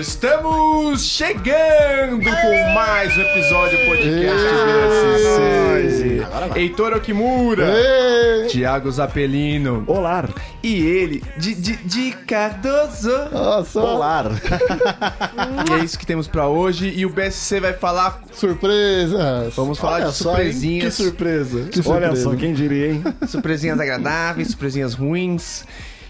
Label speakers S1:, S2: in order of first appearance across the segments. S1: Estamos chegando com mais um episódio do podcast
S2: Ei!
S1: VSC. Heitor Okimura,
S2: Ei!
S1: Thiago Zapelino
S2: Olá!
S1: e ele, Didi Di Cardoso.
S2: Nossa! Olá!
S1: E é isso que temos pra hoje. E o BSC vai falar.
S2: Surpresa!
S1: Vamos falar de
S2: Que
S1: surpresinhas.
S2: surpresa!
S3: Olha só, quem diria, hein?
S1: surpresinhas agradáveis, surpresinhas ruins.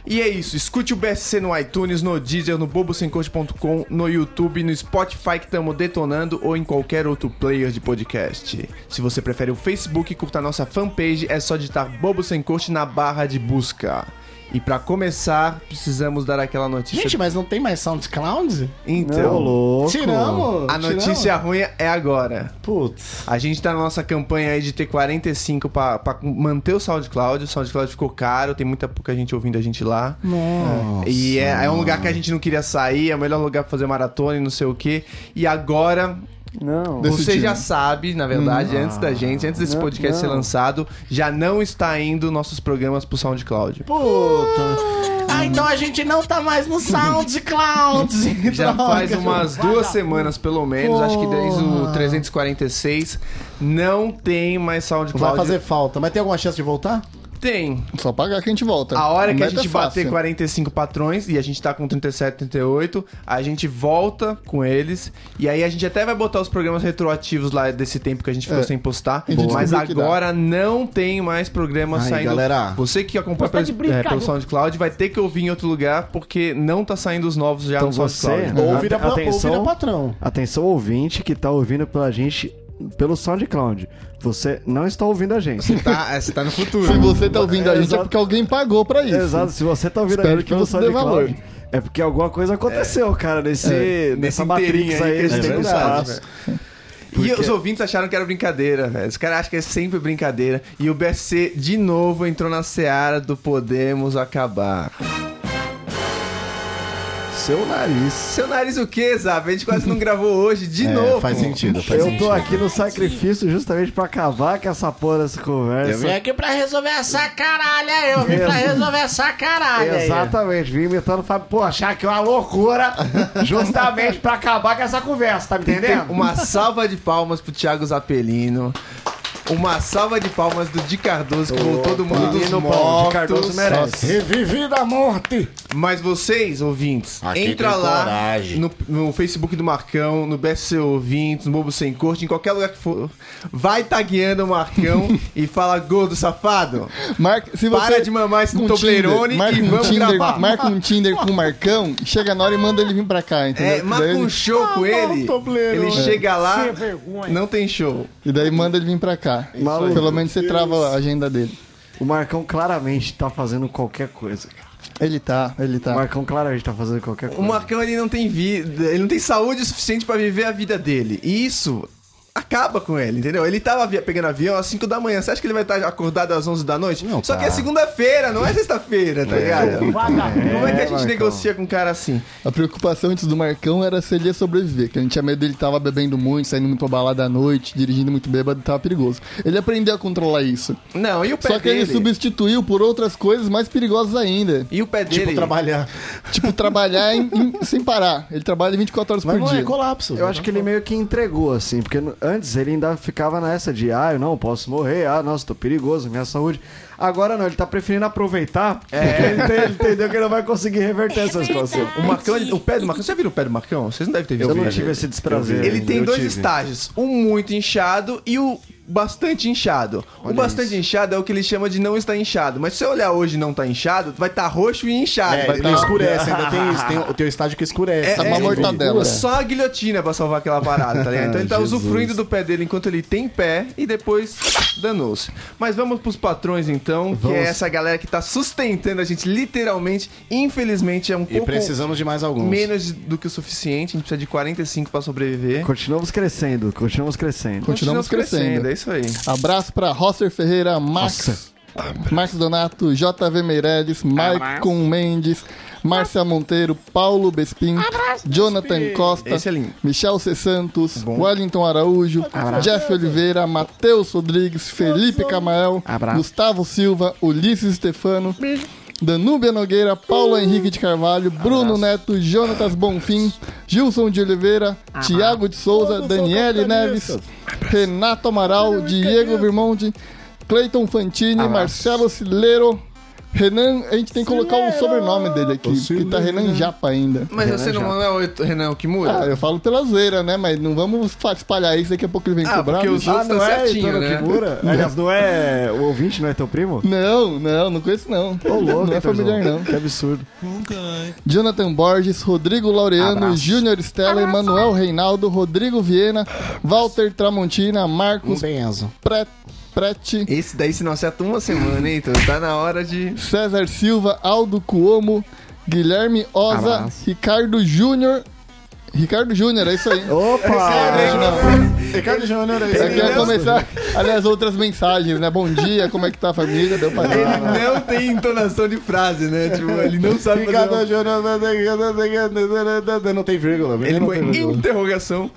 S1: E é isso, escute o BSC no iTunes, no Deezer, no bobosemcoach.com, no YouTube, no Spotify que estamos detonando ou em qualquer outro player de podcast. Se você prefere o Facebook e curta a nossa fanpage, é só digitar Bobo Sem Coach na barra de busca. E pra começar, precisamos dar aquela notícia.
S4: Gente, mas não tem mais SoundCloud?
S3: Ô,
S1: então,
S3: é louco.
S4: Tiramos!
S2: Ah,
S1: a notícia ruim é agora.
S3: Putz.
S1: A gente tá na nossa campanha aí de ter 45 pra, pra manter o SoundCloud. O SoundCloud ficou caro, tem muita pouca gente ouvindo a gente lá. Nossa. E é, é um lugar que a gente não queria sair, é o melhor lugar pra fazer maratona e não sei o quê. E agora.
S3: Não.
S1: Você
S2: Decidido.
S1: já sabe, na verdade, antes da gente, antes desse
S3: Não,
S1: podcast ser
S3: não.
S1: lançado, já não está indo nossos programas pro SoundCloud.
S4: Puta! Ah, então a gente não tá mais no SoundCloud!
S1: Já
S4: Droga.
S1: faz umas duas semanas, pelo menos, acho que desde o 346, não tem mais
S4: Vai
S1: SoundCloud.
S4: fazer falta, mas tem alguma chance de voltar?
S1: Tem,
S2: Só pagar que a gente volta.
S1: A hora que a
S2: Meta é
S1: gente bater
S2: fácil.
S1: 45 patrões, e a gente tá com 37, 38, a gente volta com eles. E aí a gente até vai botar os programas retroativos lá desse tempo que a gente ficou
S2: É.
S1: sem postar.
S2: A gente
S1: Mas
S2: descobriu que dá.
S1: agora não tem mais programa
S4: Aí,
S1: saindo.
S4: galera.
S1: Você que acompanha
S5: Você tá
S1: pelo,
S5: de brincadeira.
S1: é, pelo SoundCloud vai ter que ouvir em outro lugar, porque não tá saindo os novos já
S3: Então
S1: no
S3: você-
S1: SoundCloud.
S3: Uhum.
S4: Ou vira, pra- ou
S3: Atenção.
S4: vira patrão.
S3: Atenção, ouvinte que tá ouvindo pela gente pelo SoundCloud. Você não está ouvindo a gente.
S1: Tá, é, você tá no futuro.
S2: Se você tá ouvindo a gente é
S3: Exato.
S2: porque alguém pagou pra isso.
S3: Exato, se você tá ouvindo a
S2: Espero
S3: gente
S2: que
S3: pelo
S2: você dê
S3: SoundCloud, é porque alguma coisa aconteceu, cara, nesse,
S1: É, Nesse
S3: nessa matrix
S1: inteirinho aí
S3: aí
S1: que a gente
S3: de
S1: não
S3: tempo e
S1: sabe,
S3: espaço.
S1: E os ouvintes acharam que era brincadeira, velho. Os caras acham que é sempre brincadeira. E o BSC, de novo, entrou na seara do Podemos Acabar.
S3: Seu nariz.
S1: Seu nariz o quê, Zap? A gente quase não gravou hoje, de
S4: É,
S1: novo.
S4: faz sentido, faz
S3: Eu
S4: sentido.
S3: tô aqui no sacrifício justamente pra acabar com essa porra dessa
S4: Eu vim
S3: conversa.
S4: aqui pra resolver essa caralha, eu vim pra resolver essa caralha.
S3: Exatamente, vim imitando o Fábio. Pô, achar que é uma loucura justamente pra acabar com essa conversa, tá me entendendo?
S1: Uma salva de palmas pro Thiago Zapelino. Uma salva de palmas do Di Cardoso, que voltou do mundo dos
S3: Menino bom, Di
S1: mortos.
S3: Cardoso merece.
S4: Revivida a morte!
S1: Mas vocês, ouvintes, entra lá no, no Facebook do Marcão, no BSC Ouvintes, no Bobo Sem Corte, em qualquer lugar que for. Vai tagueando o Marcão e fala, gordo safado,
S2: Marca, se você
S1: para de mamar esse
S2: um
S1: Toblerone
S2: Tinder, marca
S1: e
S2: um
S1: vamos
S2: Tinder,
S1: gravar.
S2: Marca um Tinder com o Marcão, chega na hora e manda ele vir pra cá, entendeu?
S1: É, marca
S2: Daí
S1: um
S2: ele- Ah,
S1: show com ele, ele chega lá, não tem show.
S2: É, E daí manda ele vir pra cá.
S3: Maluco.
S2: Pelo menos você trava a agenda dele.
S3: O Marcão claramente tá fazendo qualquer coisa. cara.
S2: Ele tá, ele tá.
S3: O Marcão claramente tá fazendo qualquer coisa.
S1: O Marcão, ele não tem vida, ele não tem saúde suficiente pra viver a vida dele. E isso acaba com ele, entendeu? Ele tava vi- pegando avião às 5 da manhã. Você acha que ele vai estar acordado às 11 da noite? Só que é segunda-feira, não é sexta-feira, tá ligado?
S5: Vagabundo.
S1: Como é que a gente
S3: Marcão.
S1: negocia com um cara assim?
S2: A preocupação antes do Marcão era se ele ia sobreviver, que a gente tinha medo dele tava bebendo muito, saindo muito pra balada à noite, dirigindo muito bêbado, tava perigoso. Ele aprendeu a controlar isso.
S1: Não, e o pé
S2: Só que
S1: dele?
S2: ele substituiu por outras coisas mais perigosas ainda.
S1: E o pé dele?
S4: Tipo, trabalhar.
S2: Tipo, trabalhar em- em- sem parar. Ele trabalha 24 horas
S4: Mas
S2: por
S4: não é
S2: dia.
S4: colapso.
S3: Eu acho que ele meio que entregou, assim, porque no- antes ele ainda ficava nessa de, ah, eu não posso morrer, ah, nossa, tô perigoso, minha saúde. Agora não, ele tá preferindo aproveitar,
S2: É.
S3: porque ele, ente- ele entendeu que ele não vai conseguir reverter essa situação.
S1: O Marcão, ele- o pé do Marcão. Você já viram o pé do Marcão? Vocês não devem ter visto.
S3: Eu não
S1: né?
S3: tive esse desprazer.
S1: Ele tem
S3: eu
S1: dois
S3: tive.
S1: estágios, um muito inchado e o bastante inchado. o bastante inchado é o que ele chama de não estar inchado, mas se você olhar hoje e não tá inchado, vai estar roxo e inchado.
S4: É,
S2: Vai
S4: ele
S2: tá-
S4: escurece, ainda tem isso. Tem o teu estágio que escurece.
S2: tá uma
S1: é,
S2: mortadela.
S1: Só a guilhotina pra salvar aquela parada, tá ligado? Então ele tá
S3: Jesus.
S1: usufruindo do pé dele enquanto ele tem pé e depois danou-se. Mas vamos pros patrões então, que é essa galera que tá sustentando a gente literalmente. Infelizmente é um
S4: E
S1: pouco
S4: precisamos de mais alguns.
S1: menos do que o suficiente, a gente precisa de 45 pra sobreviver.
S3: Continuamos crescendo, continuamos crescendo.
S2: né? Continuamos crescendo.
S1: É isso aí.
S2: Abraço pra Rosser Ferreira, Max, Max Donato, JV Meirelles, Maicon Mendes, Márcia Monteiro, Paulo Bespin, Jonathan Costa,
S1: Esse é lindo.
S2: Michel C. Santos,
S1: Bom.
S2: Wellington Araújo, Jeff Oliveira, Matheus Rodrigues, Felipe Camael,
S3: Abraço.
S2: Gustavo Silva, Ulisses Stefano. Danúbia Nogueira, Paulo Henrique de Carvalho, Bruno Neto, Jonatas Bonfim, Gilson de Oliveira, Tiago de Souza, Daniele Neves, Renato Amaral, Diego Virmonde, Cleiton Fantini, Marcelo Cileiro. Renan, a gente tem que colocar o sobrenome dele aqui, porque tá Renan Japa ainda.
S1: Mas você não, não é o Renan que muda?
S2: Ah, eu falo pela zoeira, né? Mas não vamos fa- espalhar isso, daqui a pouco ele vem
S1: Ah,
S2: cobrar.
S1: porque
S2: né?
S1: os- Ah, não é Heitor
S3: Kimura? Aliás, não é. O ouvinte não é teu primo?
S2: Não, não, não conheço não.
S3: Ô, louco,
S2: não é
S3: Heitorzão.
S2: familiar não.
S3: Que absurdo.
S2: Jonathan Borges, Rodrigo Laureano,
S3: Abraço.
S2: Júnior Stella, Emanuel Reinaldo, Rodrigo Viena, Walter Tramontina,
S4: Um
S2: Marcos
S3: Hum.
S4: benzo.
S2: Pre- Prete,
S1: Esse daí, se não acerta uma semana, hein? Então tá na hora de.
S2: César Silva, Aldo Cuomo, Guilherme Oza,
S3: Abraço.
S2: Ricardo Júnior. Ricardo Júnior, é isso aí. É
S3: Opa!
S5: Ricardo Júnior é
S2: Eu quero
S1: Ele não-
S2: começar, aliás, outras mensagens, né? Bom dia, como é que tá a família? Deu pra
S1: Ele não tem entonação de frase, né? Tipo, ele não sabe fazer uma-
S5: Ricardo Júnior. Não tem vírgula.
S1: Ele
S5: não
S1: põe
S5: tem vírgula.
S1: interrogação.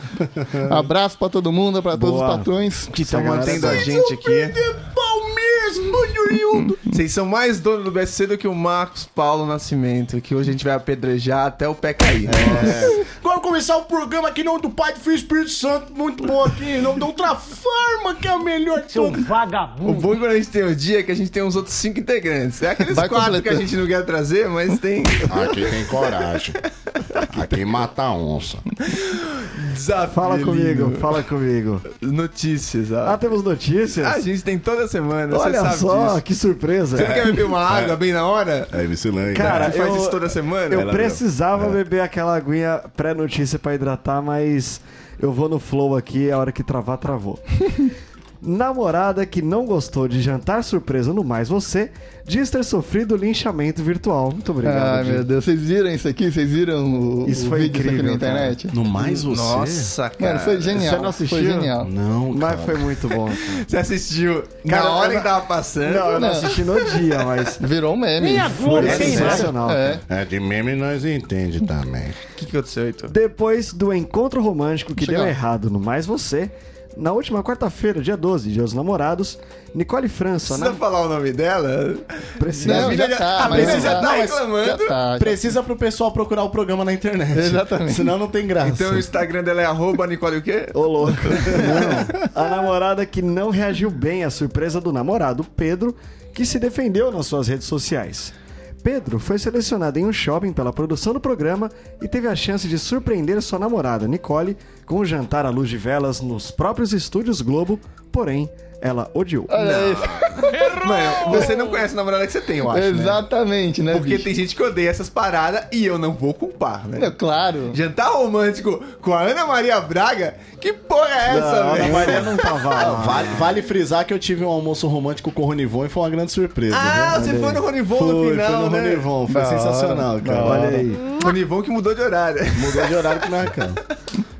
S2: Abraço pra todo mundo, pra todos os
S3: Boa.
S2: patrões.
S1: que estão
S3: galera tá
S1: mantendo a gente aqui. Palmeiras, Vocês são mais donos do BSC do que o Marcos Paulo Nascimento, que hoje a gente vai apedrejar até o pé cair.
S3: É.
S5: Vamos começar o programa aqui em nome do Pai do Filho e Espírito Santo. Muito bom aqui. Em nome da Ultrafarma, que é a melhor de todas.
S1: O bom é quando a gente tem o dia é que a gente tem uns outros cinco integrantes. É aqueles
S2: Vai
S1: quatro que a
S2: completando.
S1: gente não quer trazer, mas tem
S6: Aqui tem coragem. Aqui mata a onça.
S1: desafio.
S3: Fala comigo,
S1: lindo.
S3: fala comigo.
S1: Notícias.
S3: Ah,
S1: Ah,
S3: temos notícias?
S1: a gente tem toda semana, você
S3: Olha
S1: sabe
S3: só,
S1: disso.
S3: que surpresa.
S1: Você não quer beber uma água bem na hora?
S6: É Vicilândia.
S5: né?
S3: Cara,
S1: Você faz
S3: eu-
S1: isso toda semana?
S3: Eu
S6: Ela
S3: precisava
S1: É.
S3: beber aquela aguinha pré-notícia pra hidratar, mas eu vou no flow aqui, a hora que travar, travou. Namorada que não gostou de jantar surpresa no Mais Você diz ter sofrido linchamento virtual. Muito obrigado.
S2: Ai,
S3: Gil.
S2: meu Deus, vocês viram isso aqui? Vocês viram o,
S3: Isso
S2: o
S3: foi
S2: vídeo isso aqui na
S3: incrível, cara.
S2: internet?
S5: No mais você?
S1: Nossa, cara.
S2: Mano, foi genial.
S3: você não
S2: Foi
S3: assistiu?
S2: genial.
S5: Não, cara.
S3: Mas foi muito bom.
S1: Você assistiu
S3: Cara,
S1: na hora
S3: eu-
S1: que tava passando?
S3: não, eu não
S2: Não.
S3: assisti no dia, mas
S2: Virou um meme.
S3: foi
S1: é
S3: sensacional.
S2: É.
S6: É de meme nós entende também.
S1: O que, que aconteceu, Heitor?
S3: Depois do encontro romântico que
S2: Chega
S3: deu
S2: lá.
S3: errado no Mais Você, na última quarta-feira, dia 12, dia dos namorados, Nicole França, né?
S1: Precisa
S3: na...
S1: falar o nome dela?
S3: Precisa.
S2: Não,
S1: Bíblia
S2: já
S1: já-
S2: tá.
S1: a
S2: mas
S1: Bíblia
S2: não
S1: já
S2: dá.
S1: tá
S2: Não, mas
S1: reclamando.
S2: Já tá. já-
S5: Precisa pro pessoal procurar o programa na internet.
S2: Exatamente.
S5: Senão não tem graça.
S1: Então o Instagram dela é arroba Nicole o quê?
S3: Ô, louco. Não. A namorada que não reagiu bem à surpresa do namorado, Pedro, que se defendeu nas suas redes sociais. Pedro foi selecionado em um shopping pela produção do programa e teve a chance de surpreender sua namorada, Nicole, com um jantar à luz de velas nos próprios estúdios Globo, porém, ela odiou.
S2: Olha aí.
S1: Mano, você não conhece a namorada que você tem, eu acho. né?
S2: Exatamente, né,
S1: Porque
S2: bicho?
S1: tem gente que odeia essas paradas e eu não vou culpar, né?
S2: Não, claro.
S1: Jantar romântico com a Ana Maria Braga? Que porra é essa,
S3: Não, a
S1: velho?
S3: Maria não tá tava lá.
S5: Vale, vale frisar que eu tive um almoço romântico com o Ronivon e foi uma grande surpresa.
S1: Ah,
S5: viu?
S1: você
S5: Olha
S1: foi
S5: aí.
S1: no Ronivon
S5: foi,
S1: no final,
S5: foi no
S1: né?
S5: Ronivon, foi
S2: Da hora,
S5: sensacional, cara.
S3: Olha aí.
S1: Ronivon que mudou de horário.
S5: Mudou de horário que não é, cara.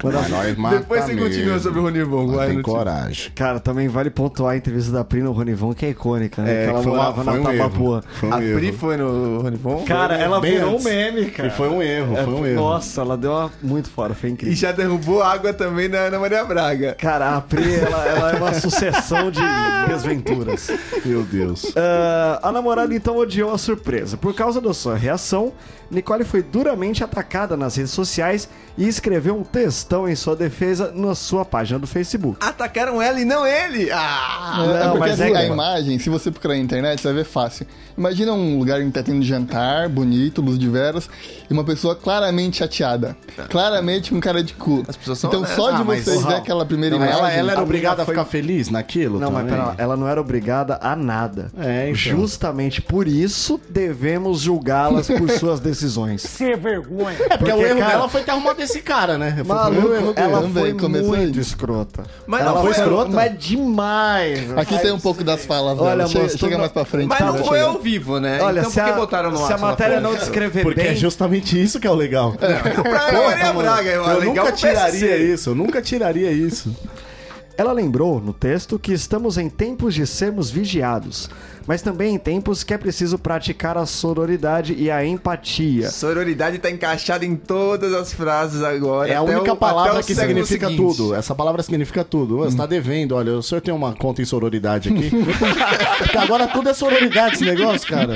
S6: Mas nós mata
S1: Depois você continua
S6: mesmo.
S1: sobre o Ronivon,
S6: Nós
S1: vai.
S6: tem
S1: no time.
S6: coragem.
S3: Cara, também vale pontuar a entrevista da Prina Ronivon, que é icônica, né?
S6: É,
S3: que ela
S6: foi uma-
S3: morava
S6: foi
S3: na
S6: um
S3: Tabapuã.
S6: erro. Foi um
S1: A Pri
S6: erro.
S1: foi no Ronivon?
S3: Cara, ela
S5: Bem
S3: virou um
S5: antes.
S3: meme, cara.
S5: E foi um erro, foi um erro.
S3: É, Nossa, ela deu uma muito fora, foi
S1: E
S3: incrível.
S1: já derrubou água também na Ana Maria Braga.
S3: Cara, a Pri, ela, ela é uma sucessão de desventuras.
S6: Meu Deus.
S3: Ah, a namorada então odiou a surpresa. Por causa da sua reação, Nicole foi duramente atacada nas redes sociais e escreveu um textão em sua defesa na sua página do Facebook.
S1: Atacaram ela e não ele! Ah!
S2: É, é
S3: não,
S2: porque
S3: mas é
S2: assim, a
S3: que-
S2: imagem, se você procurar na internet, você vai ver fácil. Imagina um lugar em que tá tendo jantar, bonito, luz de velas, e uma pessoa claramente chateada. Claramente com cara de cu.
S1: As pessoas são
S2: então, só
S1: honestas.
S2: de
S1: Ah, mas-
S2: você ver
S1: Porra.
S2: aquela primeira
S5: Não,
S2: imagem.
S5: ela, ela era
S3: a
S5: obrigada
S3: mina
S5: a ficar feliz naquilo?
S3: Não, mas
S5: também?
S3: pera lá, ela não era obrigada a nada.
S5: É, então.
S3: Justamente por isso devemos julgá-las por suas decisões.
S4: Sem vergonha.
S5: É porque, o
S3: porque,
S5: erro
S3: cara-
S5: dela foi ter arrumado esse cara, né? Foi o primeiro erro
S3: Maluco,
S5: dele.
S3: ela
S2: Também
S3: foi
S2: começou
S3: muito
S2: aí.
S3: escrota.
S1: Mas
S3: ela
S1: não foi
S5: escrota?
S3: Mas demais.
S2: Aqui tem um pouco das falas
S3: Olha,
S2: dela. Chega,
S3: moço,
S2: chega
S3: não-
S2: mais pra frente.
S1: Mas
S2: tá
S1: não
S2: bom.
S1: foi ao vivo, né?
S3: Olha,
S1: então
S3: se,
S1: por que
S3: a,
S1: botaram no ar?
S3: se a
S1: essa
S3: matéria não
S1: matéria?
S3: descrever
S5: Porque
S3: bem,
S5: é justamente isso que é o legal.
S1: Pra Ana Maria Braga, eu,
S5: eu
S1: legal
S5: nunca
S1: pro PSC.
S5: tiraria isso, eu nunca tiraria isso.
S3: ela lembrou no texto que estamos em tempos de sermos vigiados, mas também em tempos que é preciso praticar a sororidade e a empatia.
S1: Sororidade tá encaixada em todas as frases agora.
S5: É a
S1: até
S5: única
S1: o- até
S5: palavra
S1: o
S5: que
S1: século
S5: significa
S1: seguinte.
S5: tudo. Essa palavra significa tudo. Ô, Você tá devendo, olha, o senhor tem uma conta em sororidade aqui. Porque agora tudo é sororidade esse negócio, cara.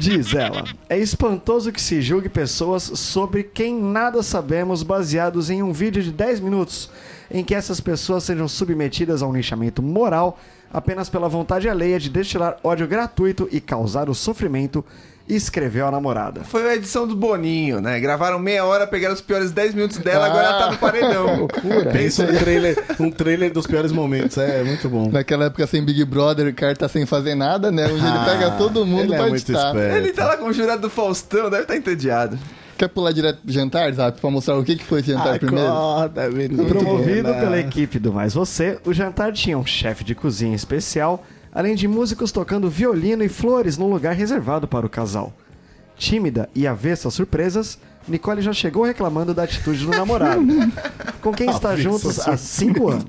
S3: Diz ela: É espantoso que se julgue pessoas sobre quem nada sabemos baseados em um vídeo de 10 minutos em que essas pessoas sejam submetidas a um linchamento moral apenas pela vontade alheia de destilar ódio gratuito e causar o sofrimento, escreveu a namorada.
S1: Foi a edição do Boninho, né? Gravaram meia hora, pegaram os piores 10 minutos dela, agora ela tá no paredão.
S6: Pensa um trailer, um trailer dos piores momentos. É muito bom.
S2: Naquela época sem Big Brother, o cara tá sem fazer nada, né? Hoje ele pega todo mundo
S6: ele
S2: pra
S6: é muito
S2: editar.
S6: esperto.
S1: Ele tá lá com o jurado do Faustão, deve estar tá entediado.
S2: Quer pular direto pro jantar, Zap, pra mostrar o que, que foi esse
S5: tá
S2: jantar primeiro?
S5: Acorda, menino.
S3: Promovido
S6: né?
S3: pela equipe do Mais Você, o jantar tinha um chefe de cozinha especial, além de músicos tocando violino e flores num lugar reservado para o casal. Tímida e avessa às surpresas, Nicole já chegou reclamando da atitude do namorado, com quem está juntos há cinco anos.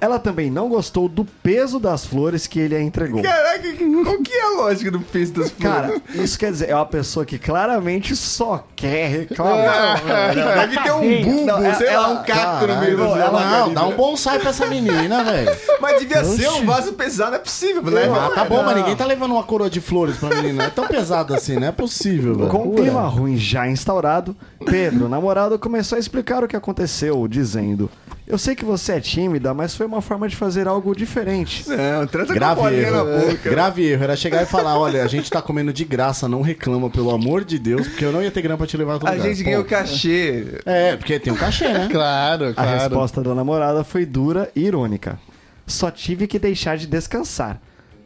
S3: Ela também não gostou do peso das flores que ele a entregou.
S1: Caraca, qual que é a lógica do Piso das Flores?
S3: Cara, isso quer dizer, é uma pessoa que claramente só quer reclamar.
S1: deve ter um bumbo,
S3: Não,
S1: sei
S3: ela-
S1: lá, um cacto no meio
S3: Caralho,
S1: do
S3: ela-
S5: Não, dá um bonsai pra essa menina, velho.
S1: Mas devia ser um vaso pesado, não é possível. Leva
S5: Ah, tá bom, mas ninguém tá levando uma coroa de flores pra menina. É tão pesado assim, não é possível, velho.
S3: Com o clima ruim já instaurado, Pedro, o namorado, começou a explicar o que aconteceu, dizendo: Eu sei que você é tímida, mas foi uma forma de fazer algo diferente.
S2: É,
S1: Não,
S2: tá
S1: transa com a
S6: Grave
S1: bolinha na
S6: erro.
S1: boca.
S6: Grave erro. Era chegar e falar: olha, a gente tá comendo de graça, não reclama, pelo amor de Deus, porque eu não ia ter grana pra te levar a
S1: A gente ganhou cachê.
S6: É, porque tem um cachê, né?
S2: Claro,
S3: A
S2: claro.
S3: resposta da namorada foi dura e irônica. Só tive que deixar de descansar.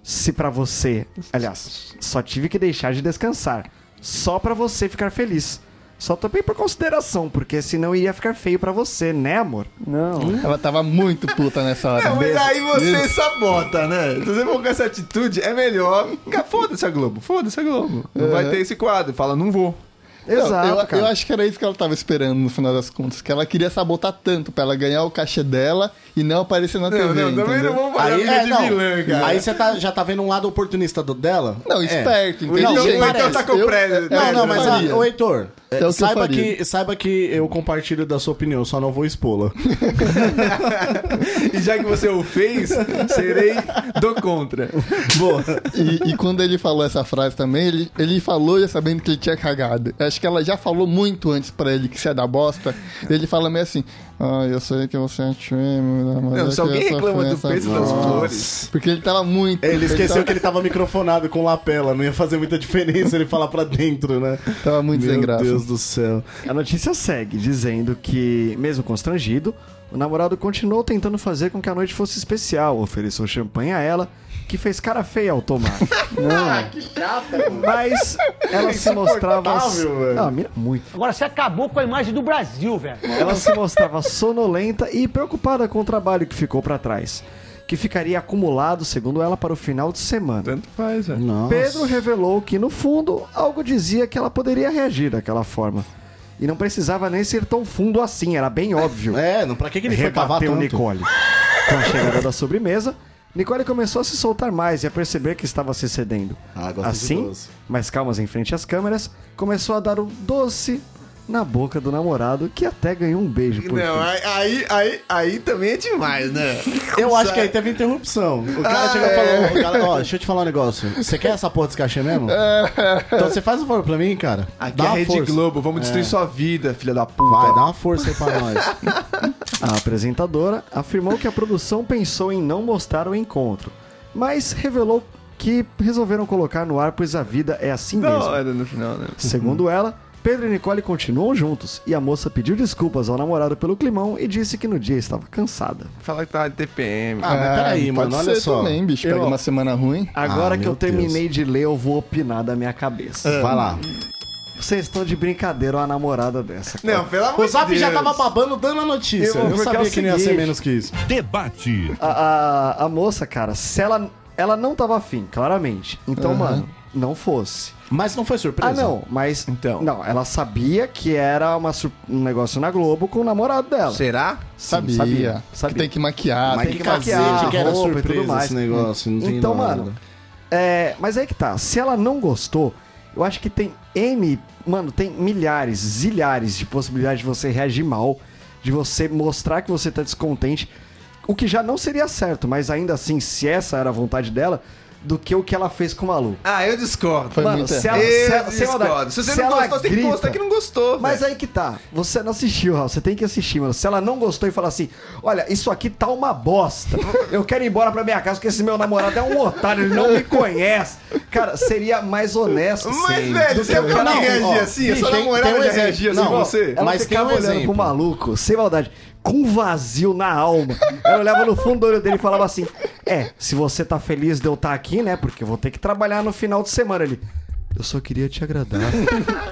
S3: Se pra você, aliás, só tive que deixar de descansar, só pra você ficar feliz. Só também por consideração, porque senão iria ficar feio pra você, né, amor?
S2: Ela tava muito puta nessa hora.
S1: Não, mas aí você sabota, né? Se você for com essa atitude, é melhor. ficar- Foda-se a Globo, foda-se a Globo. Não vai ter esse quadro. Fala, não vou.
S2: Não,
S3: Exato,
S2: eu,
S3: cara.
S2: eu acho que era isso que ela tava esperando no final das contas. Que ela queria sabotar tanto pra ela ganhar o cachê dela e não aparecer na
S1: Não,
S2: TV.
S1: não, também
S2: entendeu?
S1: não vamos falar
S6: Aí,
S1: briga
S6: é,
S1: de
S6: não.
S1: vilã, cara.
S6: Aí você tá, já tá vendo um lado oportunista do, dela?
S2: Não,
S6: É.
S2: esperto,
S1: Então,
S2: inteligente.
S1: então tá com
S2: Eu-
S1: pré-
S2: é,
S6: Não, não, mas ah,
S2: faria.
S6: ô Heitor, é,
S2: É o que eu
S6: saiba,
S2: faria.
S6: que, saiba que eu compartilho da sua opinião, só não vou expô-la.
S1: E já que você o fez, serei do contra.
S6: Boa.
S2: E, e quando ele falou essa frase também, ele, ele falou já sabendo que ele tinha cagado. Eu Acho que ela já falou muito antes pra ele que você é da bosta. Ele fala meio assim: Ah, eu sei que você é tímido, mas.
S1: Não,
S2: é
S1: se
S2: que
S1: alguém
S2: essa
S1: reclama do
S2: ofensa- é
S1: peso das flores.
S2: Porque É, ele tava muito.
S6: Ele esqueceu
S2: tava,
S6: que ele tava microfonado com lapela, não ia fazer muita diferença ele falar pra dentro, né?
S2: tava Tá muito
S6: Meu
S2: sem graça.
S6: Deus do céu.
S3: A notícia segue dizendo que, mesmo constrangido, o namorado continuou tentando fazer com que a noite fosse especial, ofereceu champanhe a ela, que fez cara feia ao tomar.
S4: Ah, que chata.
S3: Mas ela se mostrava.
S6: velho.
S3: Não, a mina- muito.
S7: Agora você acabou com a imagem do Brasil, velho.
S3: Ela se mostrava sonolenta e preocupada com o trabalho que ficou pra trás, que ficaria acumulado, segundo ela, para o final de semana.
S1: Tanto faz, velho.
S3: Pedro revelou que, no fundo, algo dizia que ela poderia reagir daquela forma. E não precisava nem ser tão fundo assim, era bem óbvio.
S6: É, não, pra que, que ele foi cavar
S3: rebateu
S6: tanto?
S3: Nicole. Com a chegada da sobremesa, Nicole começou a se soltar mais e a perceber que estava se cedendo.
S6: Ah, gosto de
S3: assim,
S6: doce.
S3: mais calmas em frente às câmeras, começou a dar um doce na boca do namorado, que até ganhou um beijo por
S1: Não,
S3: fim.
S1: aí, aí, aí, aí também é demais, né?
S6: Eu acho
S2: é?
S6: que aí teve interrupção. O
S2: Ah,
S6: cara chegou e falou, "Ô, cara, ó, deixa eu te falar um negócio. Você quer essa porra desse cachê mesmo?
S2: É.
S6: Então você faz um favor pra mim, cara.
S1: Aqui
S6: dá
S1: é
S6: uma
S1: Rede
S6: força.
S1: Globo, vamos destruir sua vida, filha da puta.
S6: Vai, dá uma força aí pra nós.
S3: A apresentadora afirmou que a produção pensou em não mostrar o encontro, mas revelou que resolveram colocar no ar, pois a vida é assim
S1: Da
S3: mesmo.
S1: hora no final, né?
S3: Segundo ela, Pedro e Nicole continuam juntos e a moça pediu desculpas ao namorado pelo climão e disse que no dia estava cansada.
S1: Fala que tá de TPM.
S6: Ah, mas peraí,
S2: Ah,
S6: mano,
S2: pode
S6: olha
S2: ser
S6: só.
S2: também, bicho. Pega
S6: Eu-
S2: uma semana ruim.
S3: Agora
S6: Ah,
S3: que eu
S6: meu Deus.
S3: terminei de ler, eu vou opinar da minha cabeça.
S6: É. Vai lá.
S3: É. Vocês estão de brincadeira uma namorada dessa. cara.
S1: Não, pelo amor de
S6: O
S1: Deus.
S6: Zap já tava babando dando a notícia.
S3: Eu-
S6: Eu,
S3: porque é
S6: sabia
S3: o
S6: que não ia ser
S3: seguinte-
S6: menos que isso.
S8: Debate.
S3: A, a- a moça, cara, se ela, ela não tava afim, claramente. Então, mano, não fosse.
S6: Mas não foi surpresa.
S3: Ah, não, mas.
S1: Então.
S3: Não, ela sabia que era uma sur- um negócio na Globo com o namorado dela.
S1: Será?
S3: Sim,
S2: Sabia.
S3: sabia.
S2: Que tem que maquiar.
S6: Mas
S2: tem
S6: que,
S3: que
S6: cacete
S3: maquiar,
S6: que era
S3: roupa e tudo
S6: surpresa
S3: mais.
S6: esse negócio. Não tem
S3: Então,
S6: nada.
S3: mano, é, mas aí que tá. Se ela não gostou, eu acho que tem N, mano, tem milhares, zilhares de possibilidades de você reagir mal, de você mostrar que você tá descontente, o que já não seria certo, mas ainda assim, se essa era a vontade dela, do que o que ela fez com o maluco.
S1: Ah, eu discordo.
S2: Foi
S3: Mano,
S2: muito
S3: se
S2: errado.
S3: ela, se
S1: Eu
S3: ela- se ela-
S1: discordo. Se você
S3: se
S1: não
S3: ela
S1: gostou, tem que
S3: grita-
S1: postar que não gostou.
S3: Mas
S1: velho.
S3: aí que tá. Você não assistiu, Raul. Você tem que assistir, mano. Se ela não gostou e falar assim: olha, isso aqui tá uma bosta. Eu quero ir embora pra minha casa porque esse meu namorado é um otário, ele não me conhece. Cara, seria mais honesto.
S1: Mas,
S3: sim,
S1: velho,
S3: do
S1: você
S3: que-
S1: é o cara que reagir assim? A sua namorada já reagia assim
S6: Não,
S1: você?
S3: Ela
S6: Mas tem
S3: ficava
S6: um
S3: olhando
S6: exemplo.
S3: pro maluco, sem maldade, com vazio na alma. Ela olhava no fundo do olho dele e falava assim: É, se você tá feliz de eu estar aqui, né? Porque eu vou ter que trabalhar no final de semana ali. Eu só queria te agradar.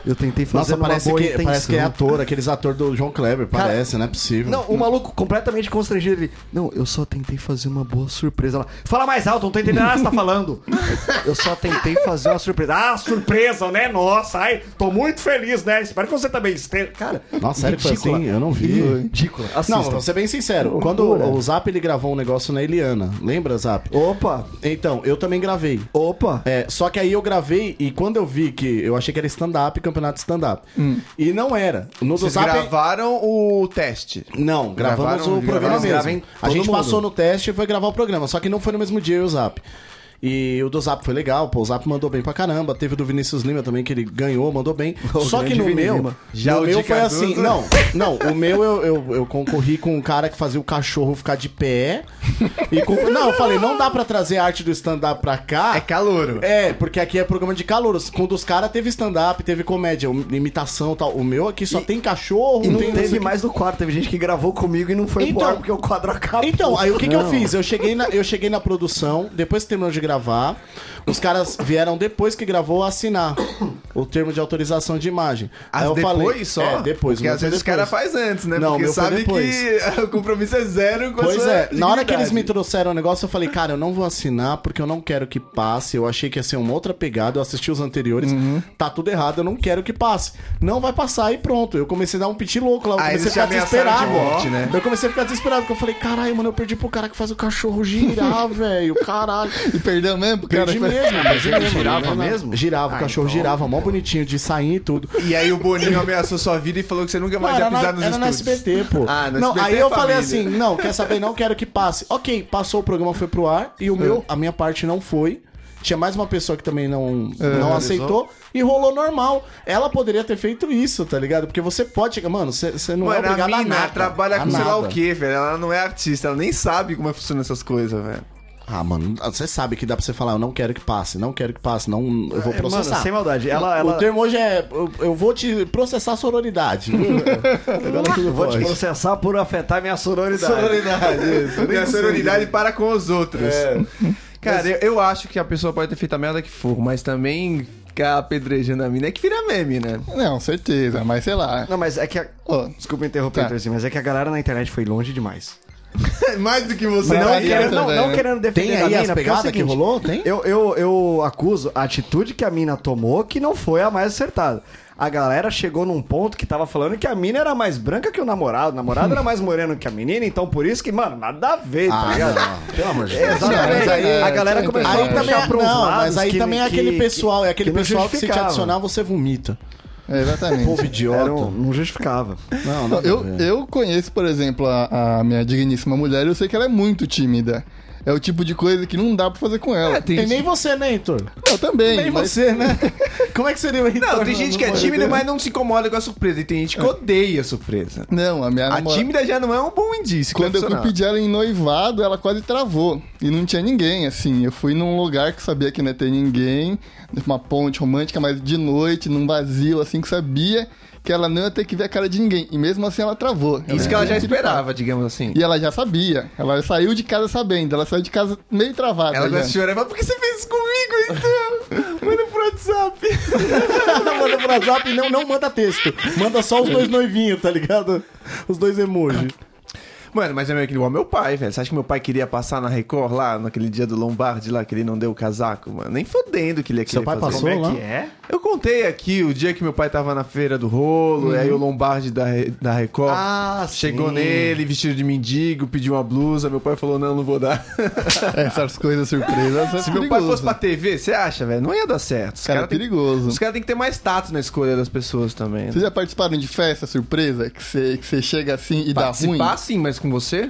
S3: Eu tentei fazer
S6: Nossa,
S3: uma
S6: parece
S3: boa
S6: que,
S3: intenção.
S6: parece que é ator, aqueles atores do João Kleber, parece, não é possível.
S3: Não, o maluco completamente constrangido. Ele, não, eu só tentei fazer uma boa surpresa. Ela, fala mais alto, não tô entendendo nada que você tá falando. eu só tentei fazer uma surpresa. Ah, surpresa, né? Nossa, ai, tô muito feliz, né? Espero que você também esteja. Cara,
S6: Nossa, sério que foi assim? Eu não vi.
S3: Ridícula.
S6: Não,
S3: Assista.
S6: vou ser bem sincero. Quando o o Zap ele gravou um negócio na Eliana, lembra, Zap?
S3: Opa,
S6: Então, eu também gravei.
S3: opa.
S6: É, só que aí eu gravei e quando eu vi que eu achei que era stand-up, campeonato de stand-up. E não era. No do
S1: Hum. Vocês
S6: Zap. é-
S1: gravaram o teste.
S6: Não, gravamos
S1: Gravaram-
S6: o programa
S1: gravaram-
S6: mesmo.
S1: gravem
S6: A gente
S1: todo
S6: passou
S1: mundo.
S6: no teste e foi gravar o programa, só que não foi no mesmo dia eu e o Zap. E o do Zap foi legal, pô, o Zap mandou bem pra caramba. Teve o do Vinícius Lima também, que ele ganhou, mandou bem. Só que
S3: grande
S6: no
S3: Vini
S6: meu,
S3: Lima.
S1: Já
S6: no
S1: o
S6: meu
S1: de
S6: foi
S1: Cazuza.
S6: assim, não, não, o meu eu, eu, eu concorri com um cara que fazia o cachorro ficar de pé. E com- não, eu falei, não dá pra trazer a arte do stand-up pra cá.
S1: É calouro.
S6: É, porque aqui é programa de calor. Quando os caras teve stand-up, teve comédia, um- imitação e tal. O meu aqui só tem cachorro,
S3: E não
S6: tem
S3: teve
S6: sei o
S3: mais no quadro, teve gente que gravou comigo e não foi
S6: Então-
S3: pro ar porque o quadro acabou.
S6: Então, aí o que, que eu fiz? Eu cheguei, na, eu cheguei na produção, depois que terminou de gravar, os caras vieram depois que gravou assinar o termo de autorização de imagem.
S1: Ah,
S6: aí eu
S1: depois
S6: falei,
S1: só?
S6: É, depois.
S1: Porque
S6: o meu
S1: às
S6: foi
S1: vezes o
S6: depois.
S1: cara faz antes, né?
S6: Não, o
S1: Porque
S6: meu foi
S1: sabe
S6: depois.
S1: que o compromisso é zero com a
S6: Pois
S1: sua
S6: é, na hora que eles me
S1: dignidade.
S6: trouxeram o negócio, eu falei, cara, eu não vou assinar porque eu não quero que passe. Eu achei que ia ser uma outra pegada, eu assisti os anteriores, tá tudo errado, eu não quero que passe. Não vai passar e pronto. Eu comecei a dar um piti louco lá, eu
S1: Aí
S6: comecei a
S1: eles
S6: ficar
S1: te ameaçaram
S6: desesperado.
S1: de morte, né?
S6: Eu comecei a ficar desesperado, porque eu falei, caralho, mano, eu perdi pro cara que faz o cachorro girar, velho. Caralho.
S2: E perdeu mesmo, pro cara.
S6: Perdi mesmo, mas ele girava
S3: mesmo?
S6: Girava, o cachorro girava, mó bonitinho de sair e tudo.
S1: E aí o Boninho ameaçou sua vida e falou que você nunca
S6: Não,
S1: mais
S6: era
S1: ia
S6: na,
S1: pisar nos
S6: era na
S1: estúdios.
S6: SBT, pô.
S1: Ah, no
S6: não,
S1: SBT
S6: aí eu
S1: é
S6: falei assim,
S1: família.
S6: não, quer saber, não quero que passe. Ok, passou o programa, foi pro ar, e o
S3: É.
S6: meu, a minha parte não foi. Tinha mais uma pessoa que também não,
S3: É,
S6: não aceitou e rolou normal. Ela poderia ter feito isso, tá ligado? Porque você pode chegar. Mano, você você não é
S1: Mano, a
S6: obrigado a
S1: mina
S6: nada.
S1: trabalha
S6: a
S1: com sei lá
S6: nada.
S1: o que, velho. Ela não é artista, ela nem sabe como é que funciona essas coisas, velho.
S6: Ah, mano, você sabe que dá pra você falar, eu não quero que passe, não quero que passe, não, eu vou
S3: É, mano,
S6: processar.
S3: sem maldade. Ela, ela...
S6: O termo hoje é, eu, eu vou te processar a sororidade. Agora tudo
S3: Vou te
S6: pode.
S3: processar por afetar minha sonoridade.
S1: Minha Tá. sororidade para com os outros. Cara, eu, eu acho que a pessoa pode ter feito a merda que for, mas também ficar apedrejando a mina é que vira meme, né?
S2: Não, certeza, mas sei lá.
S3: Não, mas é que... A...
S2: Ó,
S3: Desculpa interromper,
S2: Tá.
S3: Torzinho, mas é que a galera na internet foi longe demais.
S1: Mais do que você.
S2: Mas
S3: Não,
S2: aí
S3: querendo, não,
S2: também,
S3: não
S2: né?
S3: querendo defender
S6: Tem
S3: a
S6: aí
S3: mina,
S6: as
S3: porque é o
S6: pegadas que
S3: seguinte,
S6: rolou? Tem?
S3: Eu, eu, eu acuso a atitude que a mina tomou que não foi a mais acertada. A galera chegou num ponto que tava falando que a mina era mais branca que o namorado, o namorado era mais moreno que a menina, então por isso que, mano, nada a ver, tá
S6: Ah,
S3: ligado?
S6: não, pelo amor de Deus.
S3: Exatamente.
S2: Mas aí-
S3: a galera começou
S2: Aí
S3: a puxar
S2: também
S3: pra uns
S6: é- não,
S3: lados
S6: mas aí
S3: que-
S6: também é
S3: que-
S6: aquele pessoal, é aquele
S3: que não
S6: pessoal que se te
S3: justificava.
S6: adicionar, você vomita.
S2: é, exatamente.
S6: Povo idiota.
S3: Era um- não justificava.
S2: Não,
S6: Não, não.
S2: eu,
S1: É.
S2: eu conheço, por exemplo, a, a minha digníssima mulher, eu sei que ela é muito tímida. É o tipo de coisa que não dá pra fazer com
S1: É,
S2: ela.
S6: E nem você, né, Heitor?
S2: Eu também.
S6: Nem
S2: mas-
S6: você, né? Como é que seria o Heitor?
S1: Não, tem gente que é
S6: no-
S1: tímida, mas não se incomoda com a surpresa. E tem gente que odeia a surpresa.
S2: Não, a minha
S1: A
S2: namorada.
S1: tímida já não é um bom indício.
S2: Quando eu fui
S1: profissional.
S2: pedir ela em noivado, ela quase travou. E não tinha ninguém, assim. Eu fui num lugar que sabia que não ia ter ninguém, numa ponte romântica, mas de noite, num vazio, assim, que sabia que ela não ia ter que ver a cara de ninguém. E mesmo assim ela travou.
S1: Isso que ela já
S2: tinha pedido pra-
S1: esperava, digamos assim.
S2: E ela já sabia. Ela saiu de casa sabendo. Ela saiu de casa meio travada.
S1: Ela
S2: já.
S1: começa a chorar e fala, por que você fez isso comigo, então? Manda pro WhatsApp.
S6: manda pro WhatsApp e não, não manda texto. Manda só os dois noivinhos, tá ligado? Os dois emojis.
S1: Mano, mas é meio que igual meu pai, velho. Você acha que meu pai queria passar na Record lá, naquele dia do Lombardi lá, que ele não deu o casaco, mano? Nem fodendo que ele ia querer
S6: Seu pai
S1: fazer.
S6: passou lá?
S3: é?
S1: Eu contei aqui o dia que meu pai tava na feira do rolo, e aí o Lombardi da, Re- da Record
S3: Ah,
S1: chegou
S3: sim.
S1: nele, vestido de mendigo, pediu uma blusa. Meu pai falou: não, não vou dar.
S2: Essas coisas surpresas. é
S1: Se meu pai
S2: perigoso.
S1: fosse pra TV, você acha, velho? Não ia dar certo. Os
S2: Cara, é
S1: cara tem-
S2: perigoso.
S1: Os caras têm que ter mais tato na escolha das pessoas também. né?
S2: Vocês já participaram de festa surpresa? Que você que você chega assim e dá ruim?
S1: Participar sim, mas com você?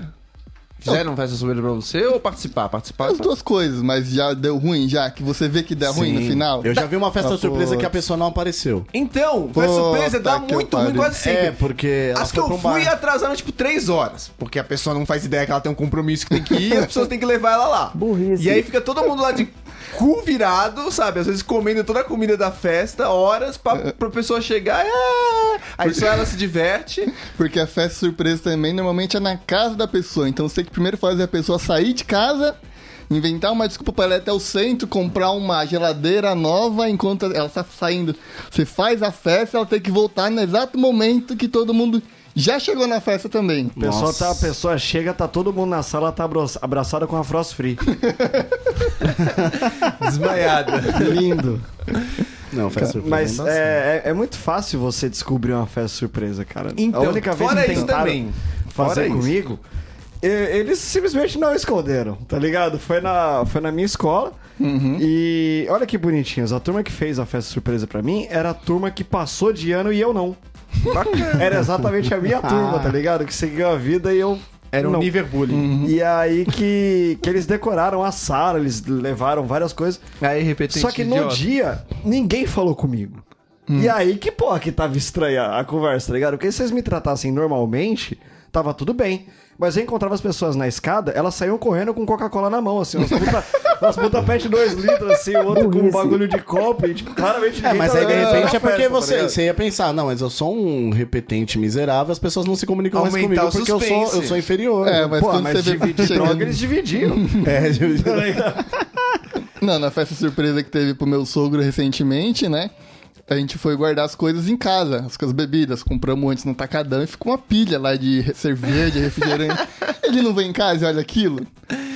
S1: Fizeram festa soberana pra você ou participar? Participar.
S2: As duas coisas, mas já deu ruim, já que você vê que dá ruim no final.
S6: Eu já vi uma festa
S2: Ah,
S6: surpresa
S2: pô.
S6: que a pessoa não apareceu.
S1: Então, foi surpresa, dá
S2: Puta que
S1: muito ruim
S2: pariu.
S1: quase sempre.
S6: É, porque ela
S1: As que
S6: foi
S1: eu
S6: pra um
S1: fui
S6: bar.
S1: atrasaram tipo três horas. Porque a pessoa não faz ideia que ela tem um compromisso que tem que ir e as pessoas têm que levar ela lá. Burrice. E aí fica todo mundo lá de cu virado, sabe? Às vezes comendo toda a comida da festa, horas pra, pra pessoa chegar. ah! Aí só ela se diverte.
S2: Porque a festa surpresa também normalmente é na casa da pessoa. Então você tem que primeiro fazer a pessoa sair de casa, inventar uma desculpa para ela ir até o centro, comprar uma geladeira nova enquanto ela está saindo. Você faz a festa, ela tem que voltar no exato momento que todo mundo já chegou na festa também.
S3: O pessoal tá, a pessoa chega, tá todo mundo na sala, tá abro- abraçada com a Frost Free.
S1: Desmaiada.
S3: Lindo.
S6: Não, festa surpresa.
S3: Mas
S6: não dá certo.
S3: é, é- é muito fácil você descobrir uma festa surpresa, cara.
S1: Então,
S3: a única vez
S1: fora
S3: que
S1: isso
S3: tentaram
S1: também. Fora
S3: fazer
S1: isso.
S3: comigo, e- eles simplesmente não esconderam, tá ligado? Foi na, foi na minha escola.
S1: Uhum.
S3: E olha que bonitinhos. A turma que fez a festa surpresa pra mim era a turma que passou de ano e eu não. Era exatamente a minha turma, tá ligado? Que seguiu a vida e eu.
S1: Era um
S3: não.
S1: Liverpool.
S3: E aí que, que eles decoraram a sala, eles levaram várias coisas.
S1: Aí repetente.
S3: Só que no
S1: idiota.
S3: dia, ninguém falou comigo.
S6: Hum.
S3: E aí que, porra, que tava estranha a conversa, tá ligado? Porque se vocês me tratassem normalmente, tava tudo bem. Mas eu encontrava as pessoas na escada, elas saíam correndo com Coca-Cola na mão, assim, umas puta, umas puta pet de dois litros, assim, o outro com um bagulho de copo, e, tipo, claramente ninguém
S6: É, mas
S3: tava
S6: aí de
S3: na
S6: repente é porque
S3: festa, tá
S6: você,
S3: ligado?
S6: você ia pensar, não, mas eu sou um repetente miserável, as pessoas não se comunicam mais
S1: Aumentar
S6: comigo
S1: o
S6: porque eu sou,
S1: suspense.
S6: eu sou inferior.
S2: É, mas
S3: Pô,
S2: quando
S3: mas
S2: você vê um-
S3: dividir
S2: chegando...
S3: droga, Então, eles dividiam.
S6: É, eu-
S1: Tá
S2: Não, na festa surpresa que teve pro meu sogro recentemente, né? A gente foi guardar as coisas em casa, as, as bebidas. Compramos antes no tacadão e ficou uma pilha lá de re- cerveja, refrigerante. Ele não vem em casa e olha aquilo?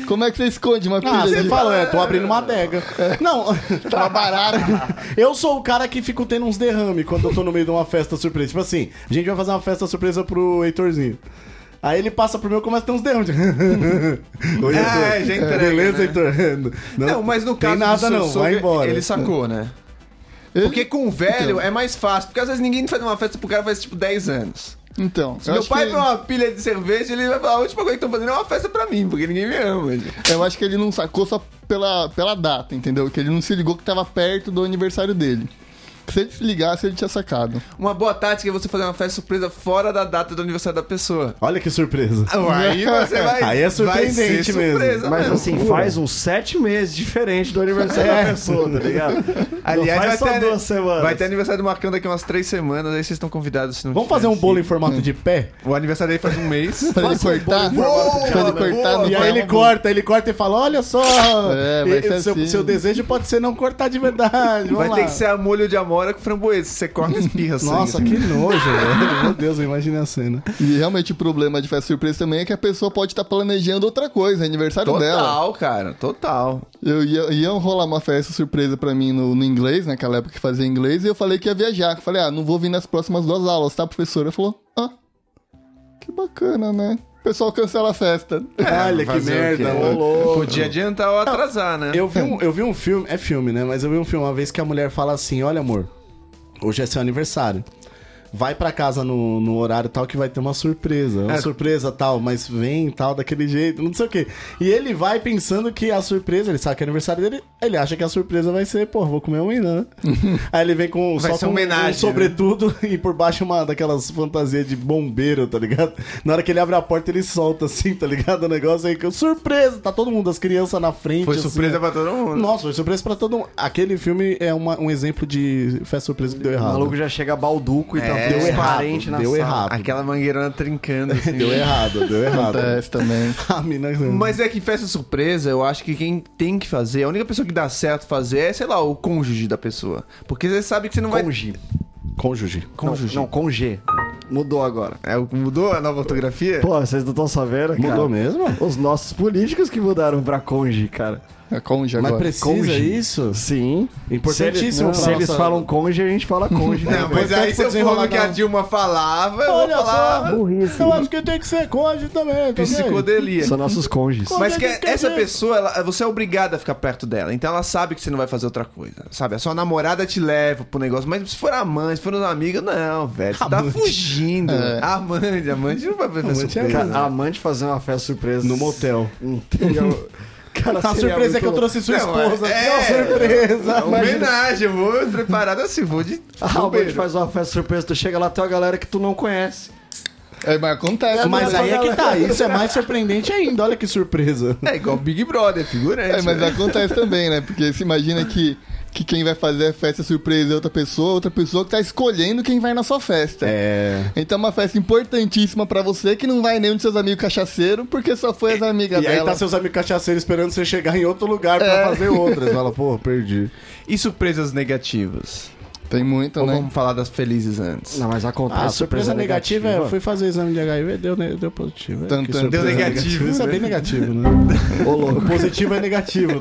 S2: Como é que você esconde uma pilha
S6: Ah, você
S2: de... É. Tá.
S6: fala, é, tô abrindo uma adega. Não,
S2: Tava barato.
S6: eu sou o cara que fico tendo uns derrame quando eu tô no meio de uma festa surpresa. Tipo assim, a gente vai fazer uma festa surpresa pro Heitorzinho. Aí ele passa pro meu e começa a ter uns derrames. Oi,
S1: Ah,
S6: Heitor.
S1: já entrega,
S6: É, Beleza,
S1: né?
S6: Heitor?
S2: É,
S1: Não, mas no
S6: tem
S1: caso
S6: nada
S1: do seu
S6: não,
S1: sogro,
S6: vai embora. Então.
S1: ele sacou, né?
S2: Ele-
S1: Porque com o velho é mais fácil. Porque às vezes ninguém faz uma festa pro cara faz tipo 10 anos.
S2: Então,
S1: Se
S2: eu
S1: meu
S2: acho,
S1: pai
S2: que,
S1: for uma pilha de cerveja, ele vai falar: a última coisa que estão fazendo é uma festa pra mim, porque ninguém me ama. gente."
S2: eu acho que ele não sacou só pela, pela data, entendeu? Que ele não se ligou que tava perto do aniversário dele. Se ele se ligasse, ele tinha sacado.
S1: Uma boa tática é você fazer uma festa surpresa fora da data do aniversário da pessoa.
S6: Olha que surpresa.
S1: Aí você vai.
S6: Aí é surpreendente
S1: vai ser
S6: mesmo.
S1: surpresa
S3: Mas
S1: mesmo.
S3: assim, faz uns sete meses diferente do aniversário
S6: É.
S3: da pessoa, tá ligado?
S1: aliás,
S3: Não
S1: vai
S3: faz só
S1: ter,
S3: duas semanas.
S1: vai ter aniversário do Marcão daqui umas três semanas, aí vocês estão convidados. Se não
S6: Vamos fazer um
S1: tiver.
S6: bolo em formato de pé?
S1: O aniversário aí faz um mês.
S2: Pra ele cortar, pra ele cortar no
S6: E aí ele corta, ele corta e fala: Olha só,
S2: É, vai ser
S6: seu,
S2: assim.
S6: seu desejo pode ser não cortar de verdade. Vamos
S1: vai
S6: lá.
S1: ter que ser a molho de amora com framboesa. Você corta e espirra sangue,
S6: Nossa,
S1: assim.
S6: que nojo, velho. Meu Deus, eu imaginei a cena.
S2: E realmente o problema de festa surpresa também é que a pessoa pode estar planejando outra coisa, aniversário dela.
S1: Total, cara, total.
S2: Eu ia, ia rolar uma festa surpresa pra mim no, no inglês, naquela época que fazia inglês, e eu falei que ia viajar. Eu falei, ah, não vou vir nas próximas duas aulas, tá, professora? Ela falou, ah, que bacana, né? O pessoal cancela a festa.
S6: Olha que
S1: fazer o quê?
S6: merda, rolou.
S1: Podia adiantar ou atrasar, né?
S6: Eu vi, um, eu vi um filme, é filme, né? Mas eu vi um filme uma vez que a mulher fala assim: Olha, amor, hoje é seu aniversário. Vai pra casa no, no horário tal que vai ter uma surpresa.
S1: É.
S6: Uma surpresa tal, mas vem tal, daquele jeito, não sei o quê. E ele vai pensando que a surpresa, ele sabe que é aniversário dele, ele acha que a surpresa vai ser, pô, vou comer uma mina, né? Aí ele vem com
S1: Vai
S6: só
S1: ser
S6: com
S1: homenagem, né?
S6: um sobretudo e por baixo uma daquelas fantasias de bombeiro, tá ligado? Na hora que ele abre a porta, ele solta assim, tá ligado? O negócio aí que surpresa, tá todo mundo, as crianças na frente.
S1: Foi
S6: assim,
S1: surpresa
S6: ó.
S1: pra todo mundo.
S6: Nossa, foi surpresa pra todo mundo. Aquele filme é uma- um exemplo de festa surpresa que deu
S3: O
S6: errado.
S3: maluco já chega balduco e tá
S1: É,
S3: deu
S1: deu errado,
S3: parente na
S6: deu
S3: sala.
S6: errado.
S1: Aquela mangueirona trincando. Assim.
S6: Deu errado, deu errado.
S2: Acontece também.
S6: A mina...
S1: Mas é que festa surpresa, eu acho que quem tem que fazer, a única pessoa que dá certo fazer é, sei lá, o cônjuge da pessoa. Porque você sabe que você não vai.
S3: Conge.
S6: Cônjuge.
S1: Cônjuge.
S3: Não, com G. Mudou agora.
S1: É, mudou a nova ortografia?
S3: Pô, vocês não estão sabendo, cara.
S6: Mudou mesmo?
S3: Os nossos políticos que mudaram pra conge, cara.
S2: É conge
S6: Mas
S2: agora.
S6: precisa isso?
S3: Sim.
S6: Importantíssimo
S3: Se eles,
S6: pra
S3: se eles
S6: nossa-
S3: falam conge, a gente fala conge.
S1: Não, mas
S6: Importante
S1: aí se eu
S6: você
S1: for no
S6: enrolar,
S1: que a
S6: não.
S1: Dilma falava, eu vou falar
S6: Eu acho que tem que ser cônjuge também. tá vendo?
S1: psicodelia.
S3: São nossos conges.
S1: Mas que
S6: Onde é que
S1: essa
S6: escreveu?
S1: pessoa, ela- você é obrigado a ficar perto dela. Então ela sabe que você não vai fazer outra coisa. Sabe? A sua namorada te leva pro negócio. Mas se for amante, se for uma amiga, não, velho. Você tá fugindo.
S3: fingindo.
S1: Amante, amante não vai fazer
S3: Cara,
S6: é?
S1: surpresa.
S3: a amante fazer uma festa surpresa. No motel. Cara,
S6: A
S3: seria
S6: surpresa é que eu
S3: muito-
S6: trouxe sua
S1: Não, é-
S6: esposa.
S1: é.
S6: Não, surpresa.
S1: É uma homenagem, eu vou preparado assim, vou de.
S3: A amante faz uma festa surpresa, tu chega lá, tem uma galera que tu não conhece.
S2: É, mas acontece.
S6: Mas
S2: né?
S6: aí é que tá. Isso é mais surpreendente ainda. Olha que surpresa.
S1: É igual Big Brother, figurante.
S2: É, mas
S1: né?
S2: acontece também, né? Porque se imagina que, que quem vai fazer a festa surpresa é outra pessoa, outra pessoa que tá escolhendo quem vai na sua festa.
S6: É.
S2: Então é uma festa importantíssima pra você que não vai nenhum de seus amigos cachaceiros, porque só foi as amigas
S6: E aí
S2: dela.
S6: tá seus amigos cachaceiros esperando você chegar em outro lugar pra
S2: É.
S6: fazer outras. Fala, pô, perdi.
S1: E surpresas negativas?
S2: Tem muito,
S1: Ou
S2: né?
S1: vamos falar das felizes antes?
S3: Não, mas acontece.
S6: Ah, a surpresa negativa é, fui fazer exame de HIV, deu, ne- deu positivo.
S2: Tan,
S6: Que
S2: tan,
S6: surpresa
S1: tan. Deu negativo,
S6: negativa. Isso é
S1: né?
S6: bem negativo, né? O positivo é negativo,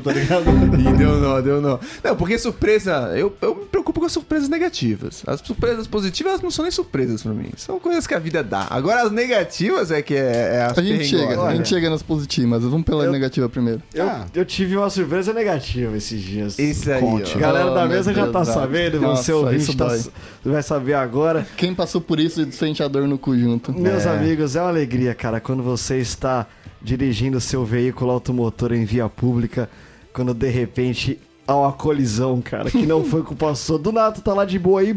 S6: tá ligado?
S1: Ih, deu não, deu não. Não, porque surpresa, eu, eu me preocupo com as surpresas negativas. As surpresas positivas elas não são nem surpresas pra mim. São coisas que a vida dá. Agora as negativas é que é, é as
S2: A gente
S1: perrengolas,
S2: chega, a
S1: né?
S2: gente chega nas positivas. Vamos pela negativa primeiro.
S3: Eu, eu tive uma surpresa negativa esses dias.
S1: Esse aí,
S3: Conte.
S1: ó.
S3: Galera
S2: Oh,
S3: da
S2: meu
S3: mesa já
S2: Deus
S3: tá
S2: da-
S3: sabendo,
S2: Nossa,
S3: você ouvinte
S2: isso
S3: tá,
S2: dói.
S3: vai saber agora.
S2: Quem passou por isso sente a dor no cu junto.
S3: Meus amigos, é uma alegria, cara, quando você está dirigindo seu veículo automotor em via pública, quando de repente há uma colisão, cara, que não foi culpa sua. Do nada, tu tá lá de boa e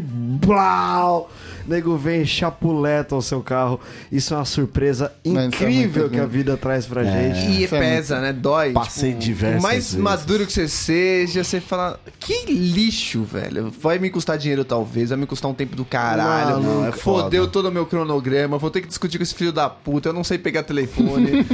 S3: blau! Nego vem e chapuleta o seu carro. Isso é uma surpresa
S2: Não, isso é
S3: incrível
S2: muito
S3: que a
S2: ruim.
S3: vida traz pra gente.
S1: E
S2: Isso é
S1: pesa, né? Dói.
S6: Passei diversas
S1: O mais
S6: vezes.
S1: maduro que você seja, você fala, que lixo, velho. Vai me custar dinheiro, talvez, vai me custar um tempo do caralho.
S3: Maluco.
S1: Não, é foda. Fodeu todo o meu cronograma, vou ter que discutir com esse filho da puta, eu não sei pegar telefone.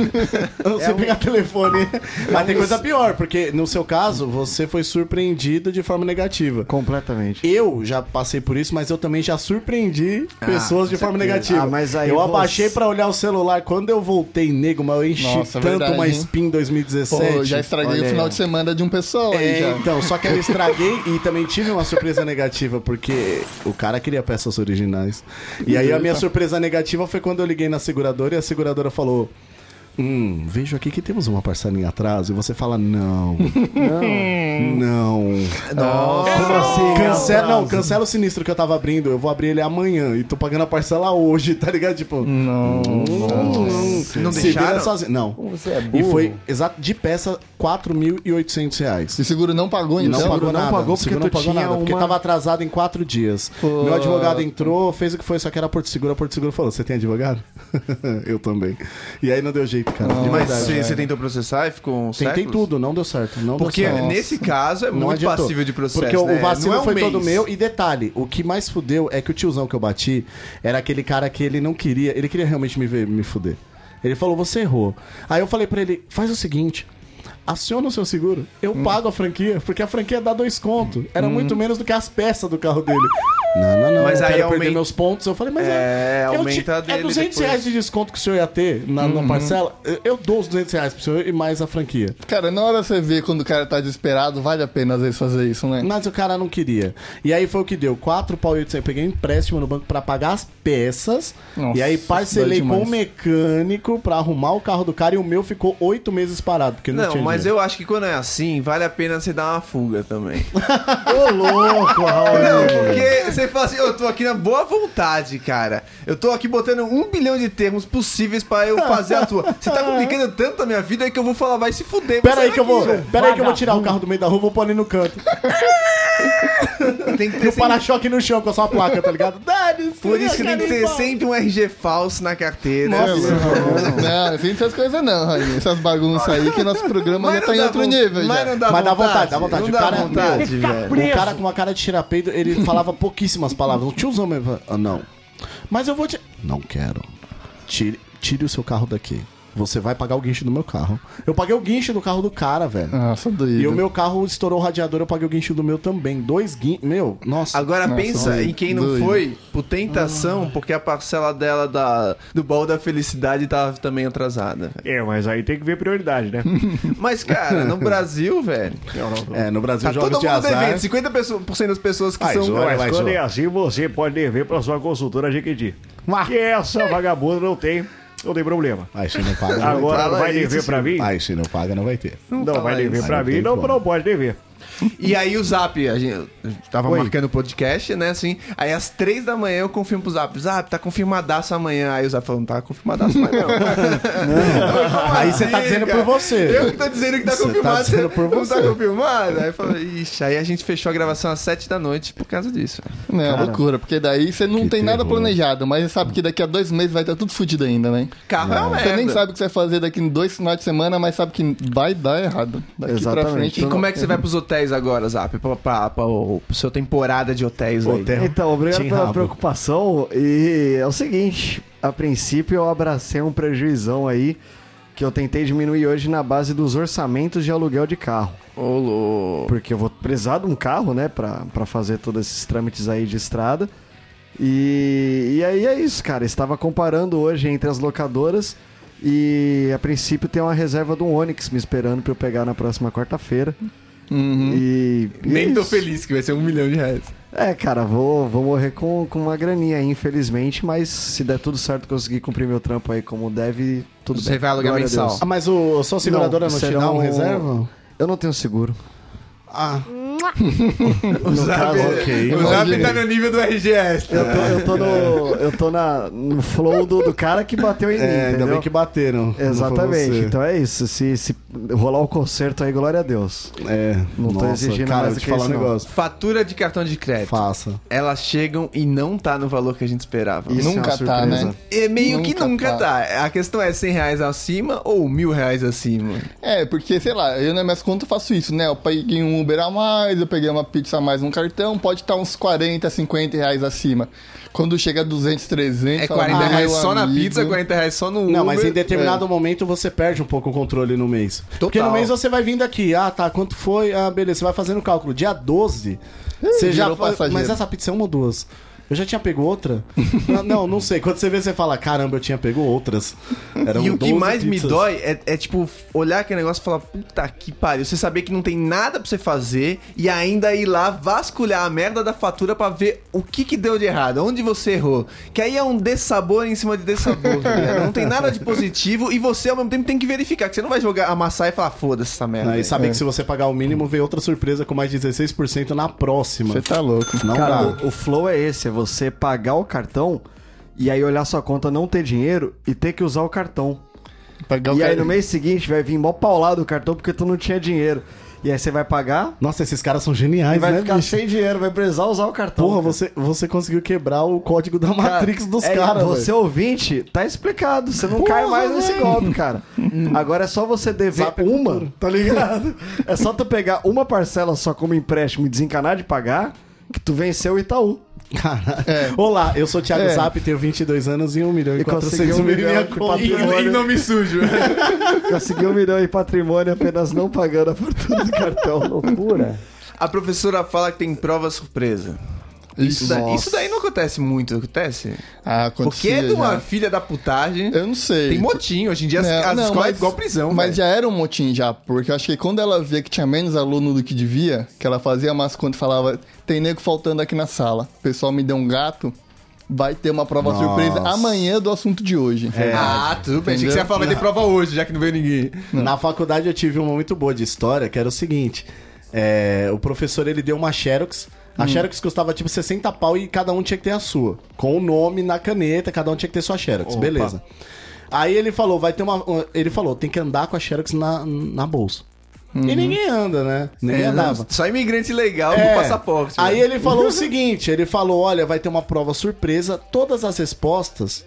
S6: Eu não sei pegar telefone. Mas tem coisa pior, porque no seu caso, você foi surpreendido de forma negativa.
S3: Completamente.
S6: Eu já passei por isso, mas eu também já surpreendi pessoas de forma negativa.
S3: Ah, mas aí
S6: eu
S3: você-
S6: abaixei pra olhar o celular. Quando eu voltei, nego, mas eu enchi
S2: Nossa,
S6: tanto
S2: verdade,
S6: uma
S2: hein?
S6: spin
S2: Pô,
S6: 2017.
S2: já estraguei
S3: olha
S2: o
S3: aí,
S2: final
S3: ó.
S2: de semana de um pessoal aí
S6: É,
S2: já.
S6: então, só que eu estraguei e também tive uma surpresa negativa, porque o cara queria peças originais. E aí a minha surpresa negativa foi quando eu liguei na seguradora e a seguradora falou. Hum, vejo aqui que temos uma parcela em atraso. E você fala, não.
S1: Hum.
S6: Não. Não.
S3: Como assim?
S6: Cancela, não, cancela o sinistro que eu tava abrindo. Eu vou abrir ele amanhã e tô pagando a parcela hoje, tá ligado? Tipo, não.
S1: Hum. Não
S6: se
S1: deixaram? é
S6: vira sozinho. Não. E foi exato de peça R$ reais.
S2: E seguro não pagou,
S6: Não,
S2: então?
S6: pagou nada.
S3: pagou
S6: O
S3: porque
S6: seguro
S3: tu tinha
S6: porque
S3: uma-
S6: tava atrasado em quatro dias. Meu advogado entrou, fez o que foi, só que era Porto Seguro. A Porto Seguro falou, você tem advogado? eu também. E aí não deu jeito, cara. de
S1: Mas
S6: verdade.
S1: você, você tentou processar e ficou um
S6: Tentei tudo, não deu certo. Não deu
S1: Porque
S6: certo.
S1: nesse caso é
S6: Não
S1: muito
S6: adiantou.
S1: passível de processo.
S6: Porque o-
S1: né?
S6: o vacilo
S1: Não é um
S6: foi
S1: mês.
S6: todo meu. E detalhe, o que mais fudeu é que o tiozão que eu bati era aquele cara que ele não queria. Ele queria realmente me ver me fuder. Ele falou, você errou. Aí eu falei pra ele, faz o seguinte. Aciona o seu seguro, eu
S1: Hum.
S6: pago a franquia, porque a franquia dá dois conto. Era muito menos do que as peças do carro dele. Não, não, não.
S1: Mas
S6: eu
S1: aí
S6: quero
S1: aumenta-
S6: perder meus pontos. Eu falei, mas
S1: É,
S6: eu
S1: aumenta
S6: É
S1: dele
S6: 200
S1: depois. Uhum.
S6: reais de desconto que o senhor ia ter na, na parcela. Eu- Eu dou os 200 reais pro senhor e mais a franquia.
S2: Cara, na hora você vê quando o cara tá desesperado, vale a pena às vezes fazer isso, né?
S6: Mas o cara não queria. E aí foi o que deu. 4 pau e 800. Eu peguei um empréstimo no banco pra pagar as peças.
S2: Nossa,
S6: e aí parcelei
S2: isso dói
S6: com o
S2: demais.
S6: mecânico pra arrumar o carro do cara. E o meu ficou 8 meses parado. Porque não,
S1: Não,
S6: tinha
S1: mas
S6: dinheiro.
S1: eu acho que quando é assim, vale a pena você dar uma fuga também.
S3: Ô, louco, Raul.
S6: É.
S1: Não, porque você fala assim, eu tô aqui na boa vontade, cara. Eu tô aqui botando um bilhão de termos possíveis pra eu fazer a tua. Você tá complicando tanto a minha vida que eu vou falar, vai se fuder.
S6: Pera
S1: você
S6: aí
S1: vai
S6: que eu vou.
S1: aqui,
S6: Pera aí que eu vou tirar o carro do meio da rua, vou pôr ali no canto.
S1: velho. Tem que
S6: E
S1: ter
S6: o
S1: sempre,
S6: para-choque no chão com a sua placa, tá ligado? Dane-se,
S1: Por
S6: eu
S1: isso que tem
S6: quero
S1: que
S6: ir
S1: ter
S6: embora.
S1: sempre um RG falso na carteira.
S2: Não, assim essas coisas não, Rainha. Essas bagunças aí que nosso programa já tá em
S1: dá
S2: outro
S1: von-
S2: nível.
S1: mas
S2: já.
S1: não dá
S6: Mas dá
S1: vontade.
S6: vontade, dá vontade.
S1: Não
S6: O
S1: dá
S6: cara-
S7: Tem que
S1: vontade,
S7: ficar
S1: velho.
S6: O
S7: preso.
S6: É, um cara com uma cara de tirapeido, ele falava pouquíssimas palavras. O tiozão mesmo falava, "Ah, não. Mas eu vou te. Não quero. Tire, tire o seu carro daqui. Você vai pagar o guincho do meu carro. Eu paguei o guincho do carro do cara, velho.
S2: Nossa, doido.
S6: E o meu carro estourou o radiador, eu paguei o guincho do meu também. Dois guinchos. Meu, nossa. Ah.
S1: Agora pensa
S2: doido,
S1: em quem não
S2: doido.
S1: foi por tentação, porque a parcela dela da, do baú da felicidade tava também atrasada. velho.
S3: É, mas aí tem que ver prioridade, né?
S1: Mas, cara, no Brasil, velho,
S6: É, no Brasil,
S1: tá todo
S6: jogos de
S1: mundo
S6: azar.
S1: devendo. 50% das pessoas que
S6: Ah,
S1: são.
S6: isso é- Vai, só.
S3: assim, você pode dever para sua consultora Jequiti.
S6: Ah.
S3: Que essa vagabunda não tem, não tem problema.
S6: Ai, se não paga.
S1: fala
S3: Agora não vai
S1: isso,
S3: dever para mim?
S6: Ai, se não paga, não vai ter.
S3: Não,
S1: fala
S3: vai dever
S6: isso.
S3: para
S6: Não tem
S3: mim, não,
S6: como.
S3: não pode dever.
S1: E aí o Zap, a gente eu tava marcando o podcast, né, assim. Aí às três da manhã eu confirmo pro Zap. Zap, tá confirmadaço amanhã. Aí o Zap falou, não tá confirmadaço mais não.
S6: Aí você tá
S1: Sim,
S6: dizendo
S1: cara.
S6: por você.
S1: Eu que tô dizendo que tá
S6: Você tá
S1: confirmado. você
S6: dizendo por
S1: Não tá
S6: você.
S1: confirmado? Aí eu falei, ixi, aí a gente fechou a gravação às sete da noite por causa disso.
S2: Não, É, loucura, porque daí você não tem nada planejado, mas você sabe que daqui a dois meses vai estar tudo fudido ainda, né?
S1: Carro é,
S6: Ah,
S1: uma merda.
S2: Você nem sabe o que você vai fazer daqui em dois finais de semana, mas sabe que vai dar errado. Daqui pra
S3: Exatamente.
S2: frente.
S1: E como é que você vai pros hotéis agora, Zap? Pra, pra, pra, o- pro seu temporada de hotéis aí.
S3: Então, obrigado
S6: Tim
S3: pela
S6: Rabo.
S3: preocupação. E é o seguinte, a princípio eu abracei um prejuizão aí que eu tentei diminuir hoje na base dos orçamentos de aluguel de carro.
S1: Ô, louco.
S3: Porque eu vou precisar de um carro, né, pra, pra fazer todos esses trâmites aí de estrada. E, e aí é isso, cara. Estava comparando hoje entre as locadoras e a princípio tem uma reserva de um Onix me esperando pra eu pegar na próxima quarta-feira. E, e é
S1: Uhum. Nem tô
S3: isso.
S1: feliz que vai ser um milhão de reais.
S3: É, cara, vou, vou morrer com, com uma graninha aí, infelizmente, mas se der tudo certo, conseguir cumprir meu trampo aí como deve, tudo
S1: Você
S3: bem.
S1: vai alugar
S3: Glória a
S1: mensal.
S3: Deus.
S6: Ah, mas o, só a seguradora não, te dá
S3: serão-
S6: um reserva?
S3: Eu não tenho seguro.
S6: Ah,
S1: O Zap,
S6: Tá ok.
S1: Tá o Zap tá no nível do RGS.
S3: Eu tô,
S6: É.
S3: eu tô, no, eu tô na, no flow do, do cara que bateu em mim,
S6: é, ainda
S3: entendeu?
S6: bem que bateram. não foi
S3: Exatamente.
S6: você.
S3: Então é isso. Se, se rolar o concerto aí, glória a Deus.
S6: É,
S3: Não tô exigindo
S6: cara,
S3: mais
S6: eu
S3: do
S6: te
S3: que
S6: falar um
S3: isso, não.
S6: negócio.
S1: Fatura de cartão de crédito.
S6: Faça.
S1: Elas chegam e não tá no valor que a gente esperava.
S3: Isso é
S2: Nunca
S3: uma
S2: tá,
S3: surpresa.
S2: né?
S1: É meio que
S2: Nunca
S1: nunca tá.
S2: tá.
S1: A questão é 100 reais acima ou mil reais acima.
S2: É, porque, sei lá, eu nas minhas contas faço isso, né? Eu peguei um Uber a mais, eu peguei uma pizza a mais num cartão, pode estar uns 40, 50 reais acima. Quando chega a 200, 300...
S1: É
S2: fala,
S1: 40
S2: "Ah,
S1: reais
S2: meu
S1: só na
S2: amigo".
S1: pizza, 40 reais só no Uber.
S6: Não, mas em
S3: é.
S6: determinado momento você perde um pouco o controle no mês. Porque no mês você vai vindo aqui, ah tá, quanto foi? Ah, beleza, você vai fazendo o cálculo. Dia 12, você já.
S2: virou
S6: fa-
S2: passageiro.
S6: Mas essa pizza é uma ou duas? Eu já tinha pego outra? não, não, não sei. Quando você vê, você fala, caramba, eu tinha pego outras. Eram
S1: E o que
S6: 12
S1: mais me
S6: pizzas.
S1: dói é, é, tipo, olhar aquele negócio e falar, puta que pariu. Você saber que não tem nada pra você fazer e ainda ir lá vasculhar a merda da fatura pra ver o que que deu de errado, onde você errou. Que aí é um dessabor em cima de dessabor, tá ligado? Não tem nada de positivo e você ao mesmo tempo tem que verificar, que você não vai jogar, amassar e falar, foda-se essa merda.
S6: Né,
S3: é,
S1: aí."
S6: E saber que se você pagar o mínimo, vem outra surpresa com mais 16% na próxima.
S2: Você tá louco.
S6: Não
S3: Cara,
S6: dá.
S3: o, o flow é esse, é você pagar o cartão e aí olhar sua conta não ter dinheiro e ter que usar o cartão.
S2: Pagar o
S3: e aí
S2: cara-
S3: no mês seguinte vai vir mó paulado o cartão porque tu não tinha dinheiro. E aí você vai pagar
S6: Nossa, esses caras são
S3: e
S6: geniais,
S3: vai
S6: né,
S3: ficar
S6: bicho?
S3: sem dinheiro, vai precisar usar o cartão.
S6: Porra, você, você conseguiu quebrar o código da
S3: Então, Cara,
S6: Matrix dos
S3: é,
S6: caras,
S3: Você
S6: velho.
S3: ouvinte, tá explicado. Você não cai mais nesse golpe, cara. Agora é só você dever
S6: Zap é
S3: uma,
S6: cultura.
S3: tá ligado? É só tu pegar uma parcela só como empréstimo e desencanar de pagar, que tu venceu tá um. o Itaú.
S6: Caralho.
S3: É.
S6: Olá, eu sou o Thiago
S2: É.
S6: Zap, tenho 22 anos e 1 milhão e
S3: E
S6: 400
S3: conseguiu um
S6: mil em minha
S3: milhão de
S6: conta.
S3: patrimônio.
S1: Em, em nome sujo.
S3: Conseguiu um milhão em patrimônio apenas não pagando a fortuna do cartão. Loucura.
S1: a professora fala que tem prova surpresa. Isso, da-
S2: Nossa.
S1: isso daí não acontece muito, acontece?
S2: Ah,
S1: Porque
S2: acontecia
S1: é de uma
S2: já.
S1: filha da putagem.
S2: Eu não sei.
S1: Tem motim. Hoje em dia as,
S2: Não,
S1: as
S2: Né, não,
S1: escolas
S2: mas-
S1: é igual prisão.
S2: Mas
S1: velho.
S2: já era um motim já, porque eu acho que quando ela via que tinha menos aluno do que devia, que ela fazia mais quando falava, tem nego faltando aqui na sala, o pessoal me deu um gato, vai ter uma prova surpresa amanhã do assunto de hoje.
S6: É,
S1: Ah, tudo bem. Achei que
S2: Entendeu?
S1: você ia falar, vai ter prova hoje, já que não veio ninguém.
S6: Na faculdade eu tive uma muito boa de história, que era o seguinte: é, o professor ele deu uma Xerox.
S3: Hum.
S6: A Xerox custava tipo 60 pau e cada um tinha que ter a sua. Com o nome na caneta, cada um tinha que ter sua Xerox, beleza. Aí ele falou, vai ter uma. Ele falou, tem que andar com a Xerox na, na bolsa.
S3: Uhum.
S6: E ninguém anda, né?
S3: É,
S6: Ninguém andava.
S1: Só imigrante legal
S6: É.
S1: com passaporte. né?
S6: Aí
S1: velho.
S6: ele falou o seguinte: ele falou, olha, vai ter uma prova surpresa, todas as respostas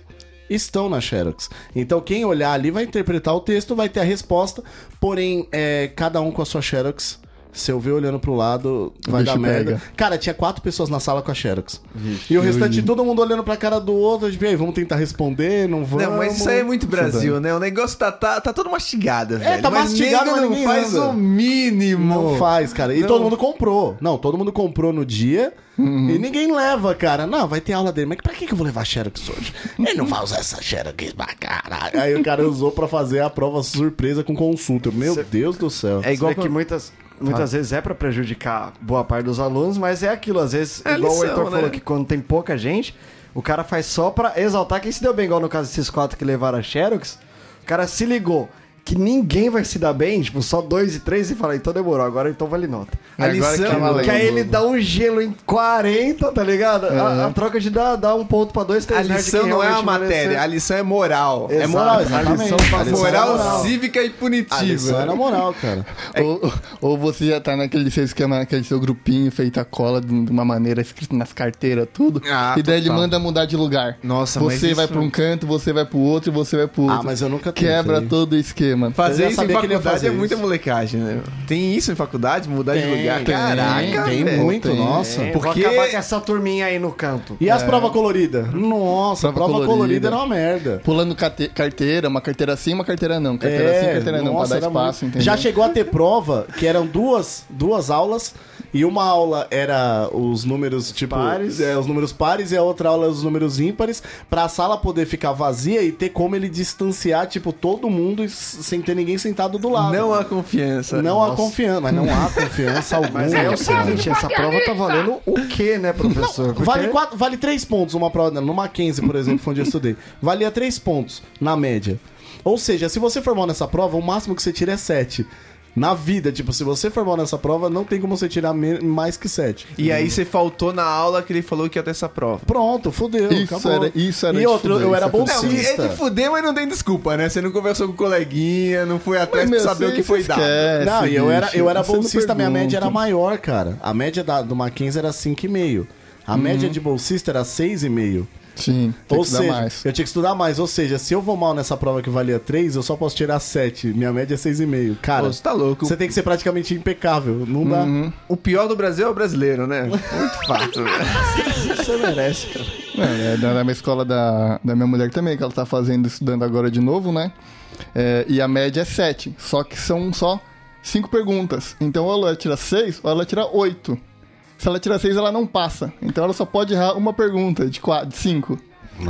S6: estão na Xerox. Então quem olhar ali vai interpretar o texto, vai ter a resposta, porém, é, cada um com a sua Xerox. Se eu ver olhando pro lado, vai
S2: bicho
S6: dar merda.
S2: pega.
S6: Cara, tinha quatro pessoas na sala com a Xerox. e o restante, todo mundo olhando pra cara do outro, tipo, e aí, vamos tentar responder, não vamos.
S1: Não, mas isso aí é muito Brasil, né? O negócio tá, tá, tá todo mastigado, velho.
S6: tá
S1: mas
S6: mastigado,
S1: nego
S6: mas
S1: não
S6: ninguém
S1: faz
S6: anda.
S1: o mínimo.
S6: Não faz, cara. E
S1: Não.
S6: todo mundo comprou. Não, todo mundo comprou no dia e ninguém leva, cara. Não, vai ter aula dele. Mas pra que que eu vou levar Xerox hoje? Ele não vai usar essa Xerox pra caralho. Aí o cara usou pra fazer a prova surpresa com consulta. Meu Deus do céu.
S1: É igual
S3: Você vê que
S1: quando-
S3: muitas, muitas vezes é pra prejudicar boa parte dos alunos, mas é aquilo, às vezes,
S1: É
S3: igual
S1: lição,
S3: o Heitor
S1: né?
S3: falou, que quando tem pouca gente, o cara faz só pra exaltar quem se deu bem, igual no caso desses quatro que levaram a Xerox, o cara se ligou. que ninguém vai se dar bem, tipo, só dois e três e fala, então demorou, agora então vale nota.
S1: Agora que tá valendo.
S3: que aí ele dá um gelo em 40, tá ligado? A, a troca de dar, dar um ponto pra dois, três
S1: A
S3: nerds
S1: lição
S3: que
S1: não é a
S3: realmente
S1: matéria, a
S3: mereceu.
S1: lição é moral. É
S3: Exato.
S1: moral,
S3: A lição
S1: moral,
S6: é
S3: passou.
S1: cívica e punitiva.
S6: moral, é cara.
S1: É.
S2: Ou, ou você já tá naquele seu esquema, naquele seu grupinho feito a cola de uma maneira escrito nas carteiras, tudo.
S1: Ah,
S2: e daí ele
S1: total.
S2: manda mudar de lugar.
S1: Nossa, mas
S2: Você
S1: isso-
S2: vai pra um canto, você vai pro outro, você vai pro outro.
S6: Ah, mas eu nunca tentei.
S2: Quebra todo o esquema.
S1: Fazer
S6: já
S1: isso em
S6: sabia que ele ia
S1: faculdade
S6: fazer
S1: é muita
S6: isso.
S1: molecagem, né? Tem isso em faculdade? Mudar de lugar?
S6: tem,
S1: Caraca,
S6: tem
S1: velho.
S6: muito,
S2: Tem.
S6: nossa.
S3: É,
S1: Porque-
S3: Vou acabar com essa turminha aí no canto.
S6: E as provas coloridas? Nossa,
S2: Prova
S6: prova,
S2: colorida
S6: colorida. era uma merda.
S2: Pulando cate- carteira, uma carteira sim, uma carteira não. Carteira sim, carteira não,
S6: É, nossa,
S2: pra dar
S6: era
S2: espaço,
S6: muito-
S2: entendeu?
S6: Já chegou a ter prova que eram duas, duas aulas e uma aula era os números tipo
S3: Pares.
S6: é, os números pares e a outra aula os números ímpares pra a sala poder ficar vazia e ter como ele distanciar tipo todo mundo e s- sem ter ninguém sentado do lado.
S1: Não há confiança.
S6: Não há confiança, mas não há confiança alguma.
S2: um
S3: Mas aí é o
S6: cara.
S3: seguinte, essa prova tá valendo o quê, né, professor? Porque-
S6: Vale, quatro, vale três pontos uma prova dela. No Mackenzie, por exemplo, foi onde eu estudei. Valia três pontos, na média. Ou seja, se você for mal nessa prova, o máximo que você tira é sete. Na vida, tipo, se você for mal nessa prova, não tem como você tirar me- mais que sete.
S1: E aí você faltou na aula que ele falou que ia ter essa prova.
S6: Pronto, fudeu,
S2: Isso
S6: acabou.
S2: era- isso era
S6: E
S2: de
S6: outro,
S2: fuder,
S6: eu
S2: isso
S6: era
S2: aconteceu.
S1: Não, é
S6: bolsista.
S1: de fuder, mas não tem desculpa, né? Você não conversou com o coleguinha, não foi atrás
S2: meu,
S1: pra saber o
S2: você
S1: que foi dado.
S2: esquece,
S6: não, e eu era,
S2: bicho,
S6: eu era
S2: você não
S6: bolsista, minha
S2: pergunta.
S6: média era maior, cara. A média da, do Mackenzie era 5,5. A
S2: Uhum.
S6: média de bolsista era 6,5.
S2: Sim, tem
S6: Ou
S2: que dar
S6: seja,
S2: mais.
S6: eu tinha que estudar mais. Ou seja, se eu vou mal nessa prova que valia 3, eu só posso tirar 7. Minha média é 6,5. Cara,
S1: Pô, você tá louco.
S6: você tem que ser praticamente impecável. Não dá.
S2: Uhum.
S1: O pior do Brasil é o brasileiro, né? Muito fato.
S2: Então Não, é, na na minha escola da, da minha mulher também, que ela tá fazendo, estudando agora de novo, né? É, e a média é 7. Só que são só cinco perguntas. Então, ou ela tira 6, ou ela tira 8. Se ela tira 6, ela não passa. Então, ela só pode errar uma pergunta de 5.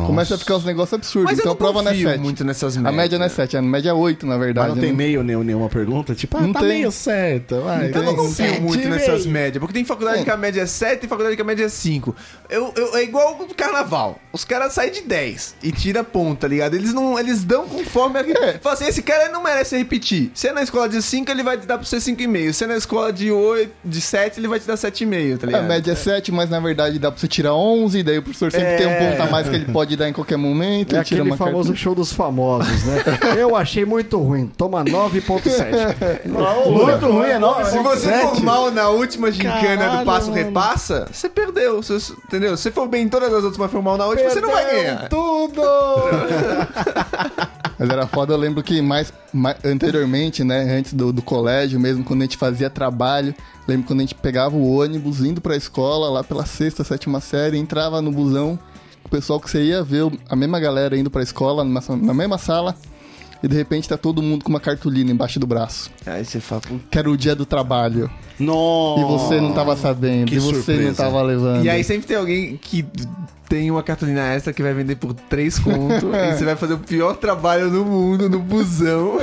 S2: Começa a ficar uns negócios absurdos.
S1: Mas eu
S2: então,
S1: não
S2: a prova não é
S1: confio
S2: 7.
S1: muito nessas
S2: A
S1: médias.
S2: média não é 7, a média é 8, na
S6: Mas
S2: verdade.
S6: não tem
S2: né?
S6: meio nem- nenhuma pergunta? Tipo, ah,
S2: Não
S6: tá
S2: tem. Então
S6: meio certa. Vai,
S1: Então
S6: né?
S1: Eu não
S6: vai.
S1: confio muito nessas médias, porque tem faculdade que a média é 7 e faculdade que a média é 5. Eu, eu- é igual o carnaval. Os caras saem de 10 e tira ponto, tá ligado? Eles não eles dão conforme. A...
S6: É.
S1: Fala assim, esse cara não merece repetir. Se é na escola de 5, ele vai te dar pra você 5,5. Se é na escola de 8, de 7, ele vai te dar 7,5, tá
S2: A
S1: ligado?
S2: média é 7, mas na verdade dá pra você tirar 11, daí o professor sempre tem um ponto a mais que ele pode dar em qualquer momento.
S3: É
S2: ele tira
S3: aquele
S6: né,
S2: uma
S3: famoso show dos famosos, né? Eu achei muito ruim. Toma 9.7.
S6: Muito ruim, é nove.
S1: Se você for mal na última gincana do
S6: Caralho,
S1: passo
S6: mano.
S1: repassa, você perdeu. Você, entendeu? Se você for bem em todas as outras, mas for mal na última, você não vai ganhar.
S2: Mas era foda, eu lembro que mais, mais- anteriormente, né, antes do, do colégio mesmo, quando a gente fazia trabalho, lembro quando a gente pegava o ônibus indo pra escola, lá pela sexta, sétima série, entrava no busão, o pessoal que você ia ver, o- a mesma galera indo pra escola, numa sa- na mesma sala, e de repente tá todo mundo com uma cartolina embaixo do braço.
S1: Aí você fala,
S2: Que era o dia do trabalho.
S6: Nossa.
S2: E você não tava sabendo,
S6: que
S2: e você não
S6: surpresa.
S2: tava levando.
S1: E aí sempre tem alguém que tem uma cartolina extra que vai vender por 3 conto e você vai fazer o pior trabalho do mundo no busão.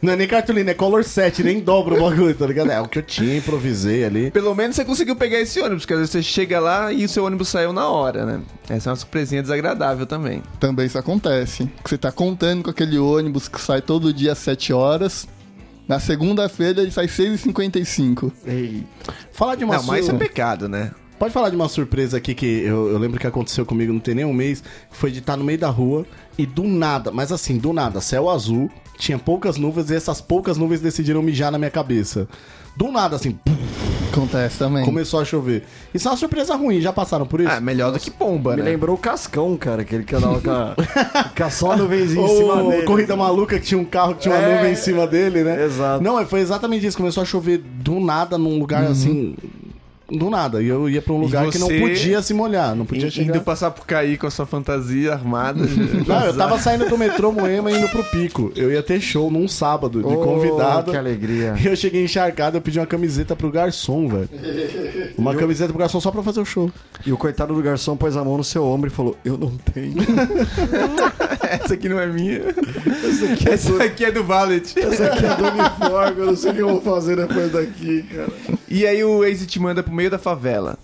S6: Não é nem cartolina, é color 7, nem dobra o bagulho, tá ligado? É o que eu tinha, improvisei ali.
S1: Pelo menos você conseguiu pegar esse ônibus, porque às vezes você chega lá e o seu ônibus saiu na hora, né? Essa é uma surpresinha desagradável também.
S2: Também isso acontece. Que Você tá contando com aquele ônibus que sai todo dia às 7 horas. Na segunda-feira ele sai 6h55.
S6: Falar de uma
S1: Não, mas isso é
S6: sua-
S1: pecado, né?
S6: Pode falar de uma surpresa aqui que eu, eu lembro que aconteceu comigo não tem nem um mês, que foi de estar no meio da rua e do nada, mas assim, do nada, céu azul, tinha poucas nuvens e essas poucas nuvens decidiram mijar na minha cabeça. Do nada, assim, pum,
S2: Acontece também.
S6: começou a chover. Isso é uma surpresa ruim, já passaram por isso?
S1: Ah, melhor do que pomba,
S3: Me
S1: né?
S3: lembrou o Cascão, cara, aquele canal com a, com a só nuvenzinha em
S6: Ou
S3: cima dele.
S6: Corrida maluca que tinha um carro que tinha uma
S3: É.
S6: nuvem em cima dele, né?
S3: Exato. Uhum.
S6: Não, é, foi exatamente isso. Começou a chover do nada num lugar assim. Do nada. E eu ia pra um lugar que não
S1: você-
S6: podia se molhar, não podia
S1: I-
S6: chegar.
S1: Indo passar por cair com a sua fantasia armada.
S6: Não, eu tava saindo do metrô Moema e indo pro pico. Eu ia ter show num sábado de
S3: Oh,
S6: convidado.
S3: Que alegria.
S6: E eu cheguei encharcado, eu pedi uma camiseta pro garçom, velho. Uma camiseta pro garçom só pra fazer o show.
S3: E o coitado do garçom pôs a mão no seu ombro e falou: Eu não tenho.
S1: Essa aqui não é minha. Essa aqui é do Valet.
S3: Essa aqui é do uniforme, eu não sei o que eu vou fazer depois daqui, cara.
S1: E aí o Waze te manda pro meio da favela.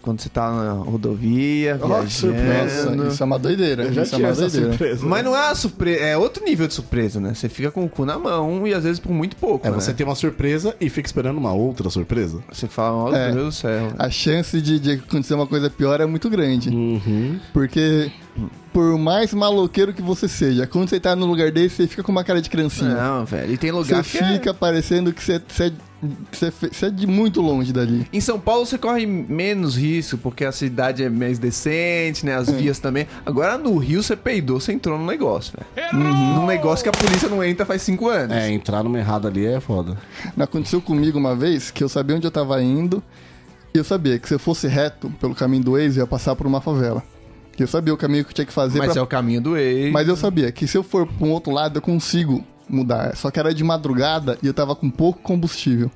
S1: quando você tá na rodovia,
S2: Nossa,
S1: viajando.
S2: isso é uma doideira. isso é uma doideira.
S1: Mas não é uma surpresa, é outro nível de surpresa, né? Você fica com o cu na mão e às vezes por muito pouco,
S6: É,
S1: né?
S6: você tem uma surpresa e fica esperando uma outra surpresa.
S1: Você fala, ó,
S2: É.
S1: Deus do céu.
S2: A chance de, de acontecer uma coisa pior é muito grande.
S1: Uhum.
S2: Porque, por mais maloqueiro que você seja, quando você tá num lugar desse, você fica com uma cara de criancinha.
S1: Não, velho. E tem
S2: Você
S1: lugar que é-
S2: fica parecendo que você, você, você, você é de muito longe dali.
S1: Em São Paulo você corre menos risco, porque a cidade é mais decente, né? As vias também. Agora no Rio você peidou, você entrou num negócio, velho. Num negócio que a polícia não entra faz cinco anos.
S6: É, entrar numa errada ali é foda.
S2: Aconteceu comigo uma vez que eu sabia onde eu tava indo e eu sabia que se eu fosse reto pelo caminho do Waze, eu ia passar por uma favela. Eu sabia o caminho que eu tinha que fazer
S1: Mas
S2: pra
S1: é o caminho do ex.
S2: Mas eu sabia que se eu for pra um outro lado, eu consigo mudar. Só que era de madrugada e eu tava com pouco combustível.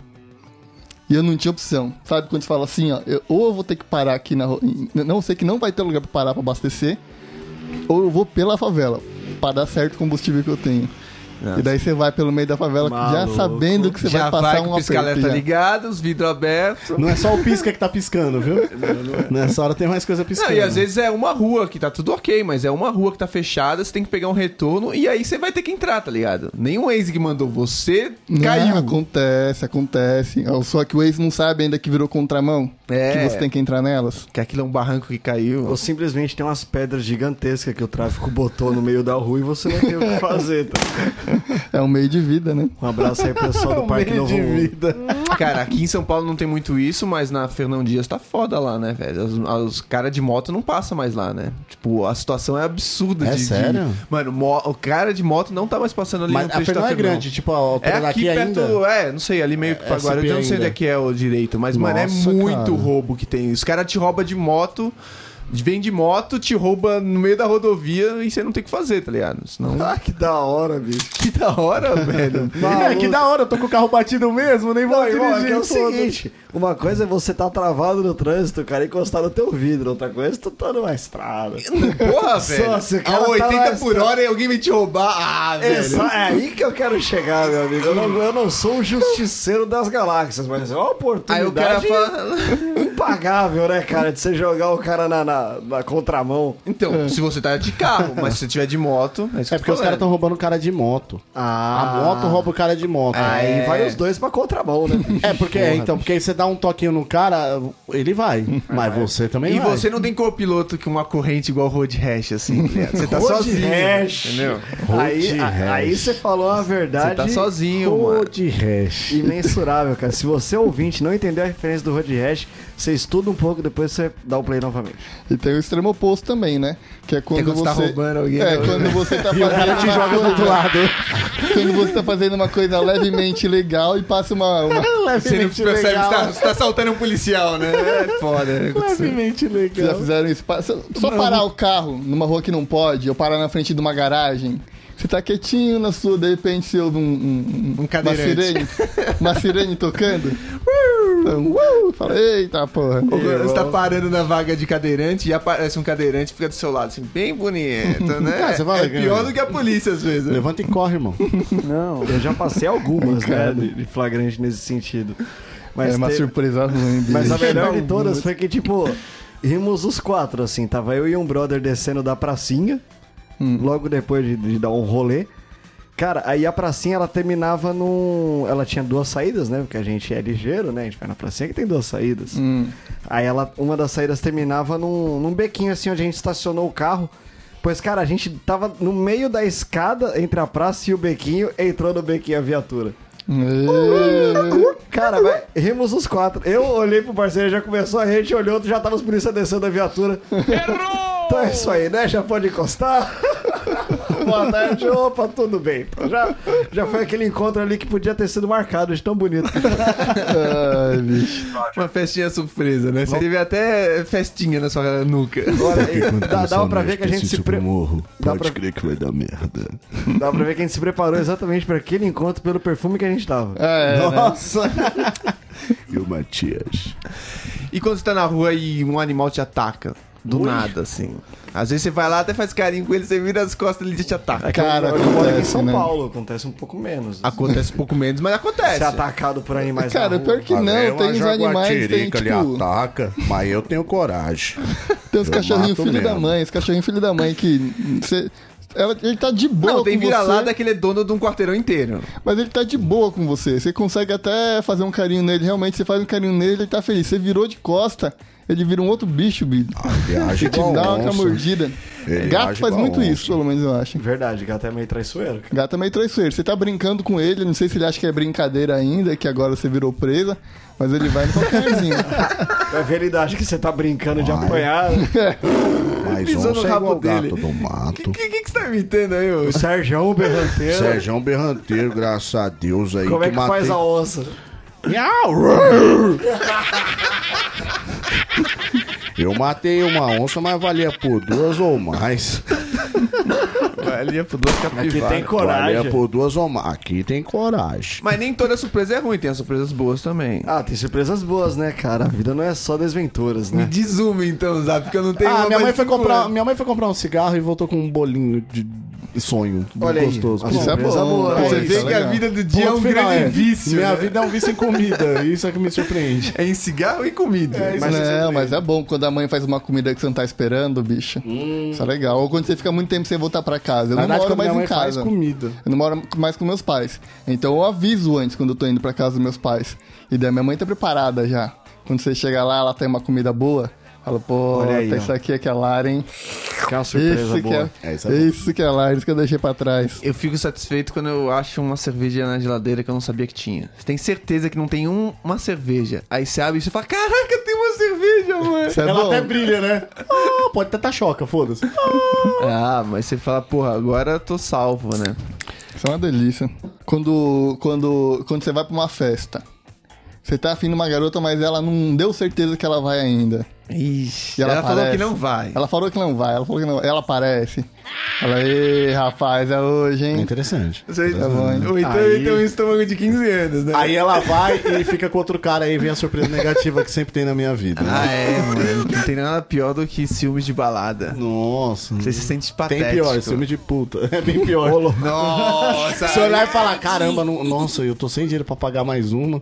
S2: E eu não tinha opção. Sabe quando você fala assim, ó, eu- ou eu vou ter que parar aqui na rua. Não sei que não vai ter lugar pra parar pra abastecer, ou eu vou pela favela pra dar certo o combustível que eu tenho. E daí você vai pelo meio da favela já sabendo que você
S1: Já
S2: vai passar
S1: vai
S2: um
S1: com o
S2: aperto.
S1: piscaleta
S2: já.
S1: ligado, os vidros abertos.
S6: Não é só o pisca que tá piscando, viu? Nessa hora tem mais coisa piscando.
S1: é. Não, e às vezes é uma rua que tá tudo ok, mas é uma rua que tá fechada, você tem que pegar um retorno e aí você vai ter que entrar, tá ligado? Nenhum ex que mandou você
S2: Não,
S1: caiu.
S2: acontece, acontece. Só que o ex não sabe ainda que virou contramão.
S1: É.
S2: Que você tem que entrar nelas.
S1: Que aquilo é um barranco que caiu.
S3: Ou simplesmente tem umas pedras gigantescas que o tráfico botou no meio da rua e você não tem o que fazer. Tá?
S2: É um meio de vida, né?
S3: Um abraço aí, pessoal do Parque Novo Mundo.
S1: Cara, aqui em São Paulo não tem muito isso, mas na Fernão Dias tá foda lá, né, velho? Os, os caras de moto não passam mais lá, né? Tipo, a situação é absurda.
S6: É
S1: de, de-
S6: sério?
S1: Mano, mo- o cara de moto não tá mais passando ali
S6: Mas
S1: no
S6: a
S1: trecho
S6: Fernão
S1: da
S6: é grande, tipo, a
S1: É
S6: altura
S1: aqui
S6: daqui
S1: perto,
S6: ainda.
S1: é, não sei, ali meio que pra agora. Eu não sei
S6: ainda.
S1: onde é que é o direito, mas, mano, é
S2: Nossa,
S1: muito
S2: cara.
S1: roubo que tem. Os caras te roubam de moto, vem de moto, te rouba no meio da rodovia e você não tem o que fazer, tá ligado? Senão.
S3: Ah, que da hora, bicho.
S1: que da hora, velho.
S6: É, que da hora, eu tô com o carro batido mesmo, nem vou
S3: Não, irmão, é que é o
S6: dirigir. um foda-se.
S3: seguinte, uma coisa é você tá travado no trânsito, o cara encostar no teu vidro, outra coisa é tu tá numa estrada.
S1: Porra, velho.
S3: se o cara
S1: A
S3: tá
S1: 80
S3: lá,
S1: por
S3: tá-
S1: hora e alguém me te roubar. Ah,
S3: É,
S1: velho.
S3: só- é aí que eu quero chegar, meu amigo. Eu não, eu não sou o justiceiro das galáxias, mas é uma
S1: Aí o cara
S3: oportunidade
S1: fala.
S3: impagável, né, cara, de você jogar o cara na, na- na contramão.
S1: Então, se você tá de carro, mas se você tiver de moto, é, isso que
S6: É
S1: eu tô
S6: porque os caras
S1: falando.
S6: estão roubando o cara de moto.
S3: Ah,
S6: A moto rouba o cara de moto.
S1: É.
S3: Aí vai os dois pra contramão, né? bicho?
S6: É, porque é, então, porque aí você dá um toquinho no cara, ele vai.
S5: Hum.
S6: Mas você também
S1: E
S6: vai.
S1: você não tem copiloto com uma corrente igual road rash, assim. tá ligado? Você tá
S3: Road
S1: sozinho.
S3: rash.
S1: Entendeu?
S3: Aí,
S6: Road
S3: a- aí você falou a
S1: Você
S3: verdade.
S1: tá sozinho, mano.
S6: Ô, de hash.
S3: Imensurável, cara. Se você ouvinte não entendeu a referência do Road Rash, você estuda um pouco, depois você dá o play novamente.
S2: E tem o extremo oposto também, né? Que é quando,
S1: quando você
S2: você.
S1: tá roubando alguém,
S2: É,
S1: né?
S2: quando você tá fazendo. uma coisa, Quando você tá fazendo uma coisa levemente legal e passa uma. uma-
S1: Você não percebe que você tá, você tá saltando um policial, né? É foda. né?
S2: Vocês já fizeram isso. Pa- Só só parar o carro numa rua que não pode, ou parar na frente de uma garagem. Você tá quietinho na sua, de repente você ouve um, um- um- uma
S1: cadeirante.
S2: sirene. Uma sirene tocando. Então, uh, fala, eita porra.
S1: Ou quando Você tá parando na vaga de cadeirante e aparece um cadeirante e fica do seu lado, assim, bem bonito, né?
S6: Cara, você vai
S1: é
S6: legal.
S1: pior do que a polícia, às vezes. né?
S6: Levanta e corre, irmão.
S3: Não, eu já passei algumas, né, de de flagrante nesse sentido. Mas,
S2: É uma
S3: te-
S2: surpresa ruim. bicho.
S3: mas a melhor de todas foi que, tipo, rimos os quatro, assim. Tava eu e um brother descendo da pracinha, logo depois de, de dar um rolê. Cara, aí a pracinha, ela terminava num... Ela tinha duas saídas, né? Porque a gente é ligeiro, né? A gente vai na pracinha que tem duas saídas. Aí ela, uma das saídas terminava num, num bequinho, assim, onde a gente estacionou o carro. Pois, cara, a gente tava no meio da escada entre a praça e o bequinho, entrou no bequinho a viatura. Cara, vai, rimos os quatro. Eu olhei pro parceiro, já começou a gente olhou, já tava os polícia descendo a viatura. Errou! Então é isso aí, né? Já pode encostar. Boa tarde, opa, tudo bem. Então já, já foi aquele encontro ali que podia ter sido marcado de tão bonito.
S2: Ai, bicho.
S1: Uma festinha surpresa, né? Você teve até festinha na sua nuca.
S3: Agora, dá, dá
S2: né?
S3: pra ver que a gente se pre...
S6: morro,
S3: dá pra-
S6: crer que vai dar merda.
S3: dá pra ver que a gente se preparou exatamente pra aquele encontro pelo perfume que a gente tava.
S2: É, né?
S6: E o Matias?
S1: E quando você tá na rua e um animal te ataca? Do nada, assim. Às vezes você vai lá, até faz carinho com ele, você vira as costas e ele te ataca.
S2: Cara,
S3: eu, eu moro aqui em
S2: acontece,
S3: São
S2: né?
S3: Paulo, acontece um pouco menos.
S1: Acontece pouco menos, mas acontece.
S3: Ser atacado por animais
S2: Cara,
S3: na
S2: pior
S3: rua.
S2: que não, tem os animais, tem
S5: ele
S2: tipo.
S5: ataca, mas eu tenho coragem.
S2: Tem os
S5: Eu
S2: cachorrinhos
S5: mato
S2: filho da
S5: mesmo.
S2: mãe, os cachorrinhos filho da mãe que. Você, ela- ele tá de boa
S1: Não, tem
S2: com
S1: vira-lata
S2: você.
S1: que ele é dono de um quarteirão inteiro.
S2: Mas ele tá de boa com você. Você consegue até fazer um carinho nele. Realmente, você faz um carinho nele, ele tá feliz. Você virou de costa, ele vira um outro bicho, bicho.
S5: Viagem
S2: Te
S5: Ah, igual
S2: dá uma
S5: onça.
S2: mordida.
S5: Ele
S2: Gato
S5: age
S2: faz
S5: igual
S2: muito
S5: onça.
S2: isso, pelo menos eu acho.
S3: Verdade, gato é meio traiçoeiro. cara.
S2: Gato é meio traiçoeiro. Você tá brincando com ele, não sei se ele acha que é brincadeira ainda, que agora você virou presa, mas ele vai no qualquerzinho.
S3: Vai ver, ele acha que você tá brincando de apanhar.
S5: Mas
S1: Pisou
S5: onça
S1: no
S5: é
S1: rabo
S5: igual
S1: dele.
S5: gato do mato.
S1: O que, que, que você tá me entendendo aí, ô?
S3: O Sérgio o berranteiro.
S5: Sérgio é um berranteiro, graças a Deus aí.
S3: Como é que
S5: matei-
S3: faz a onça?
S5: Eu matei uma onça, mas valia por duas ou mais.
S1: Ali é pro doce
S3: Que
S1: capivara.
S3: tem coragem.
S5: Valia por duas ou mais. Aqui tem coragem.
S1: Mas nem toda surpresa é ruim, tem as surpresas boas também.
S3: Ah, tem surpresas boas, né, cara? A vida não é só desventuras,
S1: Me
S3: né?
S1: desuma então, Zap, porque eu não tenho
S6: Ah,
S1: uma
S6: minha mãe,
S1: mais
S6: foi
S1: segura.
S6: comprar, minha mãe foi comprar um cigarro e voltou com um bolinho de sonho.
S3: Olha aí.
S6: um gostoso.
S3: Nossa,
S6: Pronto.
S2: Isso é
S3: Surpresa
S2: bom.
S3: boa,
S1: Pô,
S2: né?
S3: é
S1: Você
S2: Isso
S1: vê que a
S2: legal.
S1: vida do dia é um
S6: Ponto final,
S1: grande
S6: é.
S1: vício.
S6: Minha
S1: né?
S6: vida é um vício em comida. Isso é que me surpreende.
S1: É em cigarro e comida.
S2: Mas não, mas é bom quando a mãe faz uma comida que você não tá esperando, bicho. Isso é legal. Ou quando você fica muito tempo sem voltar pra casa. Eu
S6: Na
S2: não
S6: verdade,
S2: moro
S6: quando minha
S2: mais
S6: mãe
S2: em
S6: faz
S2: casa.
S6: comida.
S2: Eu não moro mais com meus pais. Então eu aviso antes quando eu tô indo pra casa dos meus pais. E daí minha mãe tá preparada já. Quando você chega lá, ela tem uma comida boa. Fala, pô,
S3: Olha aí,
S2: tá
S3: ó.
S2: isso aqui é que é Lara, hein?
S3: Que é uma surpresa
S2: Isso que
S3: boa.
S2: é, isso que é Lara, isso que eu deixei pra trás.
S1: Eu fico satisfeito quando eu acho uma cerveja na geladeira que eu não sabia que tinha. Você tem certeza que não tem um- uma cerveja. Aí você abre e você fala, caraca, tem uma cerveja, mano.
S2: Isso é
S6: Ela
S2: bom.
S6: até brilha, né? Ah, pode até tá choca, foda-se.
S1: ah, mas você fala, porra, agora eu tô salvo, né?
S2: Isso é uma delícia. Quando, quando, quando você vai pra uma festa, você tá afim de uma garota, mas ela não deu certeza que ela vai ainda.
S1: Ixi,
S2: E
S1: ela, falou
S2: aparece.
S1: que não vai.
S2: Ela falou que não vai, ela falou que não vai. Ela aparece. Ela, ei, rapaz, é hoje, hein?
S6: Interessante.
S1: Você-
S2: Tá bom, hein?
S1: Ou então ele tem um estômago de 15 anos, né?
S6: Aí ela vai e fica com outro cara aí vem a surpresa negativa que sempre tem na minha vida.
S1: Ah, é, mano. Não tem nada pior do que ciúmes de balada.
S6: Nossa.
S1: Você se sente
S6: Tem
S1: patético.
S6: pior, filme de puta. É bem pior.
S1: Nossa,
S6: Se olhar e falar, caramba, não- nossa, eu tô sem dinheiro pra pagar mais uma,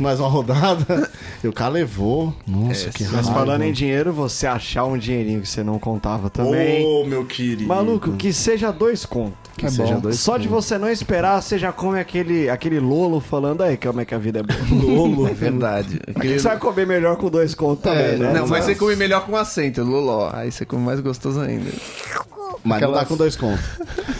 S6: mais uma rodada. E o cara levou. Nossa, que
S3: Mas
S6: raiva.
S3: falando em dinheiro, você achar um dinheirinho que você não contava também.
S6: É. Ô, meu querido.
S3: Maluco, que seja dois contos.
S2: é bom.
S3: Só de você não esperar, você já come aquele, aquele lolo falando aí como é que a vida é boa.
S1: É verdade. Aquele-
S3: Você vai comer melhor com dois contos também, né?
S1: Não, mas é você come melhor com acento, loló. Aí você come mais gostoso ainda.
S6: Mas não dá
S2: Aquelas-
S6: com dois contos.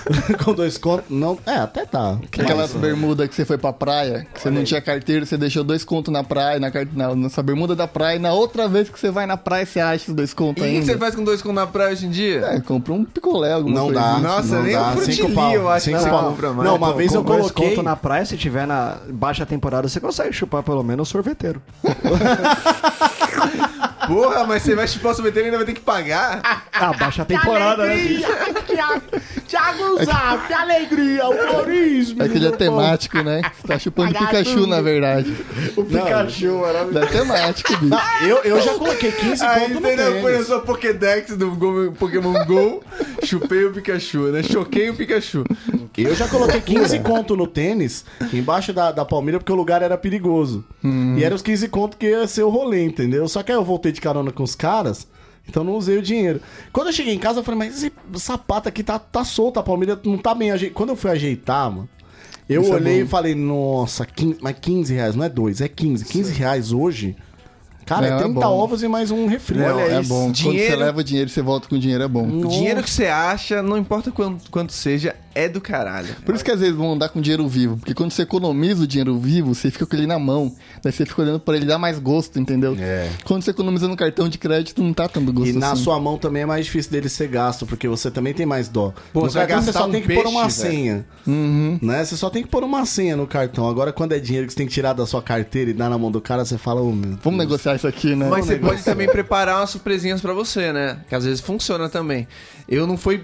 S6: com dois contos, não. É, até tá.
S2: Aquelas bermudas que você foi pra praia, que você não tinha carteira, você deixou dois contos na praia, na, carte- na- nessa bermuda da praia, e na outra vez que você vai na praia, você acha os dois
S1: E
S2: contos
S1: o que que
S2: ainda.
S1: você faz com dois com na praia hoje em dia?
S2: É, compra um picolé, alguma
S6: Não
S2: coisinha.
S6: dá.
S1: Nossa,
S6: não
S1: nem
S6: dá.
S1: o Frutili
S6: Cinco pau.
S1: eu acho
S6: Cinco
S1: que
S6: pau.
S1: compra mais.
S6: Não, uma vez eu
S3: Com dois
S6: coloquei.
S3: contos na praia, se tiver na baixa temporada, você consegue chupar pelo menos o sorveteiro.
S1: Porra, mas você vai chupar o sorveteiro e ainda vai ter que pagar?
S3: Ah, baixa temporada, né? bicho?
S4: Thiago Zap, que alegria, o Corinthians.
S2: É aquele é temático, né? Você tá chupando Pikachu, na verdade.
S3: O Pikachu,
S2: É
S3: maravilhoso.
S2: temático, bicho.
S6: Eu, eu já coloquei 15
S1: Aí
S6: conto no
S1: entendeu? Eu fui na
S6: tênis.
S1: sua Pokédex do Go- Pokémon GO, chupei o Pikachu, né? Choquei o Pikachu.
S6: Eu já coloquei 15 conto no tênis, embaixo da, da palmeira, porque o lugar era perigoso.
S2: Hum.
S6: E eram os 15 conto que ia ser o rolê, entendeu? Só que aí eu voltei de carona com os caras, então não usei o dinheiro. Quando eu cheguei em casa, eu falei, mas esse sapato aqui tá, tá solto, a palmeira não tá bem ajeitada. Quando eu fui ajeitar, mano, eu
S2: é
S6: olhei e falei, nossa, 15, mas 15 reais, não é 2, é 15. 15 reais hoje, cara,
S2: Não, é
S6: é 30
S2: bom.
S6: ovos e mais um refri.
S1: Não,
S2: É bom. Quando você
S1: Dinheiro-
S2: leva o dinheiro e você volta com o dinheiro, é bom.
S1: O dinheiro que você acha, não importa quanto, quanto seja, é do caralho.
S2: Por isso que às vezes vão andar com dinheiro vivo, porque quando você economiza o dinheiro vivo, você fica com ele na mão. Daí você fica olhando pra ele dar mais gosto, entendeu?
S6: É.
S2: Quando você economiza no cartão de crédito, não tá tanto gosto
S6: E na
S2: assim.
S6: sua mão também é mais difícil dele ser gasto, porque você também tem mais dó.
S1: Pô,
S6: no
S1: você vai
S6: cartão você
S1: gastar
S6: só
S1: um
S6: tem que pôr
S1: peixe,
S6: uma
S1: velho.
S6: senha.
S8: Uhum.
S6: Né? Você só tem que pôr uma senha no cartão. Agora, quando é dinheiro que você tem que tirar da sua carteira e dar na mão do cara, você fala, ô meu.
S2: Vamos negociar isso aqui,
S6: É um
S2: né?
S1: Mas você pode também preparar umas surpresinhas pra você, né? Que às vezes funciona também. Eu não fui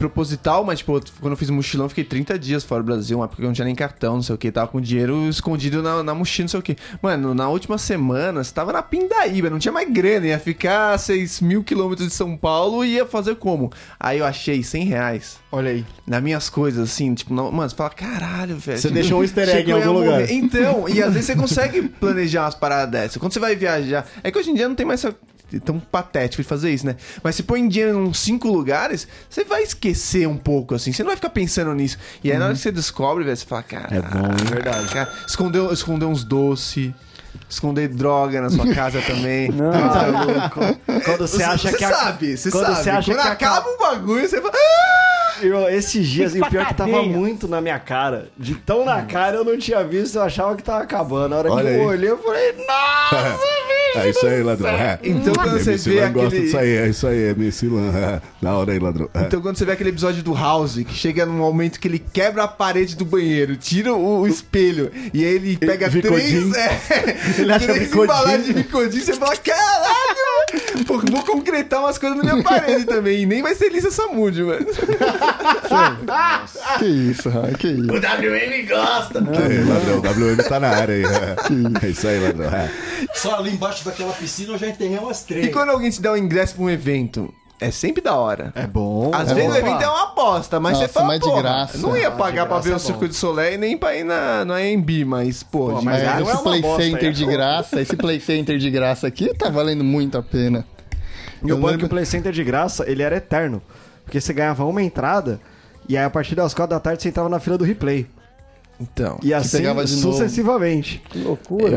S1: proposital, mas, tipo, quando eu fiz o mochilão, eu fiquei 30 dias fora do Brasil, uma época que eu não tinha nem cartão, não sei o que, tava com dinheiro escondido na, na mochila, não sei o que. Mano, na última semana, você tava na Pindaíba, não tinha mais grana, ia ficar a 6 mil quilômetros de São Paulo e ia fazer como? Aí eu achei 100 reais
S6: Olha aí.
S1: nas minhas coisas, assim, tipo, não- mano, você fala, caralho, velho.
S6: Você
S1: tipo,
S6: deixou um easter egg
S1: Chico
S6: em
S1: ia
S6: algum
S1: morrer.
S6: lugar.
S1: Então, e às vezes você consegue planejar umas paradas dessas. Quando você vai viajar. É que hoje em dia não tem mais essa. Tão patético de fazer isso, né? Mas se põe dinheiro em uns cinco lugares, você vai esquecer um pouco, assim. Você não vai ficar pensando nisso. E aí, na hora que você descobre, velho, você fala, cara. É bom, é verdade. Cara, esconder, esconder uns doces. Esconder droga na sua casa também.
S3: Tá louco. Quando você acha que a-
S1: sabe, você
S3: quando
S1: sabe.
S3: Você acha
S1: Quando
S3: que
S1: acaba
S3: acaba...
S1: o bagulho, você fala. "Ah!"
S3: Eu, esses dias, e o pior é que tava
S7: Cadeia.
S3: muito na minha cara. De tão na cara eu não tinha visto, eu achava que tava acabando. A hora
S8: Olha
S3: que
S8: aí.
S3: eu olhei, eu falei, "Hum." nossa,
S8: É isso aí, ladrão. É.
S1: Então, quando você
S8: MC
S1: vê
S8: Lan gosta
S1: aquele-
S8: disso aí, é isso aí, é MC Lan. É. Da hora aí, ladrão. É.
S1: Então quando você vê aquele episódio do House, que chega num momento que ele quebra a parede do banheiro, tira o, o espelho, e aí ele pega
S3: Vicodin.
S1: três, é,
S3: Ele acha
S1: três
S3: Vicodin.
S1: embalagens de bicodinho, você fala, caralho, pô, vou concretar umas coisas na minha parede também, e nem vai ser Lisa Samud, mano.
S2: Que isso, Rai, que isso.
S4: O WM gosta.
S8: É, ladrão, WM tá na área aí. É, É isso aí, ladrão. É.
S9: Só ali embaixo daquela piscina eu já enterrei umas
S1: E
S9: três.
S1: quando alguém te dá um ingresso pra um evento, é sempre da hora.
S3: É bom.
S1: Às
S3: é
S1: vezes
S3: bom.
S1: o evento é uma bosta, mas
S2: Nossa,
S1: você fala,
S2: mas de
S1: pô,
S2: graça.
S1: não ia pagar pra ver
S3: graça
S1: o
S3: é
S1: Circo
S3: bom.
S1: de Soleil e nem pra ir na, na AMB, mas, pô, de
S2: Mas
S1: graça-
S2: esse
S3: é uma
S2: Play
S3: bosta aí,
S2: Center de
S3: agora.
S2: graça, esse Play Center de graça aqui tá valendo muito a pena.
S3: E o
S2: Eu
S3: Banco
S2: lembro-
S3: Play Center de graça, ele era eterno. Porque você ganhava uma entrada, e aí a partir das quatro da tarde você entrava na fila do replay.
S1: Então.
S3: E assim
S2: pegava de novo.
S3: sucessivamente.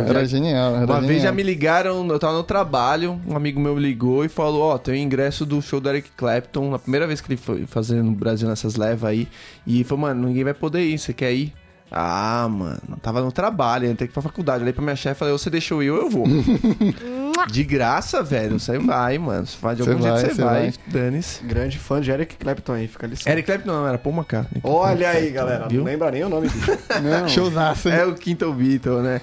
S2: Era genial, era
S1: É. Uma vez já
S2: genial.
S1: me ligaram, eu tava no trabalho, um amigo meu me ligou e falou, ó, tem o ingresso do show do Eric Clapton, a primeira vez que ele foi fazer no Brasil nessas levas aí, e falou, mano, ninguém vai poder ir, você quer ir? Ah, mano, tava no trabalho, ia ter que ir pra faculdade, olhei pra minha chefe e falei, "Ou você deixou eu, eu vou. de graça, velho, você vai, mano, você vai de
S2: Você
S1: algum jeito,
S2: vai,
S1: você
S2: você
S1: vai,
S2: vai.
S1: dane-se.
S3: Grande fã de Eric Clapton aí, fica ali.
S1: Eric Clapton não, era Paul McCartney.
S3: Olha aí, galera.
S1: Viu?
S3: Não lembra nem o nome disso.
S2: Showzaço, hein?
S1: É o Quinto Beatle, né?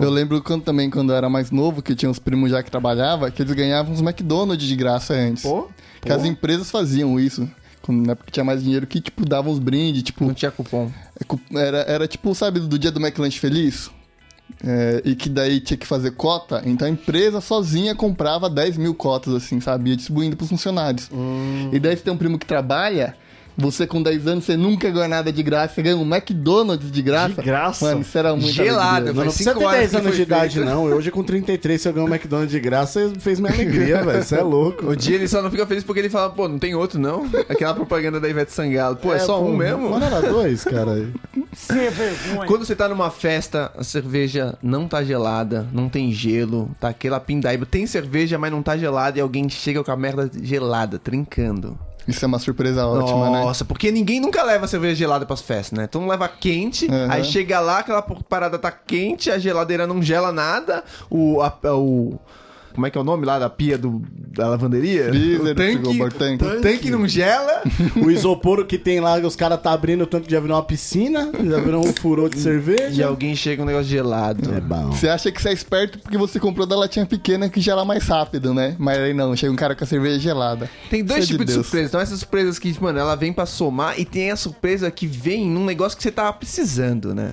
S2: Eu lembro quando, também quando eu era mais novo, que tinha uns primos já que trabalhava, que eles ganhavam uns McDonald's de graça antes.
S3: Pô,
S2: que as empresas faziam isso. Quando, na época que tinha mais dinheiro que, tipo, davam uns brindes, tipo,
S1: Não tinha cupom.
S2: é cu- era, era tipo, sabe, do dia do McLanche Feliz? É, e que daí tinha que fazer cota, então a empresa sozinha comprava 10 mil cotas, assim, sabe? Ia distribuindo pros funcionários.
S3: Hum.
S2: E daí você tem um primo que trabalha, você com 10 anos, você nunca ganhou nada de graça, você ganha um McDonald's de graça.
S3: De graça?
S2: Mano, isso era muito
S1: Gelado,
S2: alegria.
S1: Faz
S6: Não precisa
S1: cinco
S6: ter
S1: horas
S6: 10
S1: que
S6: anos
S1: foi
S6: de idade,
S1: feito.
S6: não. Hoje com 33, se eu ganhar um McDonald's de graça, você fez minha alegria, velho. Você é louco.
S1: O dia ele só não fica feliz porque ele fala, pô, não tem outro não? Aquela propaganda da Ivete Sangalo. Pô, é, só um mesmo?
S6: Mano, era dois, cara.
S7: Sem vergonha.
S1: Quando você tá numa festa, a cerveja não tá gelada, não tem gelo, tá aquela pindaíba. Tem cerveja, mas não tá gelada e alguém chega com a merda gelada, trincando.
S2: Isso é uma surpresa ótima, né?
S1: Nossa, porque ninguém nunca leva cerveja gelada pras festas, né? Todo mundo leva quente,
S2: Uhum.
S1: aí chega lá, aquela por- parada tá quente, a geladeira não gela nada, o. a- a- o como é que é o nome lá da pia do, da lavanderia?
S2: Freezer,
S1: o tanque,
S2: frigobar, tanque.
S1: o tanque não gela.
S6: O isoporo que tem lá, os caras tá abrindo tanto que já virou uma piscina, já virou um furô de
S1: E
S6: cerveja.
S1: alguém chega um negócio gelado. É bom.
S2: Você acha que você é esperto porque você comprou da latinha pequena que gela mais rápido, né? Mas aí não, chega um cara com a cerveja gelada.
S1: Tem dois
S2: Cê
S1: tipos de,
S2: Deus.
S1: surpresa. Então, essas surpresas que, mano, ela vem pra somar e tem a surpresa que vem num negócio que você tava precisando, né?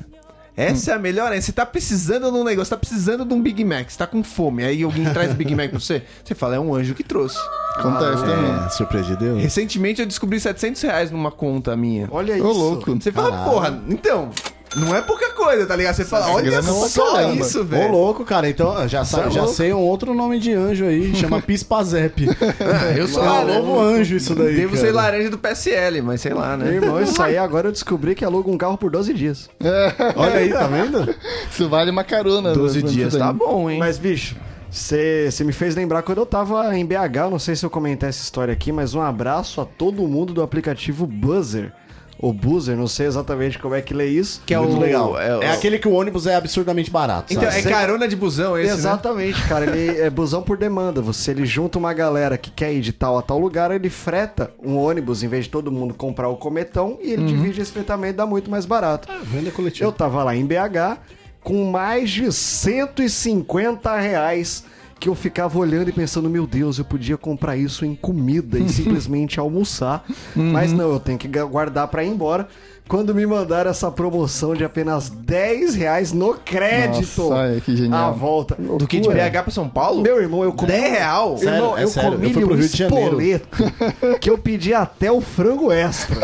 S1: Essa é a melhor, é, você tá precisando de um negócio, tá precisando de um Big Mac, você tá com fome, aí alguém traz Big Mac pra você, você fala, é um anjo que trouxe.
S3: Ah,
S2: Acontece também.
S6: É, surpresa de Deus.
S1: Recentemente eu descobri 700 reais numa conta minha.
S3: Olha isso.
S2: Ô,
S6: né?
S2: louco.
S1: Você fala, porra, então, não é pouca coisa, tá ligado? Você fala, olha
S2: grana pra
S1: só
S2: caramba.
S1: isso,
S6: é Ô,
S1: velho.
S6: louco, cara. Então, ó, já, sabe,
S1: é
S6: já
S1: louco.
S6: sei um outro nome de anjo aí. Chama Pispazep.
S1: Ah, eu sou
S6: é um
S1: laranja.
S6: novo anjo isso daí,
S1: Devo ser
S6: cara.
S1: laranja do PSL, mas sei lá,
S3: Meu
S1: né?
S3: irmão, isso aí agora eu descobri que aluga um carro por 12 dias.
S6: Olha aí, tá vendo?
S2: Isso vale uma carona.
S1: 12
S2: né?
S1: dias tá bom, hein?
S3: Mas, bicho, você me fez lembrar quando eu tava em BH, eu não sei se eu comentei essa história aqui, mas um abraço a todo mundo do aplicativo Buzzer. Ou Buzzer, não sei exatamente como é que lê isso.
S1: Que é
S6: Muito
S1: o-
S6: legal.
S1: é o-
S6: É aquele que o ônibus é absurdamente barato.
S1: Então,
S6: sabe?
S1: é carona de busão esse, né?
S3: Exatamente, cara. Ele é busão por demanda. Você ele junta uma galera que quer ir de tal a tal lugar, ele freta um ônibus em vez de todo mundo comprar o cometão e ele
S1: Uhum.
S3: divide esse fretamento e dá muito mais barato.
S1: É,
S6: Venda coletiva.
S3: Eu tava lá em BH com mais de 150 reais que eu ficava olhando e pensando, meu Deus, eu podia comprar isso em comida e simplesmente almoçar.
S2: Uhum.
S3: Mas não, eu tenho que ga- guardar pra ir embora. Quando me mandaram essa promoção de apenas 10 reais no crédito.
S2: Nossa, é, que genial.
S3: A volta.
S1: Do que de
S3: Loucura.
S1: BH pra São Paulo?
S3: Meu irmão, eu comi.
S1: 10 real?
S3: Irmão,
S6: é
S3: eu
S6: sério,
S3: comi
S6: eu fui pro
S3: um
S6: Rio de Janeiro.
S3: espoleto que eu pedi até o frango extra.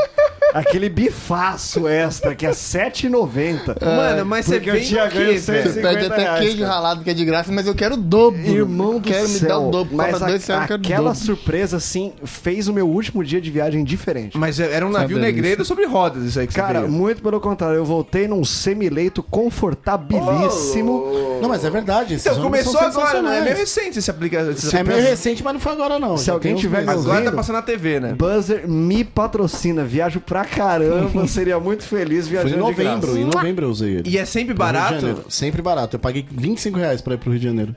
S3: Aquele bifaço extra, que é R$ 7,90.
S1: Mano, mas você
S3: Ah, Porque eu
S1: vem
S3: tinha
S1: do quê,
S3: ganho seis
S1: velho?
S2: Você pede
S3: 50
S2: até
S3: reais,
S2: queijo
S3: cara.
S2: ralado, que é de graça, mas eu quero o dobro.
S3: Irmão do
S2: quero
S3: céu,
S2: me dar o dobro.
S3: mas
S2: Compra
S3: a-
S2: dois reais, eu quero o
S3: um aquela
S2: dobro.
S3: surpresa, assim, fez o meu último dia de viagem diferente.
S1: Mas era um navio
S2: Sabe
S1: negreiro sobre rodas, isso aí que
S3: Cara,
S1: você veio.
S3: muito pelo contrário, eu voltei num semileito confortabilíssimo.
S6: Não, mas é verdade. esses
S1: Então
S6: ônibus
S1: começou
S6: são
S1: agora, né? É meio
S6: sensacionais.
S1: recente esse aplicativo.
S6: É meio recente, mas não foi agora, não.
S3: Se
S6: Já
S3: alguém
S6: tem uns
S3: tiver
S6: meses.
S1: Agora tá
S3: ouvindo?
S1: passando na TV, né?
S3: Buzzer me patrocina, viajo pra caramba, seria muito feliz
S6: Foi
S3: viajando
S6: em novembro,
S3: de graça.
S6: em novembro eu usei ele.
S1: E é sempre
S6: Pro Rio de
S1: barato.
S6: Janeiro, Sempre barato. Eu paguei 25 reais pra ir pro Rio de Janeiro.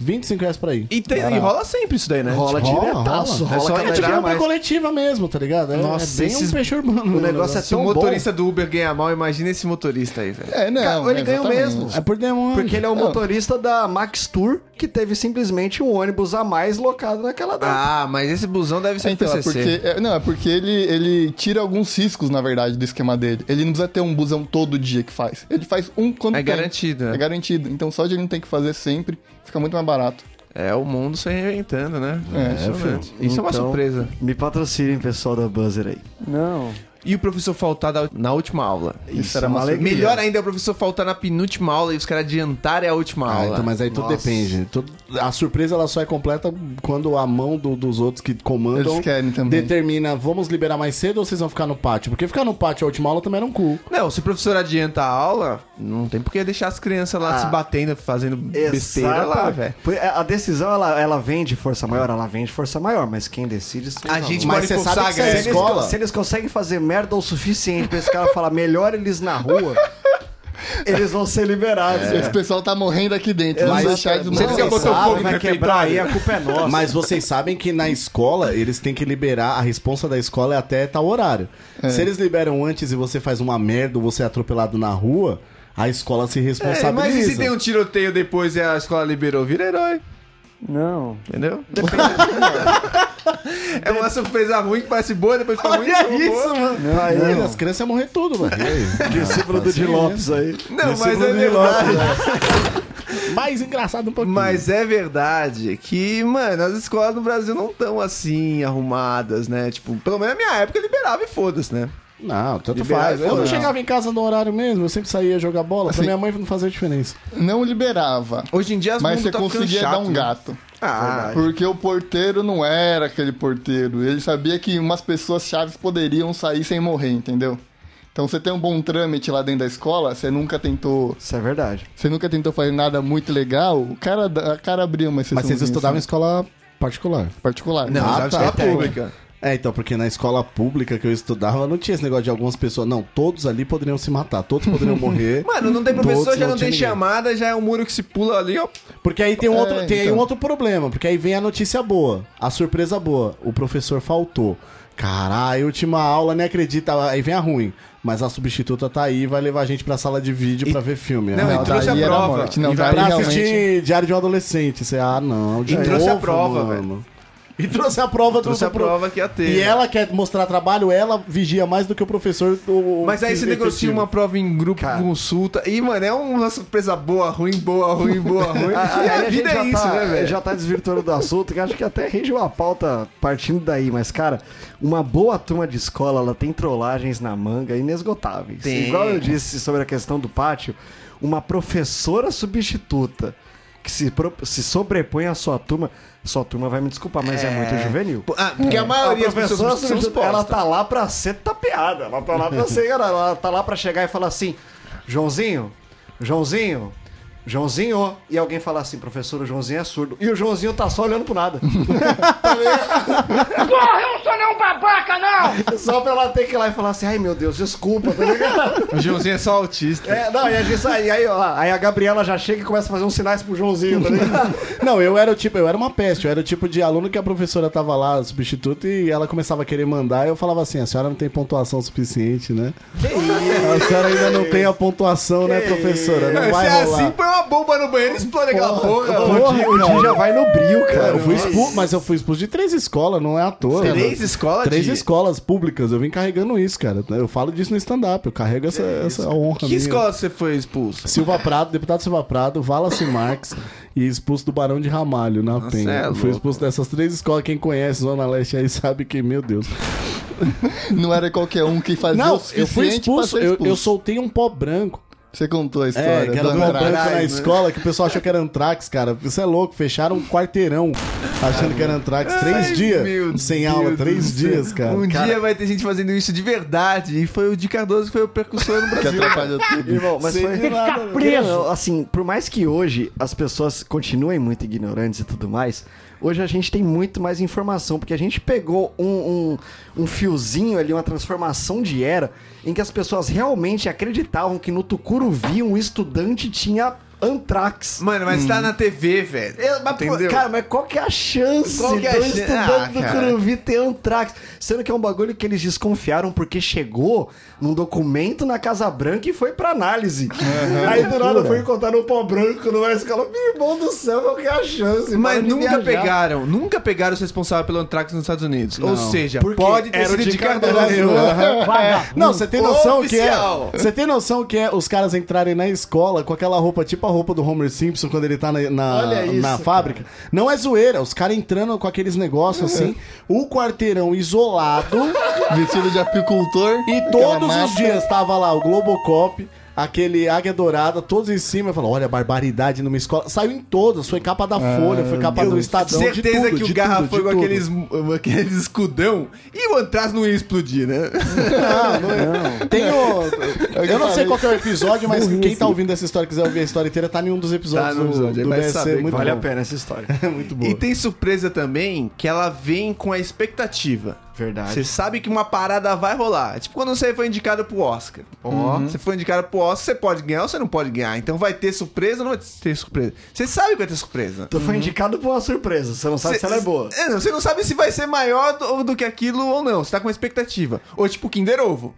S6: 25 reais pra ir.
S1: E, tem- e
S6: Barato.
S1: rola sempre isso daí, né?
S3: Rola
S6: Rola,
S3: diretaço,
S6: rola.
S3: rola,
S1: É só-
S3: cada
S1: é
S6: É tipo
S3: dia
S6: uma
S3: mais.
S6: coletiva mesmo, tá ligado? É,
S1: Nossa,
S6: é bem
S1: esses-
S6: um peixe urbano.
S3: O negócio é
S1: Se o
S3: tão bom.
S1: motorista do Uber ganhar mal, imagina esse motorista aí, velho.
S2: É, não.
S3: Cara, ele ganha o
S2: exatamente.
S3: mesmo.
S6: É por demônio.
S3: Porque ele é o motorista da Max Tour, que teve simplesmente um ônibus a mais locado naquela data.
S1: Ah, mas esse busão deve ser
S2: Então, é
S1: PCC.
S2: porque, é, não, é porque ele, ele tira alguns riscos, na verdade, do esquema dele. Ele não precisa ter um busão todo dia que faz. Ele faz um quando
S1: É
S2: tem.
S1: garantido, né?
S2: É garantido. Então só de ele não ter que fazer sempre, fica muito mais barato.
S1: É o mundo se reinventando, né?
S2: É,
S1: Impressionante. Isso é uma
S3: Então,
S1: surpresa.
S3: Me patrocinem, pessoal da Buzzer aí.
S2: Não.
S1: E o professor faltar da- na última aula.
S2: Isso,
S3: Isso
S2: era
S3: é uma
S2: uma
S3: alegria.
S1: Melhor ainda é o professor faltar na penúltima aula e os caras adiantarem a última
S6: Ah,
S1: aula.
S6: então, mas aí tudo depende. Tudo- a surpresa ela só é completa quando a mão do- dos outros que comandam
S2: Eles querem também.
S6: determina vamos liberar mais cedo ou vocês vão ficar no pátio. Porque ficar no pátio a última aula também era um cu.
S1: Não, se o professor adianta a aula, não tem por que deixar as crianças
S3: Ah.
S1: lá se batendo, fazendo besteira lá, velho.
S3: Foi- é, A decisão, ela, ela vem de força maior, ela vem de força maior, mas quem decide... são os
S1: A
S3: alunos.
S1: gente
S6: Mas
S1: pode
S6: você
S1: forçar
S6: sabe
S1: a
S6: que essa
S1: greve.
S3: Se eles,
S6: escola-
S3: se eles conseguem fazer merda o suficiente pra esse cara falar melhor eles na rua, eles vão ser liberados.
S2: Esse pessoal tá morrendo aqui dentro. Vamos
S6: Mas-
S2: deixar eles
S1: É. Você
S2: morrerem.
S1: fica botando
S6: sabe,
S1: fogo no
S3: Vai quebrar aí, a culpa é nossa.
S6: Mas vocês sabem que na escola eles têm que liberar, a responsa da escola é até tal horário. Se eles liberam antes e você faz uma merda ou você é atropelado na rua, a escola se
S1: É,
S6: responsabiliza.
S1: mas e se tem um tiroteio depois e a escola liberou? Vira herói,
S3: Não.
S1: entendeu? é uma surpresa ruim que parece boa, depois fica muito boa.
S6: mano. Aí, As crianças iam morrer tudo, mano.
S3: Discípulo do Di Lopes aí.
S1: Não, mas é verdade.
S6: Mais engraçado um pouquinho.
S1: Mas é verdade que, mano, as escolas no Brasil não estão assim arrumadas, né? Tipo, pelo menos na minha época liberava e foda-se, né?
S6: Não, tanto
S1: Liberar
S6: faz.
S1: é
S6: Eu
S1: foda.
S6: não chegava em casa no horário mesmo, eu sempre saía jogar bola, pra minha mãe não fazia diferença.
S2: Não liberava.
S1: Hoje em dia as
S2: Mas
S1: mundo
S2: você
S1: tá ficando
S2: conseguia
S1: chato,
S2: dar um
S1: né?
S2: gato.
S1: Ah,
S2: Porque o porteiro não era aquele porteiro. Ele sabia que umas pessoas chaves poderiam sair sem morrer, entendeu? Então você tem um bom trâmite lá dentro da escola, você nunca tentou.
S3: Isso é verdade.
S2: Você nunca tentou fazer nada muito legal, o cara, a cara abria uma exceção.
S6: Mas vocês estudavam em escola particular.
S2: particular.
S1: não,
S6: Ah,
S1: já
S6: tá.
S1: escola
S6: É,
S1: pública.
S6: É, então, porque na escola pública que eu estudava não tinha esse negócio de algumas pessoas. Não, todos ali poderiam se matar, todos poderiam morrer.
S1: Mano, não tem professor,
S6: Todos
S1: já não,
S6: não
S1: tem
S6: tinha ninguém.
S1: chamada, já é um muro que se pula ali, ó.
S6: Porque aí tem, um
S2: É,
S6: outro, tem aí um
S2: então.
S6: outro problema, porque aí vem a notícia boa, a surpresa boa. O professor faltou. Caralho, última aula, nem acredita. Aí vem a ruim. Mas a substituta tá aí e vai levar a gente pra sala de vídeo pra ver filme.
S1: Não,
S6: Ah,
S1: e trouxe a
S2: daí era
S1: prova.
S2: morte. Não, tá
S1: e vai
S2: daí
S6: Pra
S1: pra
S2: realmente-
S6: assistir Diário de um Adolescente. Você, ah, não. De
S1: E trouxe a
S6: novo,
S1: prova,
S6: mano. E trouxe a prova.
S1: Trouxe a prova que ia ter. né?
S6: E ela quer mostrar trabalho, ela vigia mais do que o professor. Do,
S1: Mas aí você negocia uma prova em grupo, consulta. E, mano, é uma surpresa boa, ruim, boa, ruim, boa, ruim. e a,
S3: Aí
S1: vida é
S3: já
S1: isso,
S3: tá,
S1: né, velho?
S3: Já tá desvirtuando do assunto, que acho que até rende uma pauta partindo daí. Mas, cara, uma boa turma de escola, ela tem trollagens na manga inesgotáveis.
S1: Tem.
S3: Igual eu disse sobre a questão do pátio, uma professora substituta que se, pro- se sobrepõe à sua turma, sua turma vai me desculpar, mas é, muito juvenil.
S1: Ah, porque a maioria
S3: a
S1: das
S3: professora
S1: pessoas são
S3: substituta, ela
S1: expostas.
S3: tá lá pra ser tapeada, ela tá lá pra ser enganada, ela tá lá pra chegar e falar assim, Joãozinho, Joãozinho, Joãozinho, e alguém falar assim, professor, o Joãozinho é surdo, e o Joãozinho tá só olhando pro nada.
S7: Porra, eu não sou nem um babaca, não!
S3: só pra ela ter que ir lá e falar assim, ai meu Deus, desculpa, tá ligado?
S1: O Joãozinho é só autista.
S3: É, não, e a gente sai, e aí, ó, aí a Gabriela já chega e começa a fazer uns sinais pro Joãozinho, tá ligado?
S6: Não, eu era o tipo, eu era uma peste, eu era o tipo de aluno que a professora tava lá, substituta, e ela começava a querer mandar, e eu falava assim, a senhora não tem pontuação suficiente, né? a senhora ainda não tem a pontuação, né, professora? Não
S1: Não,
S6: vai
S1: se é
S6: rolar.
S1: assim, põe uma uma bomba no banheiro e explode aquela porra.
S3: O Di- o Di já vai no brilho, cara.
S6: Eu fui expulso, mas eu fui expulso de três escolas, não é à toa. né?
S1: Três escolas
S6: Três
S1: de-
S6: escolas públicas, eu vim carregando isso, cara. Eu falo disso no stand-up, eu carrego essa, essa honra.
S1: Que
S6: minha.
S1: escola você foi expulso?
S6: Silva Prado, deputado Silva Prado, Wallace Marx e expulso do Barão de Ramalho na Penha.
S1: é
S6: Eu fui
S1: louco.
S6: expulso dessas três escolas. Quem conhece Zona Leste aí sabe que, meu Deus.
S2: Não era qualquer um que
S1: é
S2: fazia
S6: Não,
S2: o suficiente
S6: eu fui expulso,
S2: pra ser
S6: eu,
S2: expulso.
S6: eu soltei um pó branco.
S2: Você contou a
S6: É,
S2: história.
S6: que era
S2: do
S6: um pó
S2: Andrade.
S6: branco na
S1: né?
S6: escola que o pessoal achou que era Antrax, cara. Isso é louco, fecharam um quarteirão achando que era Antrax. Três
S1: Ai, meu
S6: dias sem
S1: Deus
S6: aula,
S1: do
S6: três
S1: céu.
S6: dias, cara.
S1: Um dia vai ter gente fazendo isso de verdade. E foi o Di Cardoso que foi o percussor no
S2: que
S1: Brasil.
S2: atrapalhou tudo.
S3: Irmão, mas
S6: Sem
S3: foi...
S6: de nada, né?
S3: Preso. Assim, por mais que hoje as pessoas continuem muito ignorantes e tudo mais, hoje a gente tem muito mais informação, porque a gente pegou um, um, um fiozinho ali, uma transformação de era, em que as pessoas realmente acreditavam que no Tucuruvi um estudante tinha antrax.
S1: Mano, mas tá na TV, velho.
S3: Eu- mas, pô,
S1: Entendeu?
S3: cara, mas qual que é a chance
S1: Qual que é a
S3: do
S1: chan- Ah,
S3: estudante do
S1: cara.
S3: Curuvi ter antrax? Sendo que é um bagulho que eles desconfiaram porque chegou num documento na Casa Branca e foi pra análise. Aí do nada foi encontrar no pó branco numa escola. Meu irmão do céu, qual que é a chance? Para
S1: Mas
S3: de
S1: nunca
S3: viajar.
S1: pegaram, nunca pegaram os responsáveis pelo Antrax nos Estados Unidos. Ou seja, pode ter
S6: era o né?
S1: sido
S6: Di
S1: de Cardoso.
S3: um.
S6: Não, você tem noção que é.
S1: Oficial.
S6: Você tem noção que é os caras entrarem na escola com aquela roupa, tipo a roupa do Homer Simpson quando ele tá na, na,
S3: Olha isso,
S6: na
S3: cara.
S6: fábrica. Não é zoeira, os caras entrando com aqueles negócios
S3: É.
S6: assim, o quarteirão isolado.
S2: Vestido de apicultor.
S6: E
S2: aquela
S6: todos
S2: massa.
S6: os dias tava lá o Globocop, aquele Águia Dourada, todos em cima. Eu falo, olha, barbaridade numa escola. Saiu em todas, foi capa da
S3: É.
S6: Folha, foi capa do Estadão,
S1: Certeza
S6: de tudo,
S1: que
S6: de
S1: o Garra
S6: tudo,
S1: foi
S6: de
S1: com aqueles,
S6: tudo.
S1: aqueles escudão e o Antrax não ia explodir, né?
S6: Não, não, tem o... Eu não sei qual que é o episódio, mas quem tá ouvindo essa história, quiser ouvir a história inteira, tá em um dos episódios
S1: Tá no episódio, aí
S6: do, do
S1: vai
S6: BSC.
S1: saber que
S6: muito
S3: Vale a
S6: bom.
S3: pena essa história.
S6: É muito bom.
S1: E tem surpresa também que ela vem com a expectativa.
S3: Verdade.
S1: Você sabe que uma parada vai rolar. É tipo quando você foi indicado pro Oscar. Ó, Você foi indicado pro Oscar, você pode ganhar ou você não pode ganhar. Então vai ter surpresa ou não vai ter surpresa? Você sabe que vai ter surpresa.
S3: Tu foi indicado por uma surpresa, você não sabe se ela é boa.
S1: É, não, você não sabe se vai ser maior do, do que aquilo ou não. Você tá com uma expectativa. Ou tipo Kinder Ovo.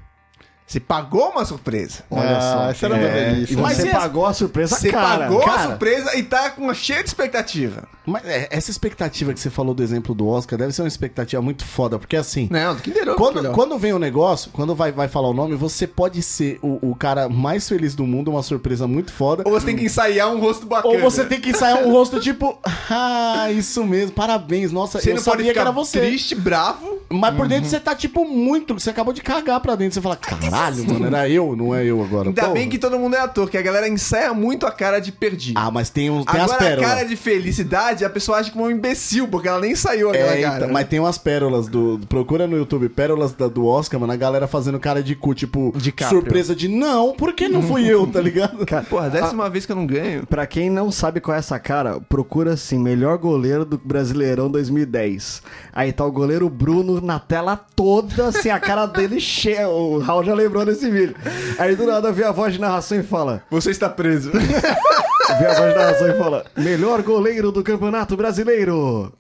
S1: Você pagou uma surpresa.
S3: Olha
S2: Ah,
S3: só.
S2: essa
S6: É,
S2: era uma
S3: É. E
S2: delícia.
S1: Mas
S3: você
S1: e as-
S3: pagou a surpresa
S1: Você
S3: cara.
S1: pagou
S3: cara.
S1: a surpresa e tá com uma cheia de expectativa.
S6: Mas é, essa expectativa que você falou do exemplo do Oscar deve ser uma expectativa muito foda, porque assim...
S1: Não, do Kinder Ovo. é
S6: Quando,
S1: filhão.
S6: quando vem o negócio, quando vai, vai falar o nome, você pode ser o, o cara mais feliz do mundo, uma surpresa muito foda.
S1: Ou você tem que ensaiar um rosto bacana.
S6: Ou você tem que ensaiar um rosto tipo, ah, isso mesmo, parabéns, nossa,
S1: Você
S6: eu
S1: não pode
S6: sabia que
S1: ficar
S6: era você.
S1: triste, bravo.
S6: Mas por
S1: Uhum.
S6: dentro você tá tipo muito, você acabou de cagar pra dentro, você fala, caralho, mano, era eu, não é eu agora.
S1: Ainda
S6: porra."
S1: bem que todo mundo é ator, que a galera ensaia muito a cara de perdido.
S6: Ah, mas tem, um, tem as
S1: Agora, a
S6: pérolas.
S1: cara é de felicidade, a pessoa acha que é um imbecil, porque ela nem saiu aquela
S6: É,
S1: cara.
S6: então, mas tem umas pérolas do. do- Procura no YouTube, pérolas da- do Oscar, mano. A galera fazendo cara de cu, tipo,
S1: DiCaprio.
S6: surpresa de não, porque não fui eu, tá ligado?
S1: Porra, décima vez que eu não ganho.
S3: Ah, Pra quem não sabe qual é essa cara, procura assim, melhor goleiro do Brasileirão 2010. Aí tá o goleiro Bruno na tela toda, assim, a cara dele cheia. O Raul já lembrou desse vídeo. Aí do nada vê a voz de narração e fala.
S1: Você está preso.
S3: Vê a voz de narração e fala. Melhor goleiro do Campeonato Brasileiro.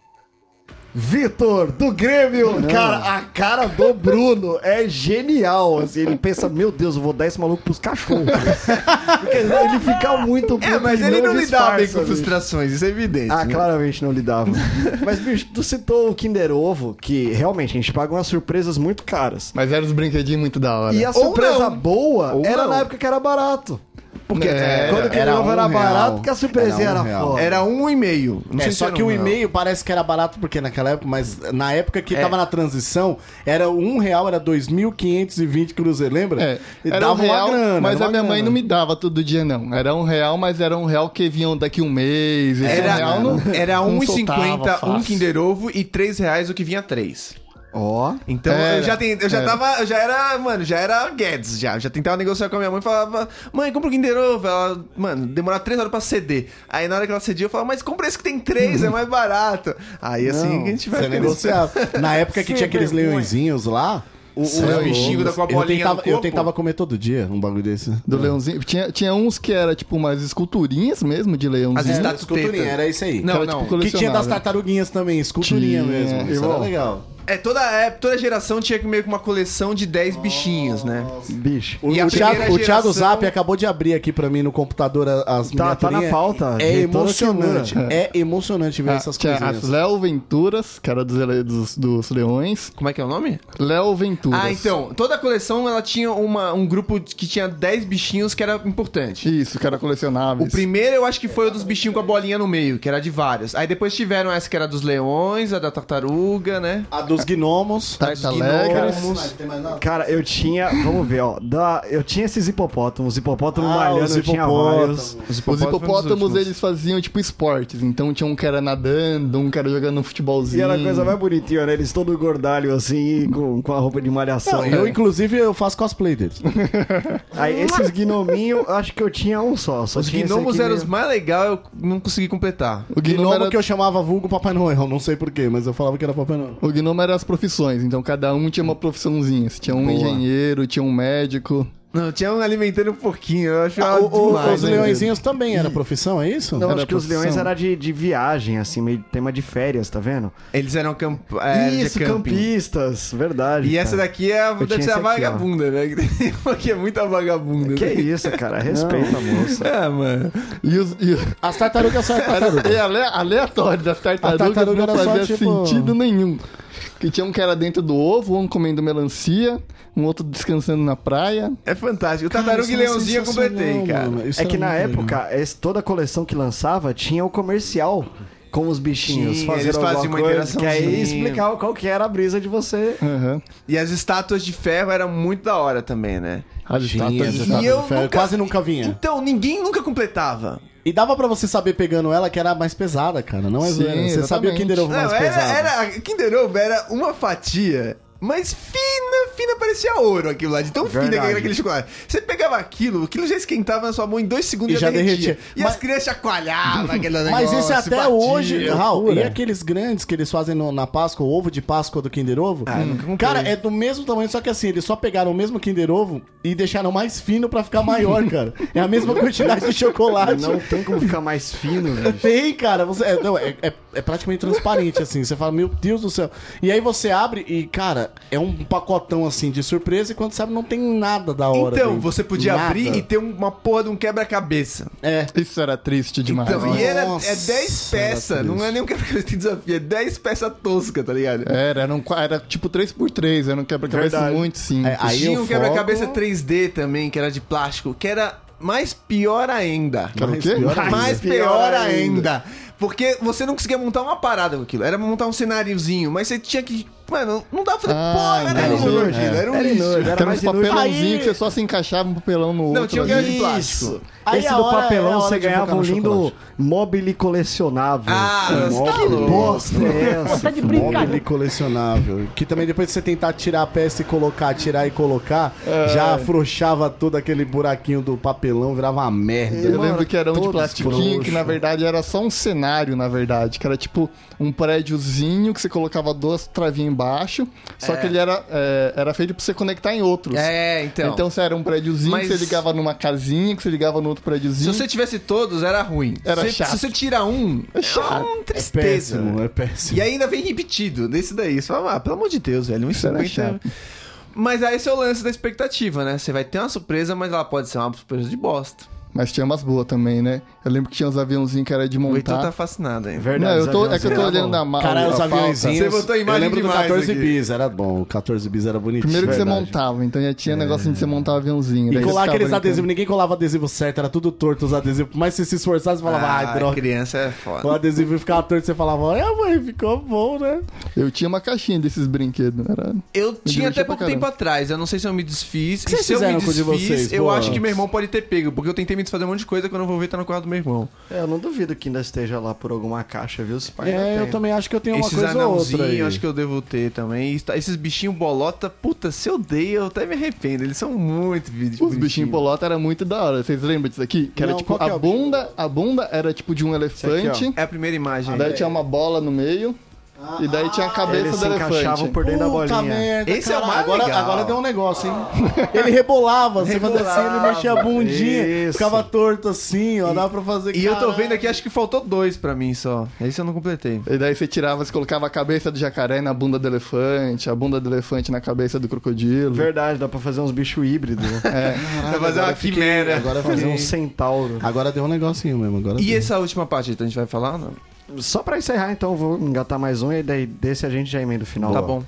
S3: Vitor, do Grêmio! Cara, a cara do Bruno é genial. Assim, ele pensa, meu Deus, eu vou dar esse maluco pros cachorros. Porque ele fica muito
S1: É,
S3: puto
S1: mas
S3: e
S1: ele não lidava bem
S3: disfarça,
S1: com
S3: bicho.
S1: frustrações, isso é evidente.
S3: assim. Ah,
S1: né?
S3: claramente não lidava. Mas, bicho, tu citou o Kinder Ovo, que realmente a gente paga umas surpresas muito caras.
S2: Mas eram os brinquedinhos muito da hora.
S3: E a
S1: Ou
S3: surpresa
S1: não.
S3: boa
S1: Ou
S3: era
S1: não. um
S3: na época que era barato.
S2: Porque é,
S3: Quando o Kinder Ovo era barato, que a surpresinha
S6: Era
S3: era,
S6: um real.
S3: foda.
S1: Era um e meio. Não
S6: É,
S1: sei se
S6: só
S1: era
S6: que
S1: um,
S6: o
S1: não.
S6: e-mail parece que era barato, porque naquela época, mas na época
S2: É.
S6: que tava na transição, era um real, era 2.520 cruzeiros, lembra?
S2: É,
S6: E
S2: era um
S6: dava uma
S2: real,
S6: grana,
S2: mas
S6: era
S2: a
S6: uma
S2: minha mãe
S6: grana.
S2: não me dava todo dia, não. Era um real, mas era um real que vinham daqui um mês. Esse um
S1: Era,
S2: real não,
S1: era
S2: não
S1: 1,50
S2: soltava
S1: um
S2: fácil.
S1: Kinder Ovo e 3 reais o que vinha 3.
S3: Ó.
S1: Então eu
S2: Era,
S1: já, tem, eu já
S2: era.
S1: tava, eu já era, mano, já era Guedes já. Eu já tentava negociar com a minha mãe e falava, mãe, compra o Kinder Ovo. Ela, mano, demorava 3 horas pra ceder. Aí na hora que ela cedia, eu falava, mas compra esse que tem 3, é mais barato. Aí assim que a gente vai
S6: Você
S1: ficando-
S6: negociava. Na época que tinha aqueles leõezinhos lá, o,
S1: Os bichinhos da com a
S6: eu
S1: bolinha no
S6: tentava, eu
S1: corpo.
S6: tentava comer todo dia um bagulho desse.
S2: Do leãozinho. Tinha, tinha uns que era tipo umas esculturinhas mesmo de
S1: As
S2: leãozinho.
S1: estátuas
S6: Esculturinha,
S1: teta.
S6: É, era isso aí.
S1: Não,
S2: era,
S1: não.
S2: tipo,
S6: Que tinha das
S2: colecionável.
S6: tartaruguinhas também, esculturinha
S2: Tinha,
S6: mesmo. Isso era
S3: irmão.
S6: legal.
S1: É, toda, é, toda geração tinha que meio que uma coleção de 10 bichinhos, né?
S3: Bicho.
S6: O,
S1: E a
S6: o Thiago,
S1: primeira
S6: o Thiago
S1: geração-
S6: Zap acabou de abrir aqui pra mim no computador a- as
S3: Tá- tá
S6: miniaturinhas.
S3: na pauta.
S6: É
S3: Tem toda
S6: emocionante. É emocionante ver essas
S2: Tinha
S6: coisinhas.
S2: Léo Venturas, que era dos, ele- dos, dos Leões.
S1: Como é que é o nome?
S2: Léo Venturas.
S1: Ah, então. Toda a coleção ela tinha uma, um grupo que tinha 10 bichinhos que era importante.
S2: Isso, que era colecionável.
S1: O primeiro eu acho que foi o dos bichinhos com a bolinha no meio, que era de várias. Aí depois tiveram essa que era dos leões, a da tartaruga, né?
S6: A dos gnomos.
S2: Tartalegres.
S3: Cara, eu tinha. Vamos ver, ó. Da, eu tinha esses hipopótamos. Hipopótamo
S6: Ah,
S3: malhando,
S6: os
S3: eu tinha
S6: hipopótamos.
S3: vários.
S1: Os
S2: Os hipopótamos,
S1: eles.
S2: eles faziam, tipo, esportes. Então tinha um cara nadando, um cara jogando um futebolzinho.
S3: E era a coisa mais bonitinha, né? Eles todo gordalho assim, com, com a roupa de malhação. né.
S6: Eu, inclusive, eu faço cosplay deles.
S3: Aí esses gnominhos, acho que eu tinha um só. só
S1: Os
S3: tinha esse
S1: gnomos
S3: aqui
S1: eram os
S3: mesmo.
S1: mais legais, eu não consegui completar.
S2: O
S6: Gnomo
S2: gnomo, era,
S6: que eu chamava vulgo Papai Noel. Não sei porquê, mas eu falava que era Papai Noel.
S2: o gnomo era as profissões. Então cada um tinha uma profissãozinha. Você Tinha um engenheiro, tinha um médico.
S1: Não, tinha um alimentando um porquinho, eu acho
S6: O- o-
S1: demais.
S6: os
S1: né?
S6: leõezinhos também era profissão, é isso?
S3: Não,
S2: Era
S3: acho que os
S2: profissão.
S3: leões era de, de viagem, assim, meio tema de férias, tá vendo?
S1: Eles eram camp... é, de
S3: Isso,
S1: camping.
S3: campistas, verdade.
S1: E essa
S3: cara.
S1: daqui é a,
S3: tinha
S1: deve ser a
S3: esse aqui, ó.
S1: vagabunda, né? Porque é muita vagabunda.
S3: Que
S1: né?
S3: isso, cara, respeita a moça.
S1: É, mano.
S2: E, os, e,
S6: As tartarugas são tartarugas.
S2: e é ale- aleatório das tartarugas
S6: A tartaruga
S2: não
S6: era só,
S2: fazia
S6: tipo-
S2: sentido nenhum. Que tinha um cara dentro do ovo, um comendo melancia, um outro descansando na praia.
S1: É fantástico. O tartaruga e leãozinho eu completei, cara.
S3: É que na época, esse- toda a coleção que lançava tinha o comercial com os bichinhos.
S1: Tinha,
S3: fazendo
S1: eles faziam
S3: alguma
S1: uma
S3: coisa, Que aí
S1: interaçãozinha.
S3: explicava qual que era a brisa de você.
S2: Aham.
S1: E as estátuas de ferro eram muito da hora também, né?
S2: As estátuas Ah, de-
S1: E eu nunca-
S6: Quase nunca vinha.
S1: Então, ninguém nunca completava.
S6: E dava pra você saber pegando ela que era a mais pesada, cara. Não é
S2: Sim,
S6: zoeira. Você
S2: exatamente.
S6: sabia o Kinder Ovo mais
S1: Não, era,
S6: pesado.
S1: era. a Kinder Ovo era uma fatia. Mas fina, fina, parecia ouro aquilo lá, de tão fina que
S3: Verdade.
S1: era aquele chocolate. Você pegava aquilo, aquilo já esquentava na sua mão em dois segundos
S6: E já derretia.
S1: E
S6: Mas-
S1: as crianças chacoalhavam aquele negócio.
S6: Mas isso é até
S1: batia.
S6: hoje, Raul. E
S1: loucura.
S6: aqueles grandes que eles fazem no- na Páscoa, o ovo de Páscoa do Kinder Ovo. cara, é do mesmo tamanho, só que assim, eles só pegaram o mesmo Kinder Ovo e deixaram mais fino pra ficar maior, cara. É a mesma quantidade de chocolate.
S3: Ah, Não tem como ficar mais fino, velho.
S6: Tem, cara. Você, é, não, é, é- é praticamente transparente, assim. Você fala, meu Deus do céu. E aí você abre e, cara, é um pacotão, assim, de surpresa. E quando você abre, não tem nada da é hora.
S1: Então,
S6: dentro.
S1: você podia
S6: Nada.
S1: abrir e ter uma porra de um quebra-cabeça.
S6: É.
S2: Isso era triste demais. né?
S1: Então, e era,
S6: Nossa,
S1: é 10
S6: era
S1: peças, não é nem um quebra-cabeça que tem desafio, é 10 peças tosca, tá ligado?
S2: Era, era, um qua- era tipo 3x3, era um quebra-cabeça
S3: Verdade.
S2: muito simples.
S6: É, aí
S1: Tinha
S6: eu
S1: um quebra-cabeça
S6: foco-
S1: 3D também, que era de plástico, que era mais pior ainda.
S2: Era o quê?
S1: Mais
S3: Pior
S1: pior
S3: ainda.
S1: ainda. Porque você não conseguia montar uma parada com aquilo. Era montar um cenáriozinho, mas você tinha que. Mano, não dava pra fazer
S2: Ah,
S1: porra, era
S2: entendi.
S1: inútil, Era um lixo.
S3: Era
S2: Era uns
S3: mais inútil.
S2: papelãozinhos
S6: Aí-
S2: que você só se encaixava um papelão no outro.
S1: Não, tinha um que era
S2: ali.
S1: de plástico.
S6: Aí
S3: Esse
S6: a
S3: do
S6: hora- é a
S3: papelão
S6: hora
S3: você
S6: de
S3: ganhava
S6: focar no
S3: um lindo
S6: chocolate.
S3: mobile colecionável.
S1: Ah, você tá
S3: que
S1: louco.
S3: bosta é
S7: Tá
S6: tá
S3: essa?
S6: Mobile colecionável. Que também depois que você tentar tirar a peça e colocar, tirar e colocar,
S1: É.
S6: já afrouxava todo aquele buraquinho do papelão, virava uma
S1: É
S6: merda. É
S2: Eu lembro que era um de
S3: todos
S2: plastiquinho,
S3: frouxo.
S2: que na verdade era só um cenário, na verdade. Que era tipo um prédiozinho que você colocava duas travinhas embaixo. Só que ele era, é, era feito pra você conectar em outros.
S1: É, então.
S2: Então você era um prédiozinho
S1: Mas-
S2: que você ligava numa casinha, que você ligava no outro
S1: Se
S2: prédiozinho.
S1: você tivesse todos, era ruim.
S2: Era
S1: se,
S2: chato.
S1: se você tira um, é uma tristeza.
S6: é péssimo.
S1: E ainda vem repetido desse daí. Você fala, ah, pelo amor de Deus, velho, um
S2: era
S1: 50. Mas aí esse é o lance da expectativa, né? Você vai ter uma surpresa, mas ela pode ser uma surpresa de bosta.
S2: Mas tinha umas boas também, né? Eu lembro que tinha uns aviãozinhos que era de
S1: O Heitor tá
S2: montar.
S1: fascinado, hein?
S3: Verdade,
S2: Não, eu
S3: os
S2: tô, é que eu tô
S3: aviãozinhos.
S2: olhando na mala.
S6: Cara,
S2: a
S6: os
S2: pauta.
S6: aviãozinhos.
S1: Você botou a imagem
S6: Eu lembro do
S1: demais
S6: 14
S1: aqui.
S6: bis, era bom. O 14 bis era bonitinho.
S2: Primeiro que você
S6: Verdade.
S2: montava, então já tinha negocinho de você montar aviãozinho.
S6: E
S2: daí você
S6: colar
S2: ficava
S6: aqueles
S2: brincando.
S6: adesivos, ninguém colava adesivo certo, era tudo torto os adesivos. Mas se se esforçasse, você falava,
S2: Ah,
S6: ai, droga.
S1: criança é
S6: O
S1: foda.
S6: adesivo ficava torto, você falava, olha, mãe, ficou bom, né?
S2: Eu tinha uma caixinha desses brinquedos. né? Era...
S1: Eu tinha
S2: divertia
S1: até
S2: pra
S1: pouco
S2: caramba.
S1: tempo atrás, eu não sei se eu me desfiz.
S6: vocês
S1: e se eu me
S6: fizeram com o
S1: desfiz,
S6: de vocês,
S1: eu
S6: boa?
S1: acho que meu irmão pode ter pego, porque eu tentei me desfazer um monte de coisa que eu não vou ver tá no quarto do meu irmão.
S3: É, Eu não duvido que ainda esteja lá por alguma caixa, viu? Se pá, ainda
S6: É, eu
S3: tem.
S6: também acho que eu tenho uma
S1: Esses
S6: coisa ou outra. aí.
S1: anãozinhos, acho que eu devo ter também. E tá- Esses bichinhos bolota, puta, se eu dei, eu até me arrependo. Eles são muito vídeos.
S2: Os bichinhos bolota era muito da hora. Vocês lembram disso aqui? Que era
S6: Tipo Não,
S2: tipo
S6: qual que é
S2: a
S6: o-
S2: bunda, a bunda era tipo de um elefante.
S1: É a primeira imagem.
S2: daí tinha uma bola no meio.
S6: Ah,
S2: E daí tinha a cabeça
S3: Eles
S2: do
S3: se
S2: elefante.
S3: encaixavam por dentro da
S6: Puta
S3: bolinha.
S6: merda,
S1: Esse é o
S6: caralho,
S1: mais
S6: agora,
S1: legal.
S6: agora deu um negócio, hein? Ele rebolava, você fazia assim, ele mexia a bundinha,
S3: Isso.
S6: ficava torto assim, ó, dava pra fazer...
S1: E eu tô
S6: Caralho.
S1: vendo aqui, acho que faltou dois pra mim só. Esse eu não completei.
S2: E daí você tirava, você colocava a cabeça do jacaré na bunda do elefante, a bunda do elefante na cabeça do crocodilo.
S3: Verdade, dá pra fazer uns bichos híbridos. né?
S1: Vai fazer uma quimera.
S6: Agora,
S3: fazer
S6: fiquei-
S3: um centauro.
S6: agora deu um negocinho mesmo, agora...
S1: E
S6: deu.
S1: essa última parte, então a gente vai falar? Não?
S3: Só pra encerrar, então, vou engatar mais um e daí desse a gente já emenda o final.
S1: Tá bom.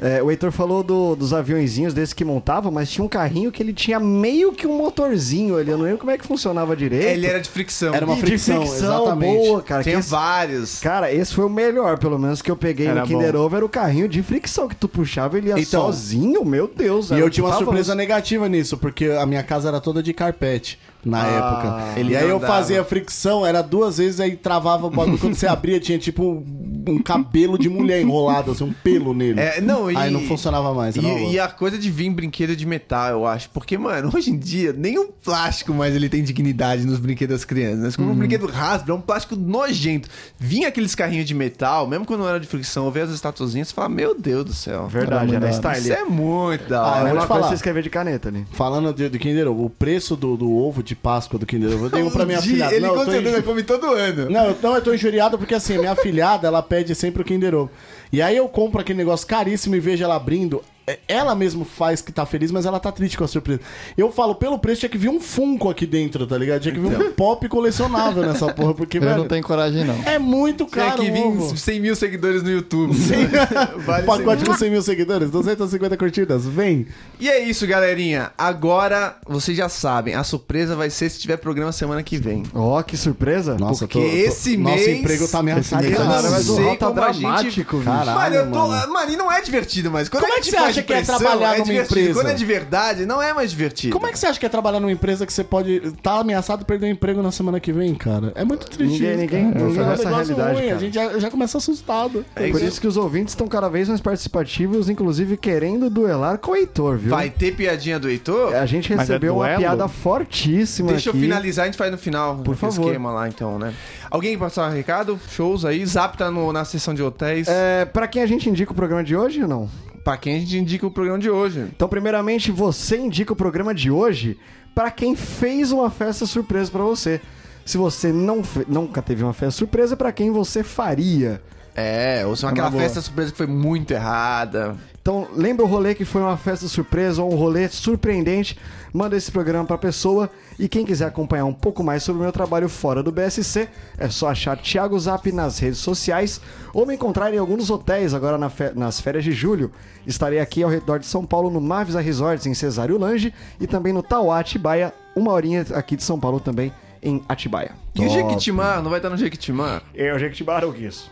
S3: É, o Heitor falou do- dos aviõezinhos desse que montava, mas tinha um carrinho que ele tinha meio que um motorzinho ali. Eu não lembro como é que funcionava direito.
S1: Ele era de fricção.
S6: Era uma
S3: E
S6: fricção, é-
S3: de fricção
S6: exatamente.
S3: boa, cara.
S1: Tinha
S3: que esse,
S1: vários.
S3: cara, esse foi o melhor, pelo menos que eu peguei
S2: Era
S3: no Kinder
S2: bom.
S3: Ovo, era o carrinho de fricção que tu puxava, ele ia
S6: Então.
S3: sozinho, meu Deus.
S6: E
S3: era
S6: eu
S3: um
S6: tinha uma
S3: puta
S6: surpresa
S3: avanço.
S6: negativa nisso, porque a minha casa era toda de carpete na época.
S1: Ah, ele
S6: e aí
S1: não
S6: eu
S1: andava.
S6: fazia fricção, era duas vezes, aí travava o bagulho. Quando você abria, tinha tipo um, um cabelo de mulher enrolado, assim, um pelo nele.
S1: É, não, e-
S6: Aí não funcionava mais. era é uma
S1: E,
S6: louca.
S1: e a coisa de vir brinquedo de metal, eu acho. Porque, mano, hoje em dia, nenhum plástico mais ele tem dignidade nos brinquedos das crianças.
S6: Uhum.
S1: Como um brinquedo raspa, é um plástico nojento. Vinha aqueles carrinhos de metal, mesmo quando não era de fricção, eu vejo as estatuzinhas e falava, meu Deus do céu.
S3: Verdade, era,
S1: Isso
S3: style.
S1: é muito da
S3: Ah,
S1: hora.
S3: é
S6: eu
S3: uma
S6: vou te
S3: coisa
S6: falar.
S3: você escrever de caneta ali.
S6: Falando de- do Kinder Ovo, o preço do, do ovo de Páscoa do Kinder Ovo, eu dei um pra minha
S1: Di,
S6: filha.
S1: Ele
S6: não, eu
S1: com
S6: tô
S1: certeza
S6: inju-
S1: come todo ano.
S6: Não, eu, não, eu tô injuriado porque assim, minha filhada, ela pede sempre o Kinder Ovo. E aí eu compro aquele negócio caríssimo e vejo ela abrindo. É, Ela mesmo faz que tá feliz, mas ela tá triste com a surpresa. Eu falo, pelo preço, tinha que vir um Funko aqui dentro, tá ligado? Tinha que vir um pop colecionável nessa porra, porque,
S2: Eu
S6: velho,
S2: não tenho coragem, não.
S6: é muito
S1: Tinha
S6: caro
S1: que
S6: o ovo.
S1: vir 100 mil seguidores no YouTube.
S6: Um pacote com 100 mil seguidores, 250 curtidas, vem.
S1: E é isso, galerinha. Agora vocês já sabem, a surpresa vai ser se tiver programa semana que vem.
S3: Ó, que surpresa.
S6: Nossa,
S1: Porque esse mês.
S6: Nosso emprego tá ameaçado.
S1: Eu
S3: Cara,
S1: não
S3: mas o
S1: sei
S3: Raul tá
S1: como a gente.
S3: dramático, bicho.
S1: Mano, eu tô.
S6: mano.
S1: Mano, e não é divertido mais. Quando
S6: Como
S1: a
S6: é
S1: gente
S6: que você
S1: faz
S6: acha que é
S1: pressão,
S6: trabalhar numa
S1: divertido.
S6: empresa?
S1: Quando é de verdade, não é mais divertido.
S6: Como é que você acha que é trabalhar numa empresa que você pode estar ameaçado de perder o emprego na semana que vem, cara? É muito triste.
S3: Ninguém-
S6: isso,
S3: ninguém-
S6: cara.
S3: ninguém
S6: É um
S3: gosta da
S6: negócio
S3: realidade,
S6: A
S3: cara.
S6: gente já, já começa assustado.
S1: É
S3: Por isso que os ouvintes estão cada vez mais participativos, inclusive querendo duelar com o Heitor, viu?
S1: Vai ter piadinha do Heitor?
S3: A gente
S2: Mas é
S3: recebeu uma
S2: duelo?
S3: piada fortíssima
S1: Deixa
S3: aqui.
S1: eu finalizar, a gente faz no final. Por
S3: favor.
S1: esquema lá, então, né? Alguém quer passar um recado? Shows aí. Zap tá no- na sessão de hotéis.
S3: É, pra quem a gente indica o programa de hoje ou não?
S1: Pra quem a gente indica o programa de hoje.
S3: Então, primeiramente, você indica o programa de hoje pra quem fez uma festa surpresa pra você. Se você não fe- nunca teve uma festa surpresa, pra quem você faria.
S1: É, ou se aquela
S3: boa.
S1: festa surpresa que foi muito errada.
S3: Então, lembra o rolê que foi uma festa surpresa ou um rolê surpreendente? Manda esse programa pra pessoa. E quem quiser acompanhar um pouco mais sobre o meu trabalho fora do BSC, é só achar Thiago Zap nas redes sociais ou me encontrar em alguns hotéis agora na fe- nas férias de julho. Estarei aqui ao redor de São Paulo no Mavis Resorts em Cesário Lange e também no Tauá Atibaia, uma horinha aqui de São Paulo também em Atibaia. É,
S1: E o Jequitimã? Não vai estar no Jequitimã?
S3: Eu, Jequitibaru, isso.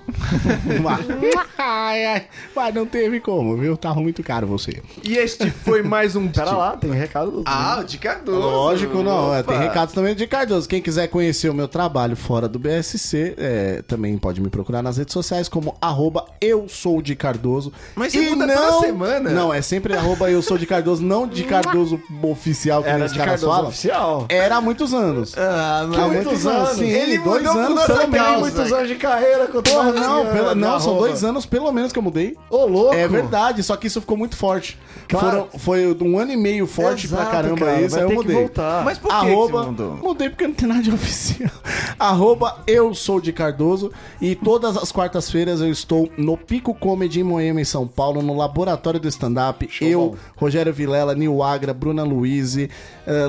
S6: ai, ai. Mas não teve como, viu? Tá muito caro você.
S1: E este foi mais um...
S3: Pera lá, tem recado do...
S1: Ah, o de Cardoso.
S6: Lógico, não. é,
S1: Opa.
S6: Tem recados também de Cardoso. Quem quiser conhecer o meu trabalho fora do BSC, é, também pode me procurar nas redes sociais como arroba eu sou de Cardoso.
S1: Mas você muda toda semana.
S6: Não, é sempre arroba eu sou de Cardoso, não de Cardoso oficial, que nem
S3: Era
S6: os
S3: de
S6: caras
S3: Cardoso
S6: falam.
S3: Oficial. É.
S6: Era há muitos anos.
S1: Ah, mas...
S6: Há é muitos anos. Sim,
S1: Ele
S6: dois
S1: mudou por
S6: anos
S1: nossa
S6: pelo
S1: causa.
S6: menos.
S3: Muitos anos de carreira com
S6: Porra,
S3: todas
S6: não,
S3: as-
S6: pela- não,
S3: na
S6: são
S3: roupa.
S6: dois anos pelo menos que eu mudei.
S3: Ô, louco!
S6: É verdade, só que isso ficou muito forte.
S3: Claro.
S6: Foram- foi um ano e meio forte pra
S3: Exato,
S6: caramba
S3: cara,
S6: isso,
S3: vai
S6: aí
S3: ter
S6: eu
S3: que
S6: mudei.
S3: voltar.
S1: Mas por que
S6: Ah, Arroba,
S1: que você mudou?
S6: Mudei porque não tem nada de oficial. Arroba eu sou de Cardoso e todas as quartas-feiras eu estou no Pico Comedy em Moema, em São Paulo, no Laboratório do Stand-Up. Eu, Rogério Vilela, Nil Agra, Bruna Luiz,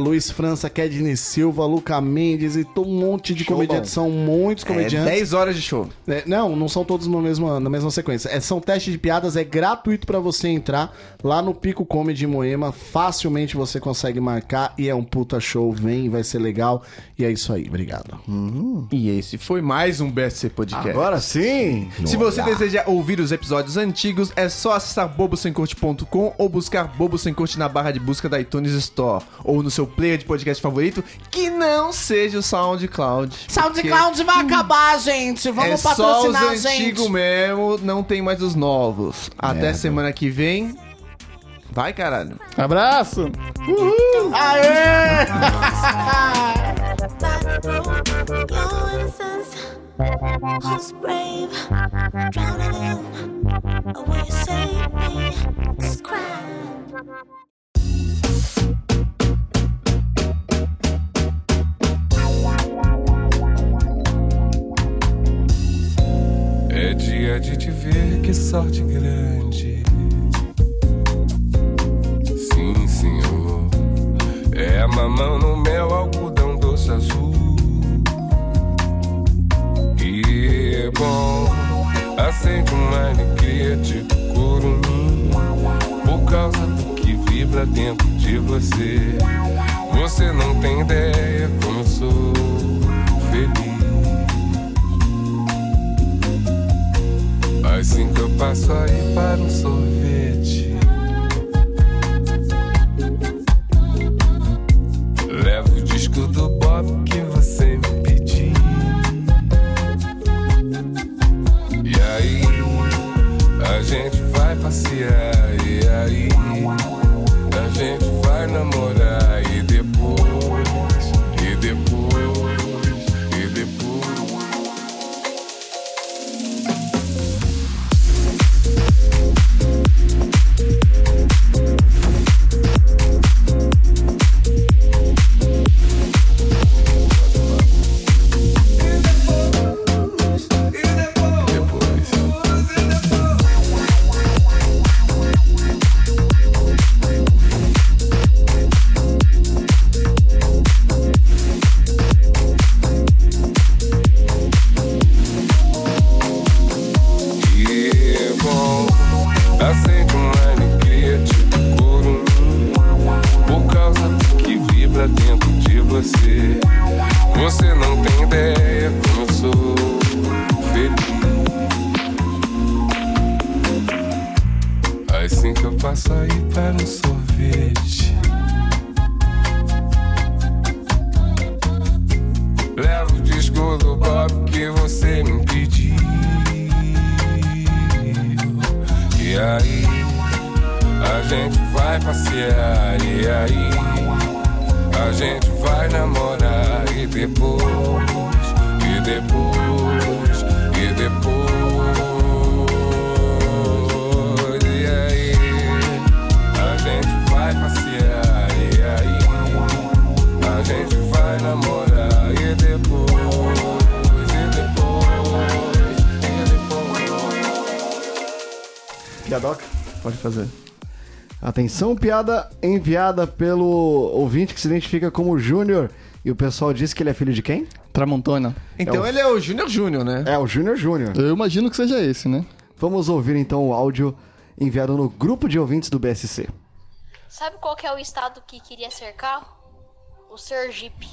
S6: Luiz França, Kedney Silva, Luca Mendes e to- um monte de comediantes. São muitos
S1: É,
S6: comediantes.
S1: 10 horas de show.
S6: É, não, não são todos na mesma, na mesma sequência. É, são testes de piadas, é gratuito pra você entrar lá no Pico Comedy Moema. Facilmente você consegue marcar e é um puta show. Vem, vai ser legal. E é isso aí, obrigado.
S1: E esse foi mais um BSC Podcast.
S3: Agora sim!
S1: Se você desejar ouvir os episódios antigos, é só acessar bobosemcorte.com ou buscar Bobo Sem Corte na barra de busca da iTunes Store ou no seu player de podcast favorito, que não seja o SoundCloud.
S4: SoundCloud vai acabar, gente.
S1: Porque
S4: Vamos
S1: é só os
S4: patrocinar, gente.
S1: antigos mesmo, não tem mais os novos. Até semana que vem. Vai, caralho.
S2: Abraço!
S10: Low innocence, who's brave, drowning in alegria É de te ver, que sorte grande. Sim, senhor, é mamão no mel, algodão doce azul. E é bom, acende um uma alegria de curumim, um por causa do que vibra dentro de você. Você não tem ideia como eu sou feliz. Assim que eu passo aí para um sorvete. Levo o disco do Bob que você me pediu. E aí, a gente vai passear. E aí, a gente vai namorar. E depois, e depois, e depois. E é bom, acende uma alegria de couro Por causa do que vibra dentro de você Você não tem ideia como eu sou feliz Assim que eu passo aí para um sorvete Levo o disco do Bob que você me pediu e aí a gente vai passear e aí a gente vai namorar e depois e depois e depois e aí a gente vai passear e aí a gente vai namorar e depois e depois e depois
S3: Tipo, Piadoca?
S1: Pode fazer.
S3: Atenção, piada enviada pelo ouvinte que se identifica como Júnior. E o pessoal disse que ele é filho de quem?
S2: Tramontona.
S1: Então ele é o Júnior Júnior, né?
S3: É, o Júnior Júnior.
S2: Eu imagino que seja esse, né?
S3: Vamos ouvir então o áudio enviado no grupo de ouvintes do BSC.
S11: Sabe qual que é o estado que queria cercar? O Sergipe.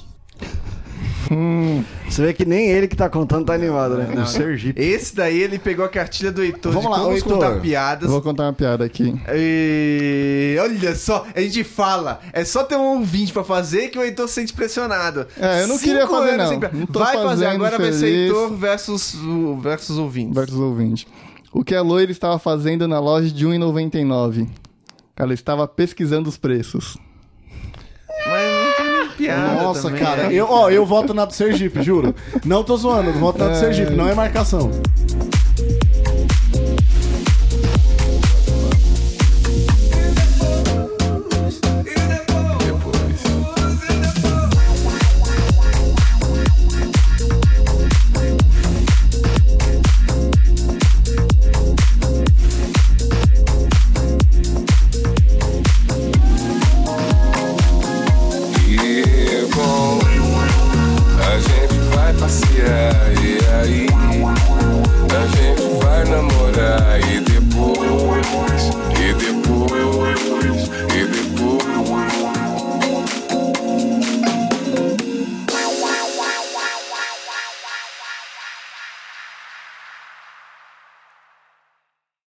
S3: Você vê que nem ele que tá contando tá animado, né? o Sergipe.
S1: Esse daí ele pegou a cartilha do Heitor
S3: Vamos
S1: de
S3: lá,
S1: como
S3: ô, Heitor.
S1: escutar piadas.
S2: Vou contar uma piada aqui.
S1: E olha só, a gente fala, é só ter um ouvinte pra fazer que o Heitor se sente pressionado.
S2: É, eu não
S1: Cinco
S2: queria fazer,
S1: anos
S2: não.
S1: sem pra-
S2: Não tô
S1: vai fazer,
S2: fazendo
S1: agora vai ser
S2: feliz.
S1: Heitor versus, o- versus ouvintes.
S2: Versus ouvinte. O que a loira estava fazendo na loja de 1,99? Ela estava pesquisando os preços.
S1: Mas não tem nem piada.
S6: Nossa,
S1: também,
S6: cara.
S1: né?
S6: Eu, ó, eu voto na do Sergipe, juro. Não tô zoando, eu voto na do Sergipe, não é marcação.
S10: E é bom, a gente vai passear. E aí